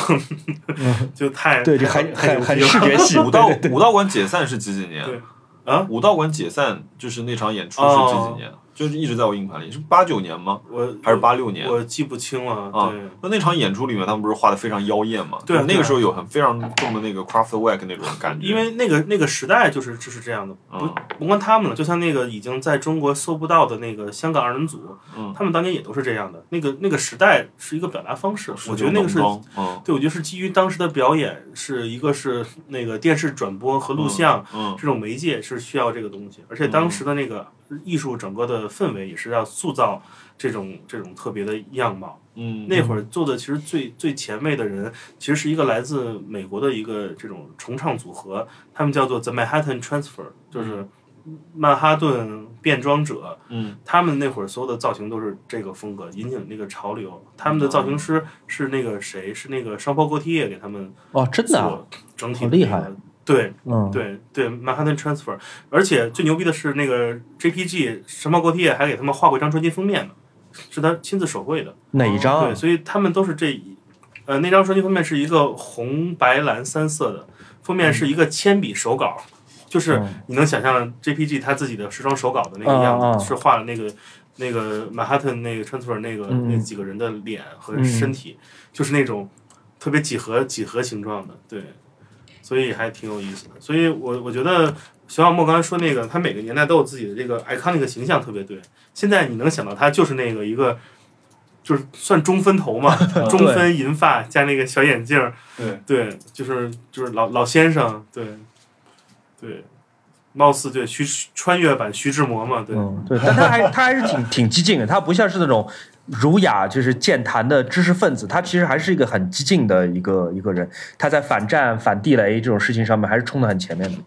[SPEAKER 3] 就太
[SPEAKER 2] 对，就
[SPEAKER 3] 太
[SPEAKER 2] 很
[SPEAKER 3] 太
[SPEAKER 2] 很
[SPEAKER 3] 牛
[SPEAKER 2] 很
[SPEAKER 3] 逼
[SPEAKER 2] 视觉
[SPEAKER 3] 了
[SPEAKER 2] 系。
[SPEAKER 1] 哎武道
[SPEAKER 2] 对对对
[SPEAKER 1] 武道馆解散是几几年？
[SPEAKER 3] 对啊！
[SPEAKER 1] 武道馆解散就是那场演出是几几年？就是一直在我硬盘里，是八九年吗？
[SPEAKER 3] 我
[SPEAKER 1] 还是八六年？
[SPEAKER 3] 我记不清了，
[SPEAKER 1] 啊
[SPEAKER 3] 对。
[SPEAKER 1] 那那场演出里面，他们不是画的非常妖艳吗？
[SPEAKER 3] 对啊
[SPEAKER 1] 就那
[SPEAKER 3] 对啊
[SPEAKER 1] 个时候有很非常重的那个 Kraftwerk 那种感觉。
[SPEAKER 3] 因为那个那个时代就是就是这样的，不
[SPEAKER 1] 嗯
[SPEAKER 3] 甭管他们了，就像那个已经在中国搜不到的那个香港二人组，
[SPEAKER 1] 嗯
[SPEAKER 3] 他们当年也都是这样的。那个那个时代是一个表达方式，我觉得那个是
[SPEAKER 1] 是浓妆嗯
[SPEAKER 3] 对，我觉得是基于当时的表演，是一个是那个电视转播和录像、
[SPEAKER 1] 嗯
[SPEAKER 3] 这种媒介是需要这个东西，而且当时的那个艺术整个的氛围也是要塑造这种这种特别的样貌。
[SPEAKER 1] 嗯
[SPEAKER 3] 那会儿做的其实最最前卫的人，其实是一个来自美国的一个这种重唱组合，他们叫做 The Manhattan Transfer，就是
[SPEAKER 2] 嗯
[SPEAKER 3] 曼哈顿变装者。
[SPEAKER 1] 嗯
[SPEAKER 3] 他们那会儿所有的造型都是这个风格，引领那个潮流。他们的造型师是那个谁？是那个上坡高铁给他们
[SPEAKER 2] 哦，真的啊、
[SPEAKER 3] 做整体
[SPEAKER 2] 好
[SPEAKER 3] 的
[SPEAKER 2] 厉
[SPEAKER 3] 那
[SPEAKER 2] 害
[SPEAKER 3] 个。对
[SPEAKER 2] 嗯，
[SPEAKER 3] 对对，Manhattan Transfer，而且最牛逼的是那个 JPG 上坡高铁还给他们画过一张专辑封面呢，是他亲自手绘的。
[SPEAKER 2] 哪一张啊？
[SPEAKER 3] 对，所以他们都是这一，呃，那张专辑封面是一个红白蓝三色的，封面是一个铅笔手稿，就是
[SPEAKER 2] 嗯
[SPEAKER 3] 你能想象 JPG 他自己的时装手稿的那个样子，
[SPEAKER 2] 嗯嗯嗯
[SPEAKER 3] 是画了那个那个曼哈顿那个 transfer 那个、
[SPEAKER 2] 嗯
[SPEAKER 3] 那几个人的脸和
[SPEAKER 2] 嗯
[SPEAKER 3] 身体，就是那种。特别几何几何形状的，对，所以还挺有意思的。所以我我觉得小小莫刚才说那个，他每个年代都有自己的这个 iconic 形象，特别对。现在你能想到他就是那个一个，就是算中分 头嘛，中分银发加那个小眼镜儿，
[SPEAKER 1] 对
[SPEAKER 3] 对，就是就是老老先生，对对，貌似对徐穿越版徐志摩嘛，对。
[SPEAKER 2] 嗯，对，但他还他还是挺挺激进的，他不像是那种儒雅就是健谈的知识分子，他其实还是一个很激进的一个一个人，他在反战、反地雷这种事情上面还是冲得很前面的。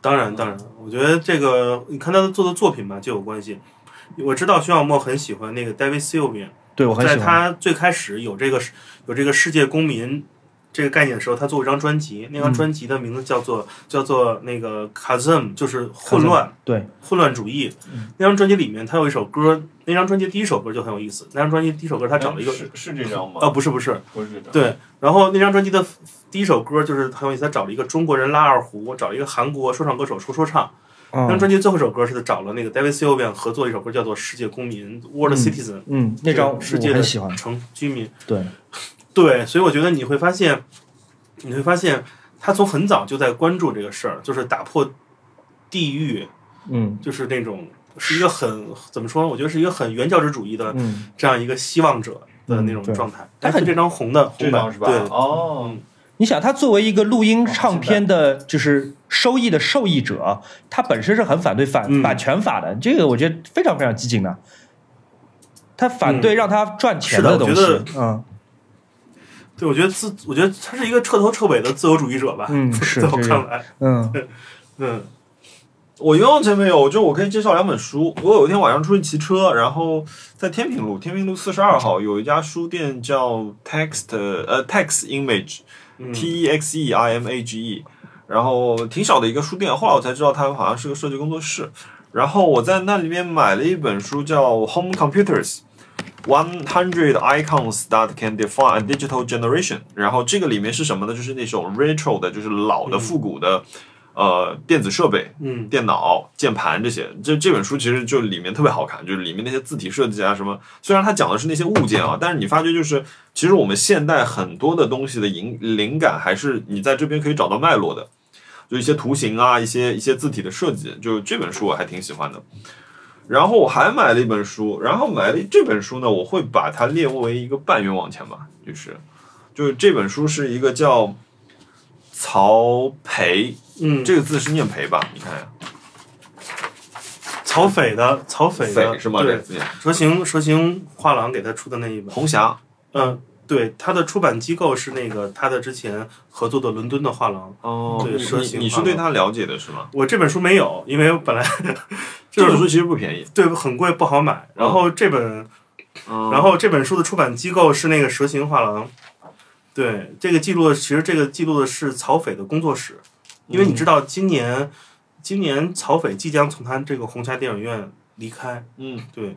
[SPEAKER 3] 当然，当然，我觉得这个你看他做的作品吧，就有关系。我知道徐小沫很喜欢那个 David Sylvian，
[SPEAKER 2] 对我很
[SPEAKER 3] 在
[SPEAKER 2] 喜欢，
[SPEAKER 3] 他最开始有这个有这个世界公民这个概念的时候，他做过一张专辑，那张
[SPEAKER 2] 嗯
[SPEAKER 3] 专辑的名字叫做、叫做那个 Chasm，就是混乱。
[SPEAKER 2] 对，嗯
[SPEAKER 3] 混乱主义。那张专辑里面，他有一首歌，那张专辑第一首歌就很有意思。那张专辑第一首歌，他找了一个
[SPEAKER 1] 是是这张吗？
[SPEAKER 3] 啊，不是不是，
[SPEAKER 1] 不是这张，
[SPEAKER 3] 对。然后那张专辑的第一首歌就是很有意思，他找了一个中国人拉二胡，找了一个韩国说唱歌手说说唱。那张
[SPEAKER 2] 嗯
[SPEAKER 3] 专辑最后一首歌是找了那个 David Sylvian 合作一首歌，叫做《世界公民》（World Citizen）。
[SPEAKER 2] 嗯，那张我
[SPEAKER 3] 世界的
[SPEAKER 2] 很喜欢，
[SPEAKER 3] 城居民。
[SPEAKER 2] 对
[SPEAKER 3] 对，所以我觉得你会发现，你会发现他从很早就在关注这个事儿，就是打破地域，
[SPEAKER 2] 嗯
[SPEAKER 3] 就是那种是一个很怎么说呢？我觉得是一个很原教旨主义的
[SPEAKER 2] 嗯，
[SPEAKER 3] 这样一个希望者的那种
[SPEAKER 2] 嗯对
[SPEAKER 3] 状态。
[SPEAKER 2] 他
[SPEAKER 3] 但
[SPEAKER 2] 很
[SPEAKER 3] 是这张红的红
[SPEAKER 1] 这
[SPEAKER 3] 版
[SPEAKER 1] 张是吧？
[SPEAKER 3] 对，
[SPEAKER 1] 哦，
[SPEAKER 2] 你想他作为一个录音唱片的，就是收益的受益者，他本身是很反对反
[SPEAKER 3] 嗯
[SPEAKER 2] 版权法的，这个我觉得非常非常激进的。他反对让他赚钱
[SPEAKER 3] 是的我
[SPEAKER 2] 东
[SPEAKER 3] 觉
[SPEAKER 2] 西
[SPEAKER 3] 得，
[SPEAKER 2] 嗯
[SPEAKER 3] 对我觉得自我觉得他是一个彻头彻尾的自由主义者 吧。
[SPEAKER 2] 嗯是
[SPEAKER 3] 在我
[SPEAKER 2] 这
[SPEAKER 3] 看
[SPEAKER 2] 个
[SPEAKER 3] 来，
[SPEAKER 2] 嗯，
[SPEAKER 3] 嗯
[SPEAKER 1] 我原往前没有，我觉得我可以介绍两本书。我有一天晚上出去骑车，然后在天平路，天平路四十二号有一家书店叫 Text，呃，Text Image，
[SPEAKER 3] 嗯
[SPEAKER 1] T E X E I M A G E，然后挺小的一个书店，后来我才知道它好像是个设计工作室。然后我在那里面买了一本书，叫《Home Computers》，One Hundred Icons That Can Define a Digital Generation。然后这个里面是什么呢？就是那种 retro 的，就是老的、复古的，呃，电子设备，
[SPEAKER 3] 嗯
[SPEAKER 1] 电脑、键盘这些。这这本书其实就里面特别好看，就是里面那些字体设计啊什么。虽然它讲的是那些物件啊，但是你发觉就是，其实我们现代很多的东西的灵灵感还是你在这边可以找到脉络的，就一些图形啊，一些一些字体的设计。就这本书我还挺喜欢的。然后我还买了一本书，然后买了这本书呢，我会把它列为一个半冤枉钱吧，就是，就是这本书是一个叫曹培，
[SPEAKER 3] 嗯，
[SPEAKER 1] 这个字是念培吧？你看呀，
[SPEAKER 3] 曹斐的曹斐的
[SPEAKER 1] 匪是吗？这个
[SPEAKER 3] 对，
[SPEAKER 1] 字眼
[SPEAKER 3] 蛇形蛇形画廊给他出的那一本，
[SPEAKER 1] 红霞，
[SPEAKER 3] 嗯。对，他的出版机构是那个他的之前合作的伦敦的画廊。
[SPEAKER 1] 哦
[SPEAKER 3] 对
[SPEAKER 1] 你
[SPEAKER 3] 蛇
[SPEAKER 1] 你
[SPEAKER 3] 形
[SPEAKER 1] 你是
[SPEAKER 3] 画
[SPEAKER 1] 对
[SPEAKER 3] 廊
[SPEAKER 1] 他了解的是吗？
[SPEAKER 3] 我这本书没有，因为我本来
[SPEAKER 1] 这
[SPEAKER 3] 就
[SPEAKER 1] 本
[SPEAKER 3] 是
[SPEAKER 1] 书其实不便宜，
[SPEAKER 3] 对很贵不好买。然后这本
[SPEAKER 1] 嗯
[SPEAKER 3] 然后这本书的出版机构是那个蛇形画廊，对，这个记录的其实这个记录的是曹斐的工作室，因为你知道
[SPEAKER 1] 嗯
[SPEAKER 3] 今年，今年曹斐即将从他这个红霞电影院离开，
[SPEAKER 1] 嗯，
[SPEAKER 3] 对，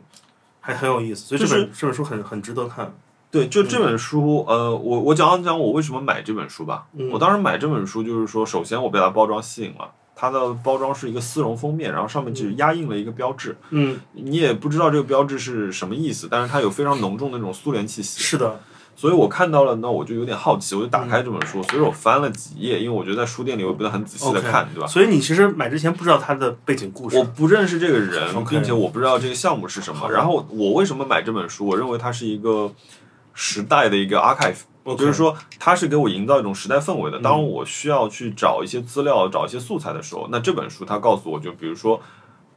[SPEAKER 3] 还很有意思，所以
[SPEAKER 1] 就
[SPEAKER 3] 这
[SPEAKER 1] 是
[SPEAKER 3] 本、这本书很很值得看，
[SPEAKER 1] 对，就这本书，呃，我我讲讲我为什么买这本书吧。
[SPEAKER 3] 嗯
[SPEAKER 1] 我当时买这本书就是说，首先我被它包装吸引了，它的包装是一个丝绒封面，然后上面就是压印了一个标志，
[SPEAKER 3] 嗯，
[SPEAKER 1] 你也不知道这个标志是什么意思，但是它有非常浓重的那种苏联气息。
[SPEAKER 3] 是的，
[SPEAKER 1] 所以我看到了呢，我就有点好奇，我就打开这本书，随手翻了几页，因为我觉得在书店里我也不能很仔细的
[SPEAKER 3] OK
[SPEAKER 1] 看，对吧？
[SPEAKER 3] 所以你其实买之前不知道他的背景故
[SPEAKER 1] 我
[SPEAKER 3] 事，
[SPEAKER 1] 不认识这个人，
[SPEAKER 3] OK
[SPEAKER 1] 并且我不知道这个项目是什么。
[SPEAKER 3] 好
[SPEAKER 1] 然后我为什么买这本书？我认为它是一个时代的一个 archive，
[SPEAKER 3] OK 嗯
[SPEAKER 1] 就是说它是给我营造一种时代氛围的。当我需要去找一些资料、找一些素材的时候，那这本书它告诉我就，比如说。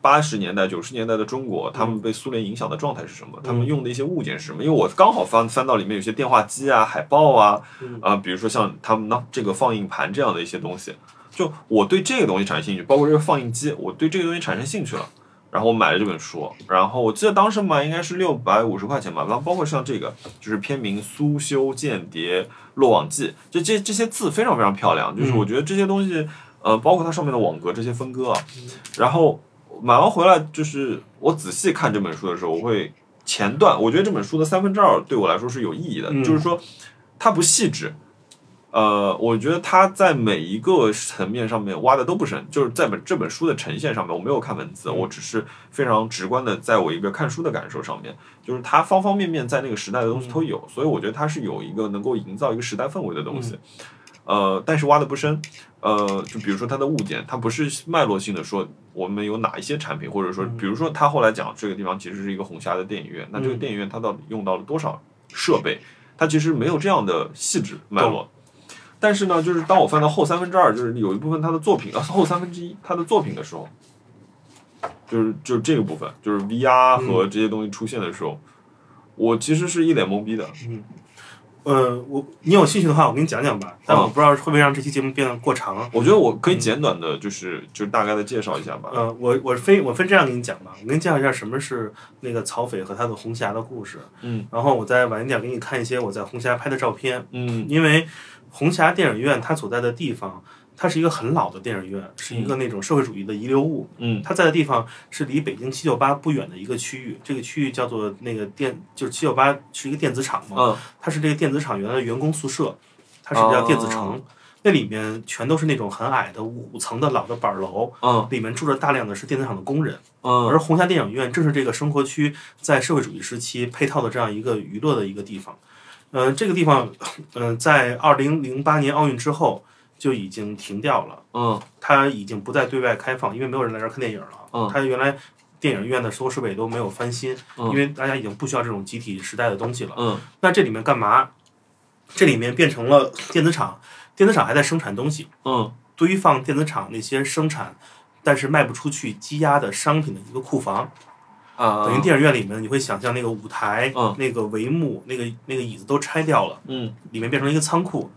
[SPEAKER 1] 八十年代、九十年代的中国，他
[SPEAKER 3] 嗯
[SPEAKER 1] 们被苏联影响的状态是什么？他们用的一些物件是什么？因为我刚好翻翻到里面有些电话机啊、海报啊，
[SPEAKER 3] 嗯
[SPEAKER 1] 啊、比如说像他们那这个放映盘这样的一些东西，就我对这个东西产生兴趣，包括这个放映机，我对这个东西产生兴趣了。然后我买了这本书，然后我记得当时买应该是六百五十块钱吧，然后包括像这个就是片名《苏修间谍落网记》，这这这些字非常非常漂亮，就是我觉得这些东西，呃，包括它上面的网格这些分割啊，然后买完回来就是我仔细看这本书的时候，我会前段，我觉得这本书的三分之二对我来说是有意义的，
[SPEAKER 3] 嗯
[SPEAKER 1] 就是说它不细致，呃，我觉得他在每一个层面上面挖的都不深，就是在本这本书的呈现上面，我没有看文字，我只是非常直观的，在我一个看书的感受上面，就是他方方面面在那个时代的东西都有，所以我觉得他是有一个能够营造一个时代氛围的东西，呃，但是挖的不深，呃，就比如说它的物件，它不是脉络性的说我们有哪一些产品，或者说，比如说他后来讲这个地方其实是一个红霞的电影院，那这个电影院它到底用到了多少设备，它其实没有这样的细致脉络。但是呢，就是当我翻到后三分之二，就是有一部分他的作品，啊，后三分之一他的作品的时候，就是就是这个部分，就是 VR 和这些东西出现的时候，我其实是一脸懵逼的。
[SPEAKER 3] 呃，我你有兴趣的话，我给你讲讲吧。但我
[SPEAKER 1] 嗯
[SPEAKER 3] 不知道会不会让这期节目变得过长。
[SPEAKER 1] 我觉得我可以简短的，就是就是大概的介绍一下吧。
[SPEAKER 3] 呃，我我分我分这样给你讲吧。我给你介绍一下什么是那个曹斐和他的红霞的故事。
[SPEAKER 1] 嗯，
[SPEAKER 3] 然后我再晚一点给你看一些我在红霞拍的照片。
[SPEAKER 1] 嗯
[SPEAKER 3] 因为红霞电影院它所在的地方，它是一个很老的电影院，是一个那种社会主义的遗留物。
[SPEAKER 1] 嗯
[SPEAKER 3] 它在的地方是离北京七九八不远的一个区域，这个区域叫做那个电，就是七九八是一个电子厂嘛，
[SPEAKER 1] 嗯
[SPEAKER 3] 它是这个电子厂原来的员工宿舍，它是叫电子城。
[SPEAKER 1] 哦
[SPEAKER 3] 那里面全都是那种很矮的五层的老的板楼，
[SPEAKER 1] 嗯
[SPEAKER 3] 里面住着大量的是电子厂的工人，而
[SPEAKER 1] 嗯
[SPEAKER 3] 红霞电影院正是这个生活区在社会主义时期配套的这样一个娱乐的一个地方。嗯、这个地方，嗯、在二零零八年奥运之后就已经停掉了，
[SPEAKER 1] 嗯
[SPEAKER 3] 它已经不再对外开放，因为没有人来这儿看电影了。
[SPEAKER 1] 嗯
[SPEAKER 3] 它原来电影院的所有设备都没有翻新，
[SPEAKER 1] 嗯
[SPEAKER 3] 因为大家已经不需要这种集体时代的东西了。
[SPEAKER 1] 嗯
[SPEAKER 3] 那这里面干嘛？这里面变成了电子厂，电子厂还在生产东西，
[SPEAKER 1] 嗯
[SPEAKER 3] 堆放电子厂那些生产但是卖不出去积压的商品的一个库房。
[SPEAKER 1] 啊，
[SPEAKER 3] 等于电影院里面，你会想象那个舞台、
[SPEAKER 1] 嗯
[SPEAKER 3] 那个帷幕、那个那个椅子都拆掉了，
[SPEAKER 1] 嗯
[SPEAKER 3] 里面变成了一个仓库。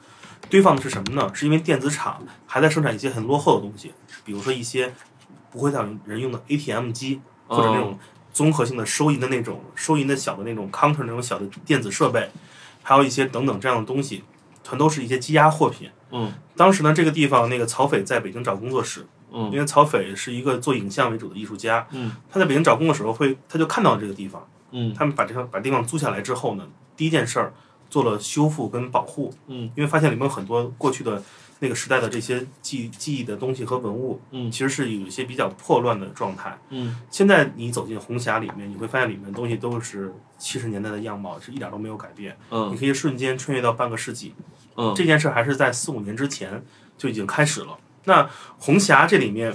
[SPEAKER 3] 堆放的是什么呢？是因为电子厂还在生产一些很落后的东西，比如说一些不会让人用的 ATM 机，或者那
[SPEAKER 1] 哦
[SPEAKER 3] 种综合性的收银的那种收银的小的那种 counter 那种小的电子设备，还有一些等等这样的东西，全都是一些积压货品。
[SPEAKER 1] 嗯
[SPEAKER 3] 当时呢，这个地方那个曹斐在北京找工作室，
[SPEAKER 1] 嗯
[SPEAKER 3] 因为曹斐是一个做影像为主的艺术家，
[SPEAKER 1] 嗯
[SPEAKER 3] 他在北京找工作的时候会，他就看到了这个地方，
[SPEAKER 1] 嗯
[SPEAKER 3] 他们把这个把地方租下来之后呢，第一件事儿做了修复跟保护，
[SPEAKER 1] 嗯，
[SPEAKER 3] 因为发现里面有很多过去的那个时代的这些记记忆的东西和文物，
[SPEAKER 1] 嗯
[SPEAKER 3] 其实是有一些比较破乱的状态。
[SPEAKER 1] 嗯
[SPEAKER 3] 现在你走进红峡里面，你会发现里面的东西都是七十年代的样貌，是一点都没有改变，你
[SPEAKER 1] 嗯
[SPEAKER 3] 可以瞬间穿越到半个世纪。
[SPEAKER 1] 嗯
[SPEAKER 3] 这件事还是在四五年之前就已经开始了。那红霞这里面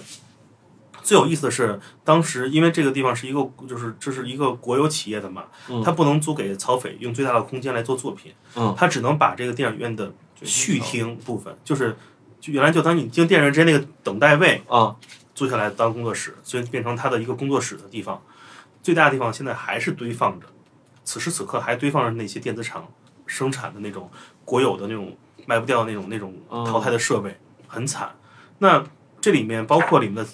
[SPEAKER 3] 最有意思的是，当时因为这个地方是一个就是这是一个国有企业的嘛
[SPEAKER 1] 嗯，
[SPEAKER 3] 它不能租给曹斐用最大的空间来做作品，
[SPEAKER 1] 嗯
[SPEAKER 3] 它只能把这个电影院的续厅部分，就是就原来就当你进电影院之间那个等待位
[SPEAKER 1] 啊
[SPEAKER 3] 租下来当工作室，所以变成它的一个工作室的地方。最大的地方现在还是堆放着，此时此刻还堆放着那些电子厂生产的那种国有的那种卖不掉的那种那种
[SPEAKER 1] 嗯
[SPEAKER 3] 淘汰的设备，很惨。那这里面包括里面的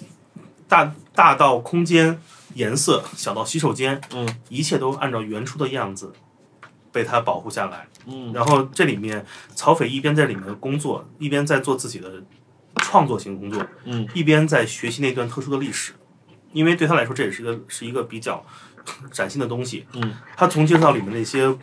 [SPEAKER 3] 大大到空间、颜色，小到洗手间，
[SPEAKER 1] 嗯，
[SPEAKER 3] 一切都按照原初的样子被它保护下来。
[SPEAKER 1] 嗯
[SPEAKER 3] 然后这里面曹斐一边在里面工作，一边在做自己的创作型工作，
[SPEAKER 1] 嗯，
[SPEAKER 3] 一边在学习那段特殊的历史，因为对他来说这也是一个是一个比较崭新的东西，
[SPEAKER 1] 嗯，
[SPEAKER 3] 他从介绍里面的一些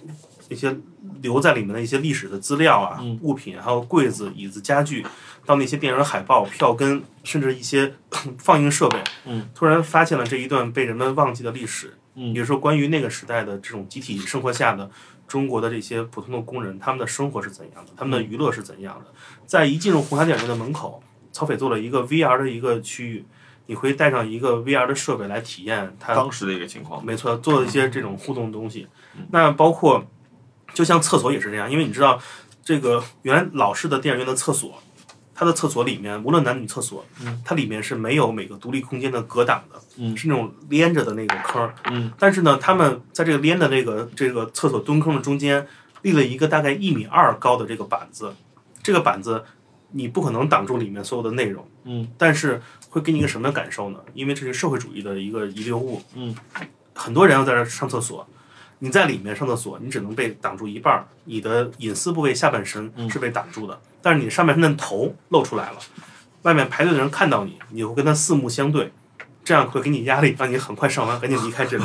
[SPEAKER 3] 一些留在里面的一些历史的资料啊、
[SPEAKER 1] 嗯
[SPEAKER 3] 物品，还有柜子、椅子、家具，到那些电影海报、票根，甚至一些 放映设备，
[SPEAKER 1] 嗯，
[SPEAKER 3] 突然发现了这一段被人们忘记的历史，
[SPEAKER 1] 嗯
[SPEAKER 3] 也就是说关于那个时代的这种集体生活下的中国的这些普通的工人，他们的生活是怎样的，他们的娱乐是怎样的。在一进入红霞电影院的门口，曹斐做了一个 VR 的一个区域，你会带上一个 VR 的设备来体验它
[SPEAKER 1] 当时的一个情况，
[SPEAKER 3] 没错，做一些这种互动的东西。那包括，就像厕所也是这样，因为你知道，这个原来老式的电影院的厕所，它的厕所里面无论男女厕所，它里面是没有每个独立空间的隔挡的，
[SPEAKER 1] 嗯
[SPEAKER 3] 是那种连着的那个坑儿。
[SPEAKER 1] 嗯
[SPEAKER 3] 但是呢，他们在这个连的这个这个厕所蹲坑的中间立了一个大概一米二高的这个板子，这个板子你不可能挡住里面所有的内容。
[SPEAKER 1] 嗯
[SPEAKER 3] 但是会给你一个什么样的感受呢？因为这是社会主义的一个遗留物，
[SPEAKER 1] 嗯，
[SPEAKER 3] 很多人要在这儿上厕所，你在里面上厕所，你只能被挡住一半儿，你的隐私部位下半身是被挡住的，但是你上半身的头露出来了，外面排队的人看到你，你会跟他四目相对。这样会给你压力，让你很快上完，赶紧离开 这里。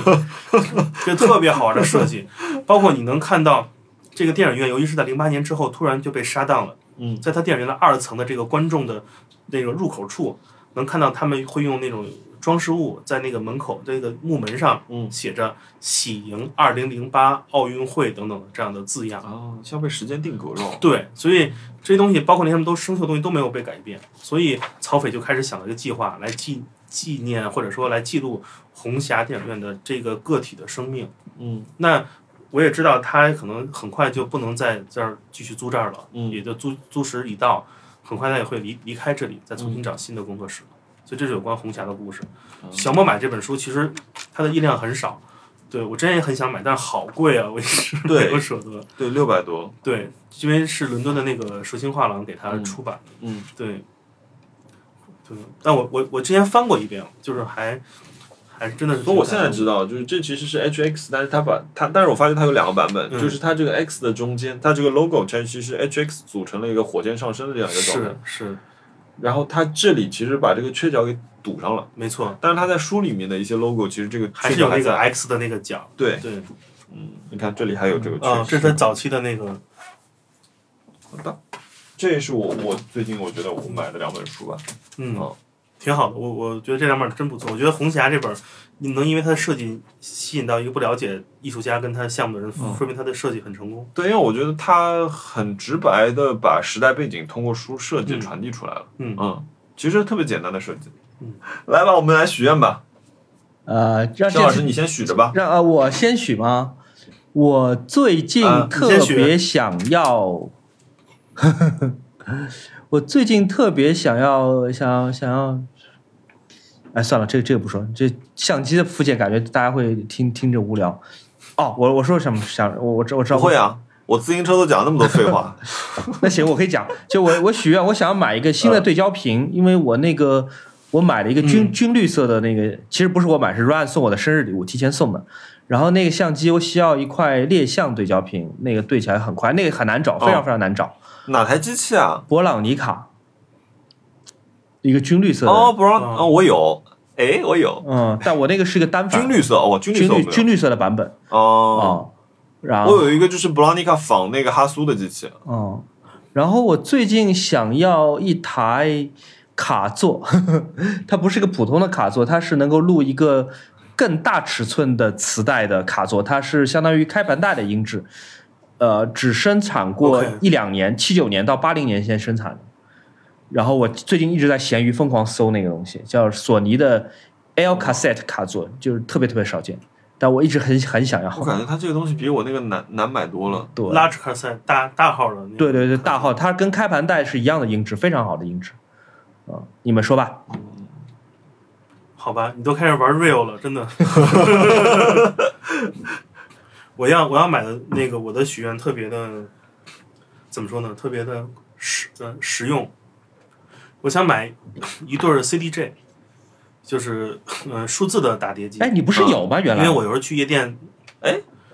[SPEAKER 3] 这特别好玩的设计，包括你能看到这个电影院，尤其是在零八年之后，突然就被杀档了。
[SPEAKER 1] 嗯
[SPEAKER 3] 在他电影院的二层的这个观众的那个入口处，能看到他们会用那种装饰物在那个门口这个木门上
[SPEAKER 1] 嗯
[SPEAKER 3] 写着“喜迎二零零八奥运会”等等这样的字样。
[SPEAKER 1] 啊，消费时间定格了。
[SPEAKER 3] 对，所以这些东西，包括那些他们都生锈的东西都没有被改变，所以曹斐就开始想了一个计划来纪纪念或者说来记录红霞电影院的这个个体的生命。
[SPEAKER 1] 嗯
[SPEAKER 3] 那我也知道他可能很快就不能在这儿继续租这儿了，
[SPEAKER 1] 嗯
[SPEAKER 3] 也就租租时已到，很快他也会离离开这里，再重新找新的工作室。所以这是有关红霞的故事。
[SPEAKER 1] 嗯
[SPEAKER 3] 小莫买这本书其实它的印量很少，对我之前也很想买，但是好贵啊，我一直没
[SPEAKER 1] 对
[SPEAKER 3] 有舍得。
[SPEAKER 1] 对，六百多。
[SPEAKER 3] 对，因为是伦敦的那个蛇形画廊给它出版的。
[SPEAKER 1] 嗯
[SPEAKER 3] 对，对，但我我我之前翻过一遍，就是还还真的是挺感动的。
[SPEAKER 1] 所以我现在知道，就是这其实是 HX，但是它把它，但是我发现它有两个版本，
[SPEAKER 3] 嗯
[SPEAKER 1] 就是它这个 X 的中间，它这个 logo 它其实是 HX 组成了一个火箭上升的这样一个状态
[SPEAKER 3] 是，是
[SPEAKER 1] 然后它这里其实把这个缺角给堵上了，
[SPEAKER 3] 没错，
[SPEAKER 1] 但是它在书里面的一些 logo 其实这个
[SPEAKER 3] 还
[SPEAKER 1] 缺
[SPEAKER 3] 是有
[SPEAKER 1] 角还
[SPEAKER 3] 那个
[SPEAKER 1] 在，
[SPEAKER 3] X 的那个角。
[SPEAKER 1] 对，
[SPEAKER 3] 对，
[SPEAKER 1] 嗯，你看这里还有这个缺
[SPEAKER 3] 嗯，这是
[SPEAKER 1] 角，
[SPEAKER 3] 他早期的那个，
[SPEAKER 1] 好的，这也是我我最近我觉得我买的两本书吧，
[SPEAKER 3] 嗯
[SPEAKER 1] 哦，
[SPEAKER 3] 挺好的。我我觉得这两本真不错。我觉得《红霞》这本，你能因为它的设计吸引到一个不了解艺术家跟他项目的人，
[SPEAKER 1] 嗯
[SPEAKER 3] 说明他的设计很成功。
[SPEAKER 1] 对，因为我觉得它很直白的把时代背景通过书设计传递出来了，
[SPEAKER 3] 嗯
[SPEAKER 1] 嗯，其实特别简单的设计，
[SPEAKER 3] 嗯，
[SPEAKER 1] 来吧，我们来许愿吧。
[SPEAKER 2] 呃，
[SPEAKER 1] 肖
[SPEAKER 2] 让建
[SPEAKER 1] 老师，你先许着吧。
[SPEAKER 2] 让呃我先许吗？我最近
[SPEAKER 1] 啊
[SPEAKER 3] 你先
[SPEAKER 2] 特
[SPEAKER 3] 许
[SPEAKER 2] 别想要， 我最近特别想要想要想要，哎，算了，这个这个不说，这相机的附件感觉大家会听听着无聊。哦，我我说什么想我我知我知道
[SPEAKER 1] 不会啊，我自行车都讲那么多废话。
[SPEAKER 2] 那行，我可以讲，就我我许愿，我想要买一个
[SPEAKER 1] 嗯
[SPEAKER 2] 新的对焦屏，因为我那个我买了一个军、军绿色的那个，其实不是我买，是 Ryan 送我的生日礼物，提前送的。然后那个相机我需要一块裂像对焦屏，那个对起来很快，那个很难找，非
[SPEAKER 1] 哦
[SPEAKER 2] 常非常难找。
[SPEAKER 1] 哪台机器啊？
[SPEAKER 2] 博朗尼卡，一个军绿色的，
[SPEAKER 1] 哦，不让，
[SPEAKER 3] 嗯
[SPEAKER 1] 哦，我有，哎，我有
[SPEAKER 2] 嗯，但我那个是一个单反，
[SPEAKER 1] 军绿色，哦，军绿
[SPEAKER 2] 军
[SPEAKER 1] 色我
[SPEAKER 2] 绿
[SPEAKER 1] 没有。
[SPEAKER 2] 军绿色的版本啊、
[SPEAKER 1] 哦，
[SPEAKER 2] 哦然后
[SPEAKER 1] 我有一个就是布朗尼卡仿那个哈苏的机器，
[SPEAKER 2] 哦，然后我最近想要一台卡座， 它不是个普通的卡座，它是能够录一个更大尺寸的磁带的卡座，它是相当于开盘带的音质，呃，只生产过
[SPEAKER 3] OK
[SPEAKER 2] 一两年，七九年到八零年先生产的。然后我最近一直在闲鱼疯狂搜那个东西，叫索尼的 L Cassette 卡座，就是特别特别少见，但我一直很很想要。
[SPEAKER 1] 我感觉它这个东西比我那个难难买多了。
[SPEAKER 2] 对，
[SPEAKER 3] 拉扯卡赛大大号的那个，
[SPEAKER 2] 对对对，大号它跟开盘带是一样的音质，非常好的音质。啊、你们说吧。
[SPEAKER 3] 好吧，你都开始玩 real 了，真的。 我要我要买的那个我的许愿特别的，怎么说呢？特别的实呃实用。我想买一对儿 CDJ，就是呃数字的打碟机。
[SPEAKER 2] 哎，你不是有吗？原
[SPEAKER 3] 因
[SPEAKER 2] 来
[SPEAKER 3] 为我有时候去夜店，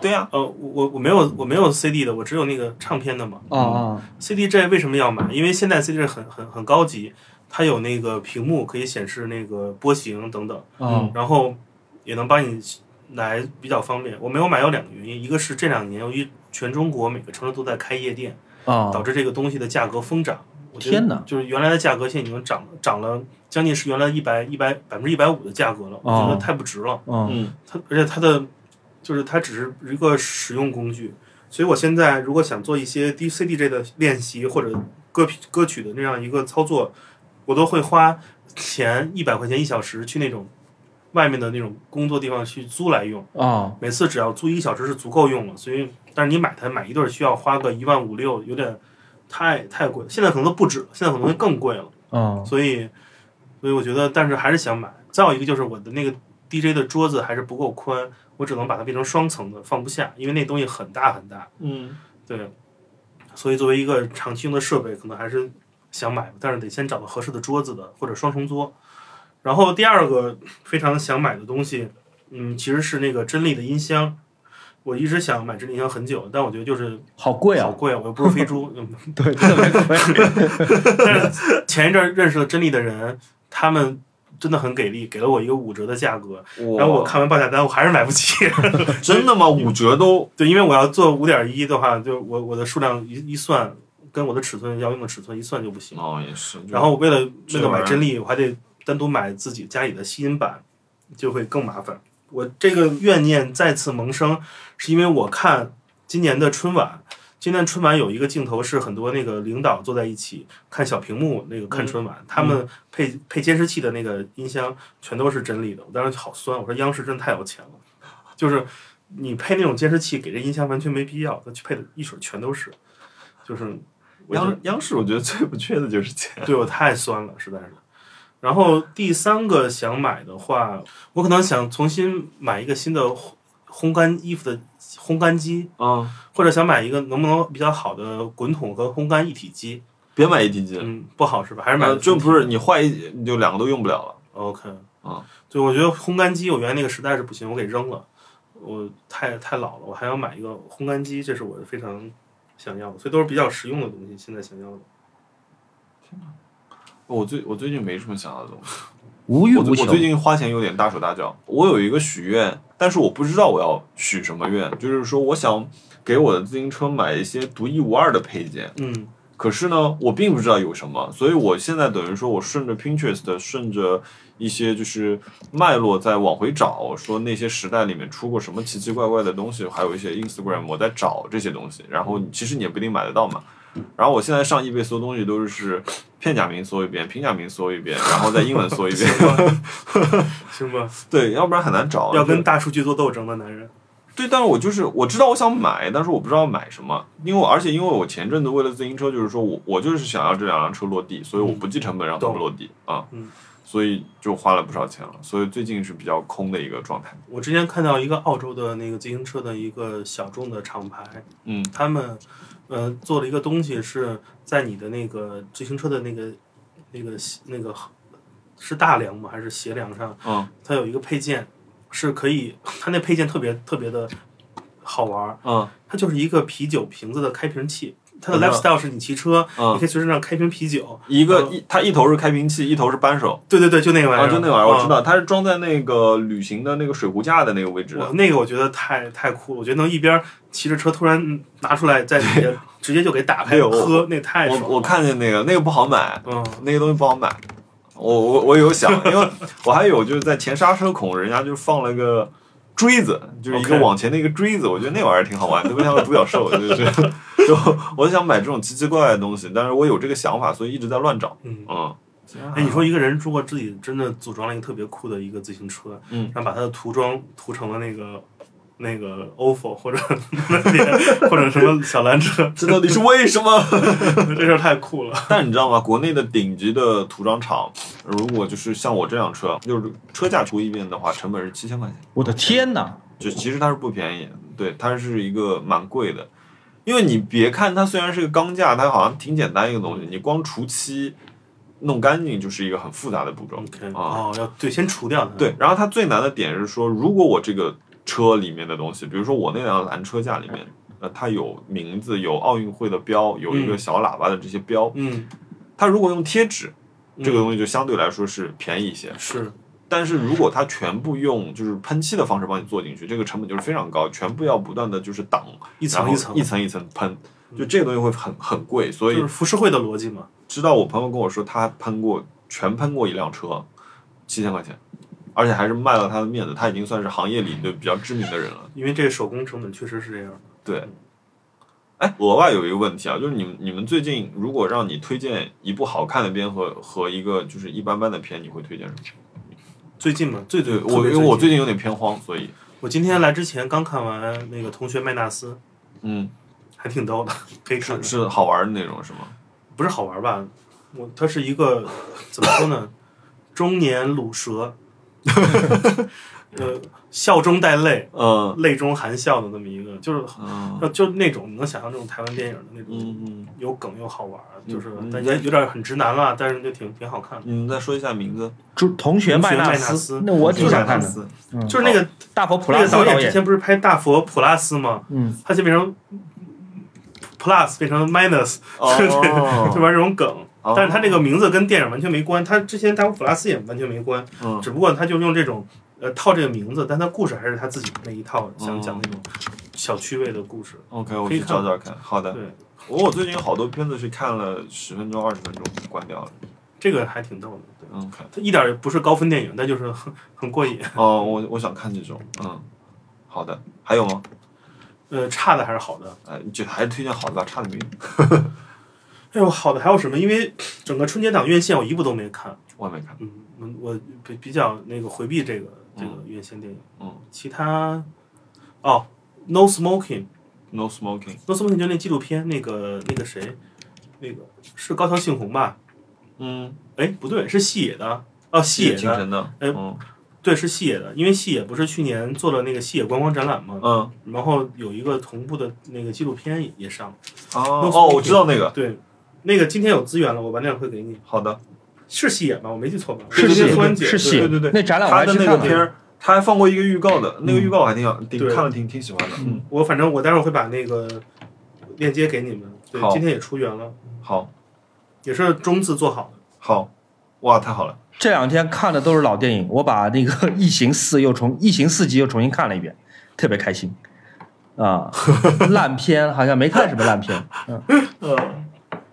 [SPEAKER 1] 对呀，
[SPEAKER 3] 呃，我我我没有我没有 CD 的，我只有那个唱片的嘛。
[SPEAKER 2] 啊啊
[SPEAKER 3] CDJ 为什么要买？因为现在 CDJ 很很很高级，它有那个屏幕可以显示那个波形等等。
[SPEAKER 2] 啊
[SPEAKER 3] 然后也能帮你来比较方便。我没有买有两个原因，一个是这两年由于全中国每个城市都在开夜店，
[SPEAKER 2] 啊
[SPEAKER 3] 导！致这个东西的价格疯涨。我觉得
[SPEAKER 2] 天哪
[SPEAKER 3] 就是原来的价格现在已经涨涨了将近是原来一百一百百分之一百五的价格了，我觉得
[SPEAKER 2] 哦
[SPEAKER 3] 太不值了。
[SPEAKER 2] 嗯
[SPEAKER 1] 嗯
[SPEAKER 3] 它而且它的就是它只是一个使用工具，所以我现在如果想做一些 D C D J 的练习或者歌曲歌曲的那样一个操作，我都会花钱一百块钱一小时去那种外面的那种工作地方去租来用，
[SPEAKER 2] 啊
[SPEAKER 3] 每次只要租一小时是足够用了，所以但是你买它买一对儿需要花个一万五六，有点太太贵了，现在可能都不止了，现在可能会更贵了。
[SPEAKER 2] 啊
[SPEAKER 3] 所以，所以我觉得，但是还是想买。再有一个就是我的那个 DJ 的桌子还是不够宽，我只能把它变成双层的，放不下，因为那东西很大很大。
[SPEAKER 1] 嗯，
[SPEAKER 3] 对，所以作为一个长期用的设备，可能还是想买，但是得先找到合适的桌子的或者双重桌。然后第二个非常想买的东西，嗯，其实是那个真力的音箱。我一直想买真力音箱很久，但我觉得就是
[SPEAKER 2] 好贵
[SPEAKER 3] 好
[SPEAKER 2] 啊！
[SPEAKER 3] 贵啊，我又不是 飞猪，嗯
[SPEAKER 2] 对，特别贵。
[SPEAKER 3] 但是前一阵儿认识了真理的人，他们真的很给力，给了我一个五折的价格。然后我看完报价单，我还是买不起。
[SPEAKER 1] 真的吗？五折都
[SPEAKER 3] 对，因为我要做五点一的话，就我我的数量一一算，跟我的尺寸要用的尺寸一算就不行。
[SPEAKER 1] 哦，也是。
[SPEAKER 3] 然后我为了
[SPEAKER 1] 这
[SPEAKER 3] 为了
[SPEAKER 1] 玩意
[SPEAKER 3] 买
[SPEAKER 1] 儿
[SPEAKER 3] 真力，我还得单独买自己家里的吸音板，就会更麻烦。我这个怨念再次萌生，是因为我看今年的春晚，今年春晚有一个镜头是很多那个领导坐在一起看小屏幕那个
[SPEAKER 1] 嗯
[SPEAKER 3] 看春晚，他们配配监视器的那个音箱全都是真力的，我当时好酸，我说央视真太有钱了，就是你配那种监视器给这音箱完全没必要，他去配的一水全都是，就是我觉得
[SPEAKER 1] 央央视，我觉得最不缺的就是钱。
[SPEAKER 3] 对我太酸了，实在是。然后第三个想买的话，我可能想重新买一个新的烘烘干衣服的烘干机，
[SPEAKER 1] 嗯，
[SPEAKER 3] 或者想买一个能不能比较好的滚筒和烘干一体机。
[SPEAKER 1] 别买一体机，
[SPEAKER 3] 嗯，不好是吧？还是买
[SPEAKER 1] 呃，
[SPEAKER 3] 的
[SPEAKER 1] 就
[SPEAKER 3] 分体
[SPEAKER 1] 不是你坏一你就两个都用不了了。
[SPEAKER 3] OK
[SPEAKER 1] 啊。
[SPEAKER 3] 对，我觉得烘干机我原来那个时代是不行，我给扔了，我太太老了，我还要买一个烘干机，这是我非常想要的，所以都是比较实用的东西，现在想要的。
[SPEAKER 1] 我最我最近没什么想要的东西，
[SPEAKER 2] 无欲
[SPEAKER 1] 我
[SPEAKER 2] 无
[SPEAKER 1] 最我
[SPEAKER 2] 求
[SPEAKER 1] 最。近花钱有点大手大脚。我有一个许愿，但是我不知道我要许什么愿，就是说我想给我的自行车买一些独一无二的配件。
[SPEAKER 3] 嗯
[SPEAKER 1] 可是呢，我并不知道有什么，所以我现在等于说我顺着 Pinterest，顺着一些就是脉络在往回找，说那些时代里面出过什么奇奇怪怪的东西，还有一些 Instagram，我在找这些东西。然后你其实你也不一定买得到嘛。然后我现在上易贝搜东西都是片假名搜一遍，平假名搜一遍，然后再英文搜一遍，
[SPEAKER 3] 行吧，
[SPEAKER 1] 对，要不然很难找。啊
[SPEAKER 3] 要跟大数据做斗争的男人。
[SPEAKER 1] 对，但是我就是我知道我想买，但是我不知道买什么，因为我而且因为我前阵子为了自行车，就是说我我就是想要这两辆车落地，所以我不计成本让他们
[SPEAKER 3] 嗯懂
[SPEAKER 1] 落地啊，
[SPEAKER 3] 嗯
[SPEAKER 1] 所以就花了不少钱了，所以最近是比较空的一个状态。
[SPEAKER 3] 我之前看到一个澳洲的那个自行车的一个小众的厂牌，
[SPEAKER 1] 嗯
[SPEAKER 3] 他们呃做了一个东西，是在你的那个自行车的那个那个那个是大梁吗？还是斜梁上？
[SPEAKER 1] 嗯
[SPEAKER 3] 它有一个配件是可以，它那配件特别特别的好玩儿，
[SPEAKER 1] 嗯
[SPEAKER 3] 它就是一个啤酒瓶子的开瓶器。它
[SPEAKER 1] 我
[SPEAKER 3] 的
[SPEAKER 1] 知道
[SPEAKER 3] lifestyle 是你骑车，你
[SPEAKER 1] 嗯，
[SPEAKER 3] 可以随身上开瓶啤酒。
[SPEAKER 1] 一个
[SPEAKER 3] 嗯
[SPEAKER 1] 一它一头是开瓶器，一头是扳手，
[SPEAKER 3] 对对对，就那个玩意
[SPEAKER 1] 啊，
[SPEAKER 3] 儿，
[SPEAKER 1] 就那玩意儿我
[SPEAKER 3] 嗯
[SPEAKER 1] 知道，它是装在那个旅行的那个水壶架的那个位置
[SPEAKER 3] 我
[SPEAKER 1] 的。
[SPEAKER 3] 那个我觉得太太酷了，我觉得能一边骑着车突然拿出来，在底下直接就给打开
[SPEAKER 1] 哎呦我
[SPEAKER 3] 喝，那太
[SPEAKER 1] 我
[SPEAKER 3] 爽了。
[SPEAKER 1] 我看见那个那个不好买，
[SPEAKER 3] 嗯，
[SPEAKER 1] 那个东西不好买。我我我有想，因为我还有就是在前刹车孔，人家就放了个锥子，就是一个
[SPEAKER 3] OK
[SPEAKER 1] 往前的一个锥子，我觉得那玩意儿挺好玩，特别像个独角兽，就是就我想买这种奇奇怪怪的东西，但是我有这个想法，所以一直在乱找。
[SPEAKER 3] 嗯，
[SPEAKER 1] 嗯，
[SPEAKER 3] 哎，你说一个人如果自己真的组装了一个特别酷的一个自行车，
[SPEAKER 1] 嗯，
[SPEAKER 3] 然后把它的涂装涂成了那个那个 OFO 或者 或者什么小蓝车，
[SPEAKER 1] 这到底是为什么？
[SPEAKER 3] 这事儿太酷了。
[SPEAKER 1] 但你知道吗？国内的顶级的涂装厂，如果就是像我这辆车，就是车架涂一遍的话，成本是七千块钱。
[SPEAKER 2] 我的天哪！
[SPEAKER 1] 就其实它是不便宜，对，它是一个蛮贵的。因为你别看它虽然是个钢架，它好像挺简单一个东西，你光除漆、弄干净就是一个很复杂的步骤。
[SPEAKER 3] OK，
[SPEAKER 1] 啊
[SPEAKER 3] 哦，要对，先除掉它。
[SPEAKER 1] 对，然后它最难的点是说，如果我这个车里面的东西，比如说我那辆蓝车架里面，呃，它有名字、有奥运会的标、有一个
[SPEAKER 3] 嗯
[SPEAKER 1] 小喇叭的这些标，
[SPEAKER 3] 嗯，
[SPEAKER 1] 它如果用贴纸，
[SPEAKER 3] 嗯，
[SPEAKER 1] 这个东西就相对来说是便宜一些。
[SPEAKER 3] 是
[SPEAKER 1] 但是如果它全部用就是喷漆的方式帮你做进去，这个成本就是非常高，全部要不断的就是挡
[SPEAKER 3] 一
[SPEAKER 1] 然
[SPEAKER 3] 层
[SPEAKER 1] 后
[SPEAKER 3] 一
[SPEAKER 1] 一
[SPEAKER 3] 层，
[SPEAKER 1] 层一层喷，就这个东西会很很贵，所
[SPEAKER 3] 就
[SPEAKER 1] 以
[SPEAKER 3] 是浮世绘的逻辑嘛。
[SPEAKER 1] 知道我朋友跟我说他喷过全喷过一辆车，七千块钱，而且还是卖了他的面子，他已经算是行业里的比较知名的人了。
[SPEAKER 3] 因为这个手工成本确实是这样。
[SPEAKER 1] 对，哎，额外有一个问题啊，就是你们你们最近如果让你推荐一部好看的片和和一个就是一般般的片，你会推荐什么？
[SPEAKER 3] 最近嘛，最
[SPEAKER 1] 对
[SPEAKER 3] 最
[SPEAKER 1] 我因为我最近有点偏荒，所以
[SPEAKER 3] 我今天来之前刚看完那个《同学麦纳斯
[SPEAKER 1] 嗯，》，
[SPEAKER 3] 还挺逗的，可以看
[SPEAKER 1] 是
[SPEAKER 3] 看。
[SPEAKER 1] 是好玩的那种是吗？
[SPEAKER 3] 不是好玩吧？我它是一个怎么说呢？中年卤蛇， 呃，笑中带泪，
[SPEAKER 1] 嗯
[SPEAKER 3] 泪中含笑的那么一个，就是
[SPEAKER 1] 嗯
[SPEAKER 3] 呃就那种你能想象这种台湾电影的那种，
[SPEAKER 1] 嗯嗯，
[SPEAKER 3] 有梗又好玩，就是
[SPEAKER 1] 嗯
[SPEAKER 3] 但
[SPEAKER 1] 嗯
[SPEAKER 3] 也有点很直男啦，但是就挺挺好看的。
[SPEAKER 1] 你们再说一下名字，
[SPEAKER 2] 就同学麦纳
[SPEAKER 3] 同学麦纳斯
[SPEAKER 2] 那我挺想看
[SPEAKER 1] 看
[SPEAKER 2] 的。嗯
[SPEAKER 3] 就是那个
[SPEAKER 2] 大佛普
[SPEAKER 3] 那
[SPEAKER 2] 拉
[SPEAKER 3] 个
[SPEAKER 2] 斯
[SPEAKER 3] 导
[SPEAKER 2] 导
[SPEAKER 3] 之前不是拍《大佛普拉斯》吗？
[SPEAKER 2] 嗯，
[SPEAKER 3] 他就变成 plus 变成 minus，就
[SPEAKER 1] 哦，
[SPEAKER 3] 玩这种梗。
[SPEAKER 1] 哦
[SPEAKER 3] 但是他这个名字跟电影完全没关，他之前《大佛普拉斯》也完全没关，
[SPEAKER 1] 嗯
[SPEAKER 3] 只不过他就用这种呃套这个名字，但他故事还是
[SPEAKER 1] 哦
[SPEAKER 3] 他自己那一套，想讲那种小趣味的故事。
[SPEAKER 1] OK，我
[SPEAKER 3] 可以
[SPEAKER 1] 去
[SPEAKER 3] 看
[SPEAKER 1] 找找看。好的，
[SPEAKER 3] 对，
[SPEAKER 1] 我最近有好多片子是看了十分钟、二十分钟就关掉了。
[SPEAKER 3] 这个还挺逗的，对，
[SPEAKER 1] 嗯，看
[SPEAKER 3] 它一点儿也不是高分电影，但就是很很过瘾。
[SPEAKER 1] 哦，我我想看这种，嗯，好的，还有吗？
[SPEAKER 3] 呃，差的还是好的。
[SPEAKER 1] 哎，你就还是推荐好的吧，差的没有，
[SPEAKER 3] 哎呦，好的还有什么？因为整个春节档院线我一部都没看，
[SPEAKER 1] 我也没看。
[SPEAKER 3] 嗯，我我比比较那个回避这个这个院线电影。
[SPEAKER 1] 嗯，
[SPEAKER 3] 其他哦，No Smoking。
[SPEAKER 1] No smoking，
[SPEAKER 3] 《诺斯曼就那纪录片，那个那个谁，那个是高桥幸宏吧？
[SPEAKER 1] 嗯，
[SPEAKER 3] 哎，不对，是细野的哦，细野
[SPEAKER 1] 也挺
[SPEAKER 3] 的，
[SPEAKER 1] 神的，
[SPEAKER 3] 哎
[SPEAKER 1] 嗯
[SPEAKER 3] 对，是细野的，因为细野不是去年做了那个细野观光展览嘛，
[SPEAKER 1] 嗯，
[SPEAKER 3] 然后有一个同步的那个纪录片也也上了，
[SPEAKER 1] 哦
[SPEAKER 3] No
[SPEAKER 1] 哦，
[SPEAKER 3] smoking
[SPEAKER 1] 我知道那个，
[SPEAKER 3] 对，那个今天有资源了，我晚点会给你，
[SPEAKER 1] 好的，
[SPEAKER 3] 是细野吧？我没记错吧？
[SPEAKER 2] 是
[SPEAKER 3] 我今天
[SPEAKER 2] 细野
[SPEAKER 3] 突然解
[SPEAKER 2] 是细
[SPEAKER 1] 对
[SPEAKER 2] 野
[SPEAKER 1] 对对，
[SPEAKER 2] 那展览我
[SPEAKER 1] 他
[SPEAKER 2] 还
[SPEAKER 1] 的
[SPEAKER 2] 去
[SPEAKER 1] 那
[SPEAKER 2] 看
[SPEAKER 1] 个
[SPEAKER 2] 了
[SPEAKER 1] 片儿，他还放过一个预告的，那个预告我还挺想，挺
[SPEAKER 3] 嗯对
[SPEAKER 1] 看了挺挺喜欢的，嗯，
[SPEAKER 3] 我反正我待会儿会把那个链接给你们，对
[SPEAKER 1] 好，
[SPEAKER 3] 今天也出源了，
[SPEAKER 1] 好，
[SPEAKER 3] 也是中字做好的。
[SPEAKER 1] 好，哇，太好了，
[SPEAKER 2] 这两天看的都是老电影，我把那个 《异形四》又重《异形四》集又重新看了一遍，特别开心。啊，烂片好像没看什么烂片，
[SPEAKER 1] 嗯。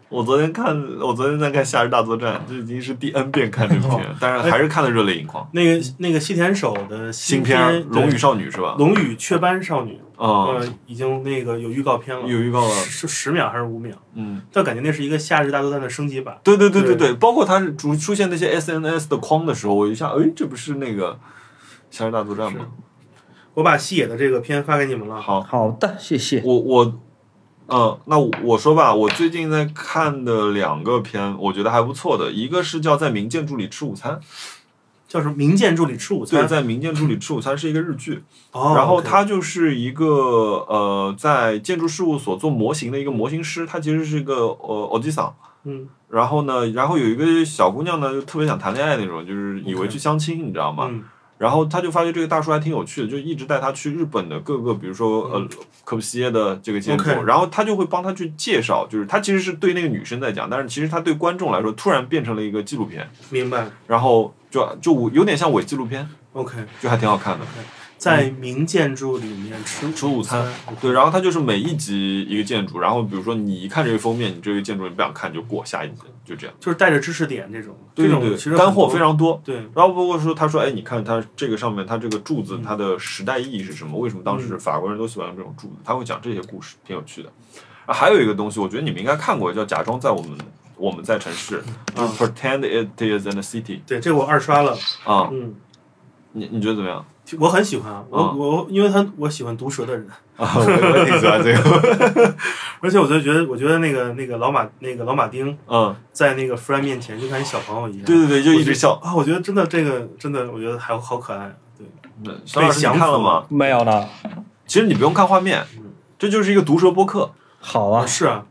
[SPEAKER 1] 我昨天看，我昨天在看《夏日大作战》，这已经是第 N 遍看这部片，但是还是看的热泪盈眶。
[SPEAKER 3] 那个那个细田守的
[SPEAKER 1] 新片
[SPEAKER 3] 片
[SPEAKER 1] 儿《
[SPEAKER 3] 哎对
[SPEAKER 1] 龙与少女》是吧？
[SPEAKER 3] 龙与雀斑少女，
[SPEAKER 1] 嗯，
[SPEAKER 3] 呃，已经那个有预告片了，
[SPEAKER 1] 有预告了。
[SPEAKER 3] 是十秒还是五秒？
[SPEAKER 1] 嗯，
[SPEAKER 3] 但感觉那是一个夏日大作战的升级版。
[SPEAKER 1] 对对对对
[SPEAKER 3] 对
[SPEAKER 1] 对，包括它出出现那些 SNS 的框的时候，我一下，哎，这不是那个《夏日大作战》吗？
[SPEAKER 3] 我把细野的这个片发给你们了。
[SPEAKER 1] 好，
[SPEAKER 2] 好的，谢谢。
[SPEAKER 1] 我我，嗯，那我我说吧，我最近在看的两个片，我觉得还不错的，一个是叫《在民建筑里吃午餐》，
[SPEAKER 3] 叫什么？民建筑里吃午
[SPEAKER 1] 对，
[SPEAKER 3] 餐。
[SPEAKER 1] 在民建筑里吃午餐是一个日剧，
[SPEAKER 3] 哦，
[SPEAKER 1] 然后
[SPEAKER 3] OK
[SPEAKER 1] 他就是一个呃，在建筑事务所做模型的一个模型师，他其实是一个呃欧吉桑。
[SPEAKER 3] 嗯
[SPEAKER 1] 然后呢，然后有一个小姑娘呢，就特别想谈恋爱那种，就是以为
[SPEAKER 3] OK
[SPEAKER 1] 去相亲你知道吗？
[SPEAKER 3] 嗯
[SPEAKER 1] 然后他就发觉这个大叔还挺有趣的，就一直带他去日本的各个，比如说呃可布西耶的这个建筑
[SPEAKER 3] 嗯 OK
[SPEAKER 1] 然后他就会帮他去介绍，就是他其实是对那个女生在讲，但是其实他对观众来说突然变成了一个纪录片，
[SPEAKER 3] 明白。
[SPEAKER 1] 然后就就有点像伪纪录片，
[SPEAKER 3] OK，
[SPEAKER 1] 就还挺好看的。
[SPEAKER 3] 在民建筑里面吃
[SPEAKER 1] 嗯吃午餐，对，然后它就是每一集一个建筑，然后比如说你一看这个封面，你这个建筑你不想看就过下一集，就这样。
[SPEAKER 3] 就是带着知识点这种，
[SPEAKER 1] 对
[SPEAKER 3] 这
[SPEAKER 1] 对
[SPEAKER 3] 种其实
[SPEAKER 1] 对，
[SPEAKER 3] 很
[SPEAKER 1] 干货
[SPEAKER 3] 多
[SPEAKER 1] 非常多。
[SPEAKER 3] 对。
[SPEAKER 1] 然后包括说，他说，哎，你看它这个上面，它这个柱子，它的时代意义是什么？为什么当时法国人都喜欢用这种柱子？他会讲这些故事，挺有趣的。啊，还有一个东西，我觉得你们应该看过，叫《假装在我们我们在城市》，就是
[SPEAKER 3] 啊
[SPEAKER 1] Pretend it is in the city。
[SPEAKER 3] 对，这个我二刷了，
[SPEAKER 1] 啊，
[SPEAKER 3] 嗯，
[SPEAKER 1] 你你觉得怎么样？
[SPEAKER 3] 我很喜欢，
[SPEAKER 1] 啊
[SPEAKER 3] 我我因为他我喜欢毒舌的人，
[SPEAKER 1] 啊， 我我也挺喜欢这个。
[SPEAKER 3] 而且我就觉得，我觉得那个那个老马那个老马丁
[SPEAKER 1] 嗯，
[SPEAKER 3] 在那个 f r e 面前就像一小朋友一样，
[SPEAKER 1] 对对对，就一直笑。
[SPEAKER 3] 啊，我觉得真的这个真的，我觉得还好可爱。对，
[SPEAKER 1] 那肖老师，你
[SPEAKER 3] 降服
[SPEAKER 1] 看了吗？
[SPEAKER 2] 没有呢，
[SPEAKER 1] 其实你不用看画面，
[SPEAKER 3] 嗯
[SPEAKER 1] 这就是一个毒舌播客。
[SPEAKER 2] 好啊，
[SPEAKER 3] 是啊，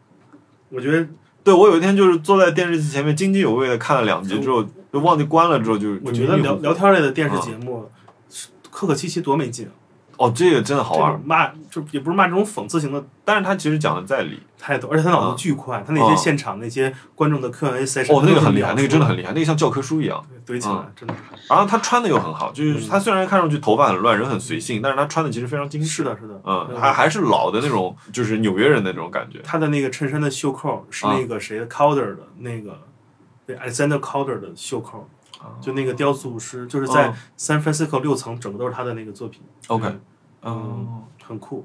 [SPEAKER 3] 我觉得
[SPEAKER 1] 对我有一天就是坐在电视机前面津津有味的看了两集之后，就忘记关了之后就
[SPEAKER 3] 我觉得
[SPEAKER 1] 就迷啊
[SPEAKER 3] 聊
[SPEAKER 1] 糊
[SPEAKER 3] 聊天类的电视节目，客客气气多没劲，
[SPEAKER 1] 哦，这个真的好
[SPEAKER 3] 这
[SPEAKER 1] 玩
[SPEAKER 3] 种，骂就也不是骂这种讽刺型的
[SPEAKER 1] 但是他其实讲的在理。
[SPEAKER 3] 态度，而且他脑
[SPEAKER 1] 啊
[SPEAKER 3] 子巨快，他
[SPEAKER 1] 啊
[SPEAKER 3] 那些现场那些观众的 Q&A session，
[SPEAKER 1] 哦，那个很厉害，
[SPEAKER 3] 他
[SPEAKER 1] 那
[SPEAKER 3] 都是
[SPEAKER 1] 个真的
[SPEAKER 3] 秒出
[SPEAKER 1] 很啊厉害，那个像教科书一样。
[SPEAKER 3] 对嗯堆起来，真的
[SPEAKER 1] 然后他穿的又很好，就是他虽然看上去头发很乱，人很随性，但是他穿的其实非常精
[SPEAKER 3] 是
[SPEAKER 1] 致。
[SPEAKER 3] 的，是的，
[SPEAKER 1] 嗯，还还是老的那种，就是纽约人的那种感觉。
[SPEAKER 3] 他的那个衬衫的袖扣是
[SPEAKER 1] 啊
[SPEAKER 3] 那个谁的 Calder 的那个。对 Alexander Calder 的袖扣，就那个雕塑师，就是在
[SPEAKER 1] 啊
[SPEAKER 3] San Francisco 六层，整个都是他的那个作品。
[SPEAKER 1] OK，
[SPEAKER 3] 嗯嗯，很酷。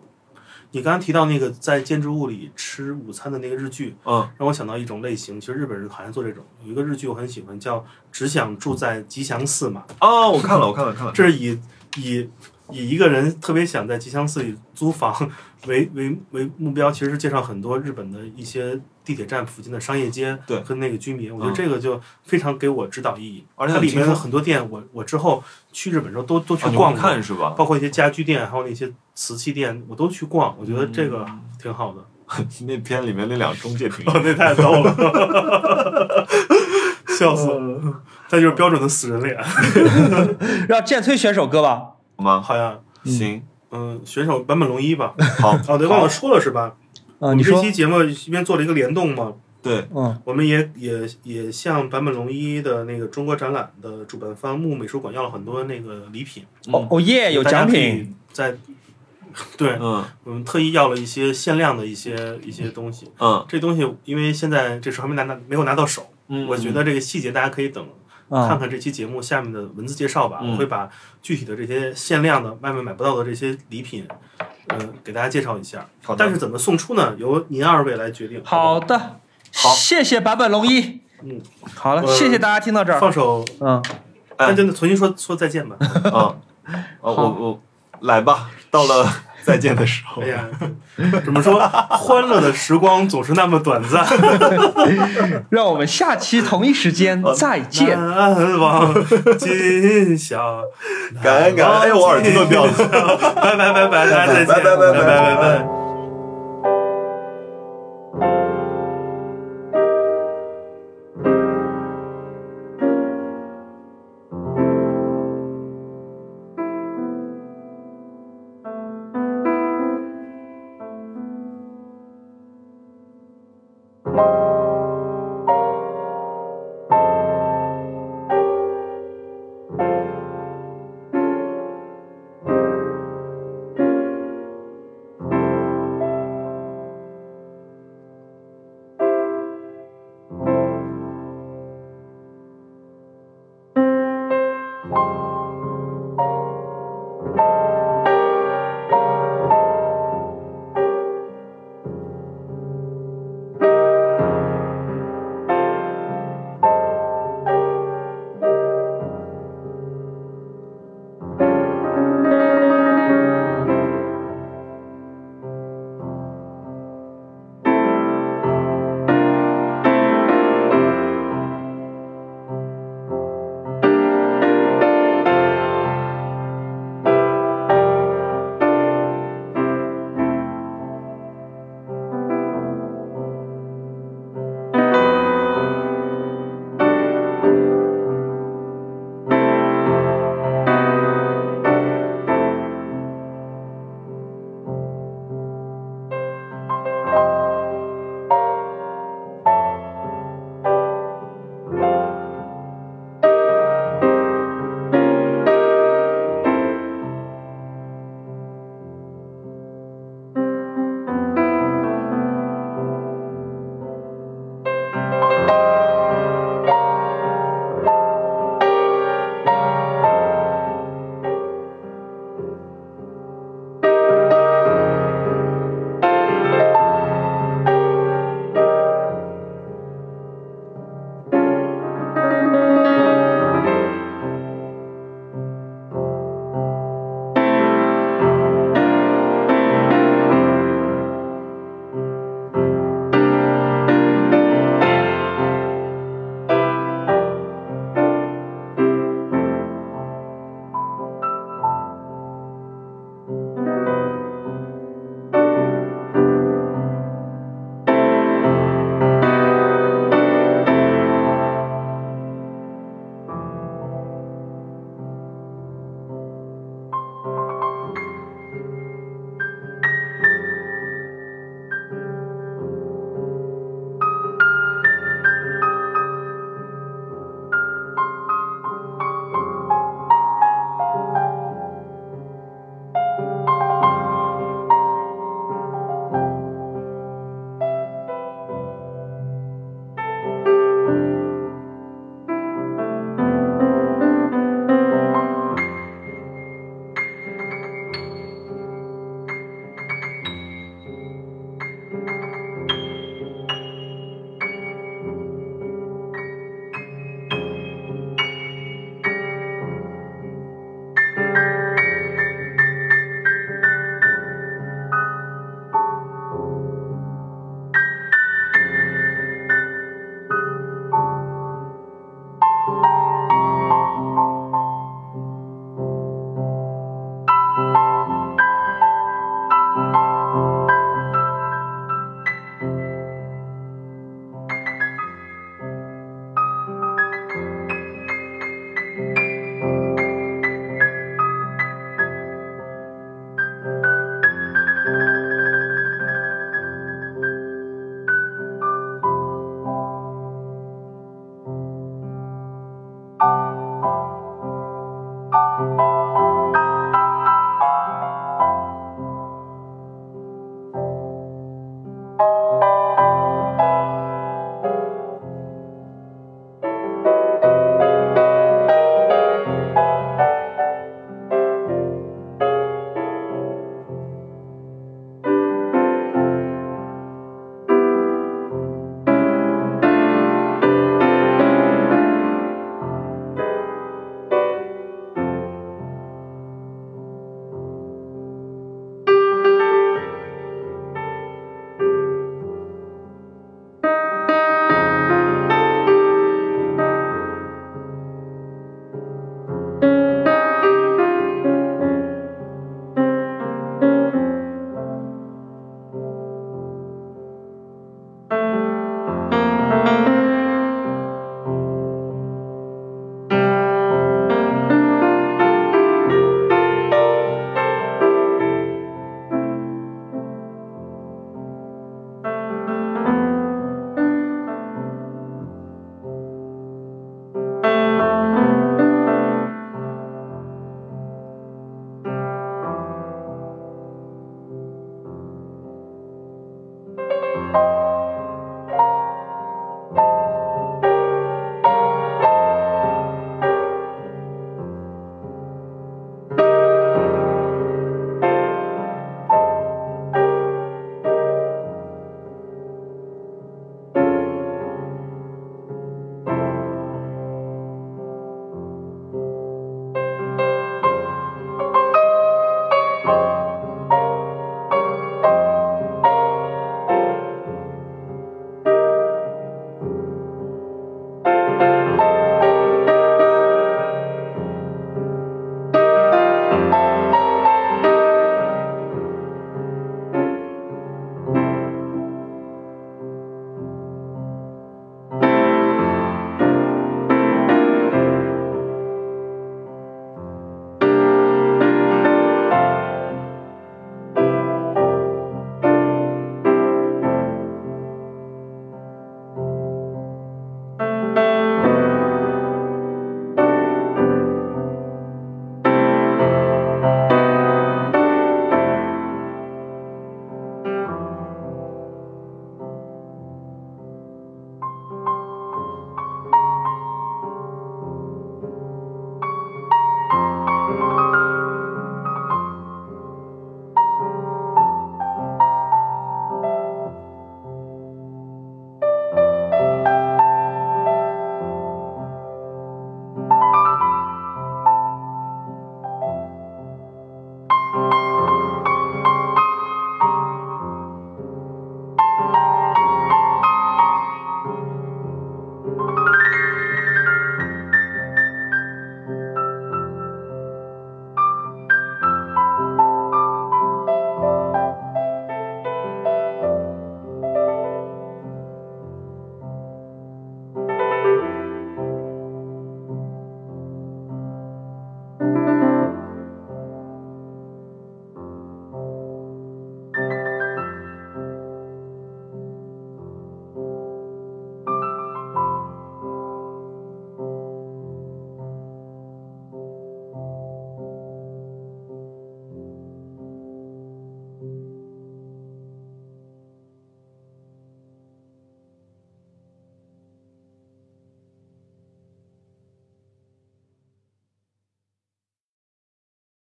[SPEAKER 3] 你刚刚提到那个在建筑物里吃午餐的那个日剧，
[SPEAKER 1] 嗯，
[SPEAKER 3] 让我想到一种类型，其实日本人好像做这种。有一个日剧我很喜欢，叫《只想住在吉祥寺》嘛，
[SPEAKER 1] 啊，我看了，我看了，看 了。
[SPEAKER 3] 这是以以以一个人特别想在吉祥寺里租房为为为目标，其实是介绍很多日本的一些地铁站附近的商业街，
[SPEAKER 1] 对
[SPEAKER 3] 跟那个居民，我
[SPEAKER 1] 嗯
[SPEAKER 3] 觉得这个就非常给我指导意义。
[SPEAKER 1] 而且
[SPEAKER 3] 它
[SPEAKER 1] 很
[SPEAKER 3] 里面
[SPEAKER 1] 轻
[SPEAKER 3] 的
[SPEAKER 1] 松
[SPEAKER 3] 很多店，我我之后去日本之后都都去
[SPEAKER 1] 啊你
[SPEAKER 3] 逛
[SPEAKER 1] 会
[SPEAKER 3] 过
[SPEAKER 1] 看是吧？
[SPEAKER 3] 包括一些家居店，还有那些瓷器店，我都去逛，我觉得这个
[SPEAKER 2] 嗯
[SPEAKER 3] 挺好的。
[SPEAKER 1] 那片里面那俩中介挺厉害
[SPEAKER 3] 哦，那太逗了， 笑死了！
[SPEAKER 2] 嗯
[SPEAKER 3] 他就是标准的死人脸，
[SPEAKER 2] 让剑崔选首歌吧。
[SPEAKER 1] 吗？
[SPEAKER 3] 好像
[SPEAKER 1] 行，
[SPEAKER 3] 嗯，选手坂本龙一 吧。
[SPEAKER 1] 好，
[SPEAKER 3] 哦，对，忘了说了是吧？
[SPEAKER 2] 啊，
[SPEAKER 3] 我
[SPEAKER 2] 你
[SPEAKER 3] 们这
[SPEAKER 2] 说，
[SPEAKER 3] 期节目一边做了一个联动嘛，
[SPEAKER 1] 对，
[SPEAKER 2] 嗯，
[SPEAKER 3] 我们也也也向坂本龙一的那个中国展览的
[SPEAKER 2] 嗯
[SPEAKER 3] 主办方木美术馆要了很多那个礼品，
[SPEAKER 2] 哦哦耶，有奖
[SPEAKER 3] 大家可以
[SPEAKER 2] 品，
[SPEAKER 3] 在对，
[SPEAKER 1] 嗯
[SPEAKER 3] 我们特意要了一些限量的一些一些东西。
[SPEAKER 1] 嗯
[SPEAKER 3] 这东西因为现在这时候还没拿到，没有拿到手，
[SPEAKER 1] 嗯，
[SPEAKER 3] 我觉得这个细节大家可以等看
[SPEAKER 2] 啊，
[SPEAKER 3] 看这期节目下面的文字介绍吧，
[SPEAKER 1] 嗯
[SPEAKER 3] 我会把具体的这些限量的外面买不到的这些礼品，嗯、给大家介绍一下。
[SPEAKER 1] 好的
[SPEAKER 3] 但是怎么送出呢？由您二位来决定。
[SPEAKER 2] 好的，
[SPEAKER 1] 好
[SPEAKER 2] 谢谢坂本龙一。
[SPEAKER 3] 嗯，
[SPEAKER 2] 好了，
[SPEAKER 3] 呃
[SPEAKER 2] 谢谢大家听到这
[SPEAKER 3] 不
[SPEAKER 2] 儿。
[SPEAKER 3] 好，放首，
[SPEAKER 2] 嗯，
[SPEAKER 1] 哎
[SPEAKER 3] 那真的重新说说再见吧。
[SPEAKER 1] 啊，啊我
[SPEAKER 2] 好
[SPEAKER 1] 我来吧，到了再见的时候
[SPEAKER 3] 哎，呀， 怎么说？欢乐的时光总是那么短 暂。
[SPEAKER 2] 让我们下期同一时间再见。
[SPEAKER 3] 难忘今宵，
[SPEAKER 1] 感恩感恩，哎，我耳机都掉了。
[SPEAKER 3] 拜拜拜拜，大家再见，
[SPEAKER 1] 拜拜拜拜
[SPEAKER 3] 拜拜拜拜。
[SPEAKER 4] Thank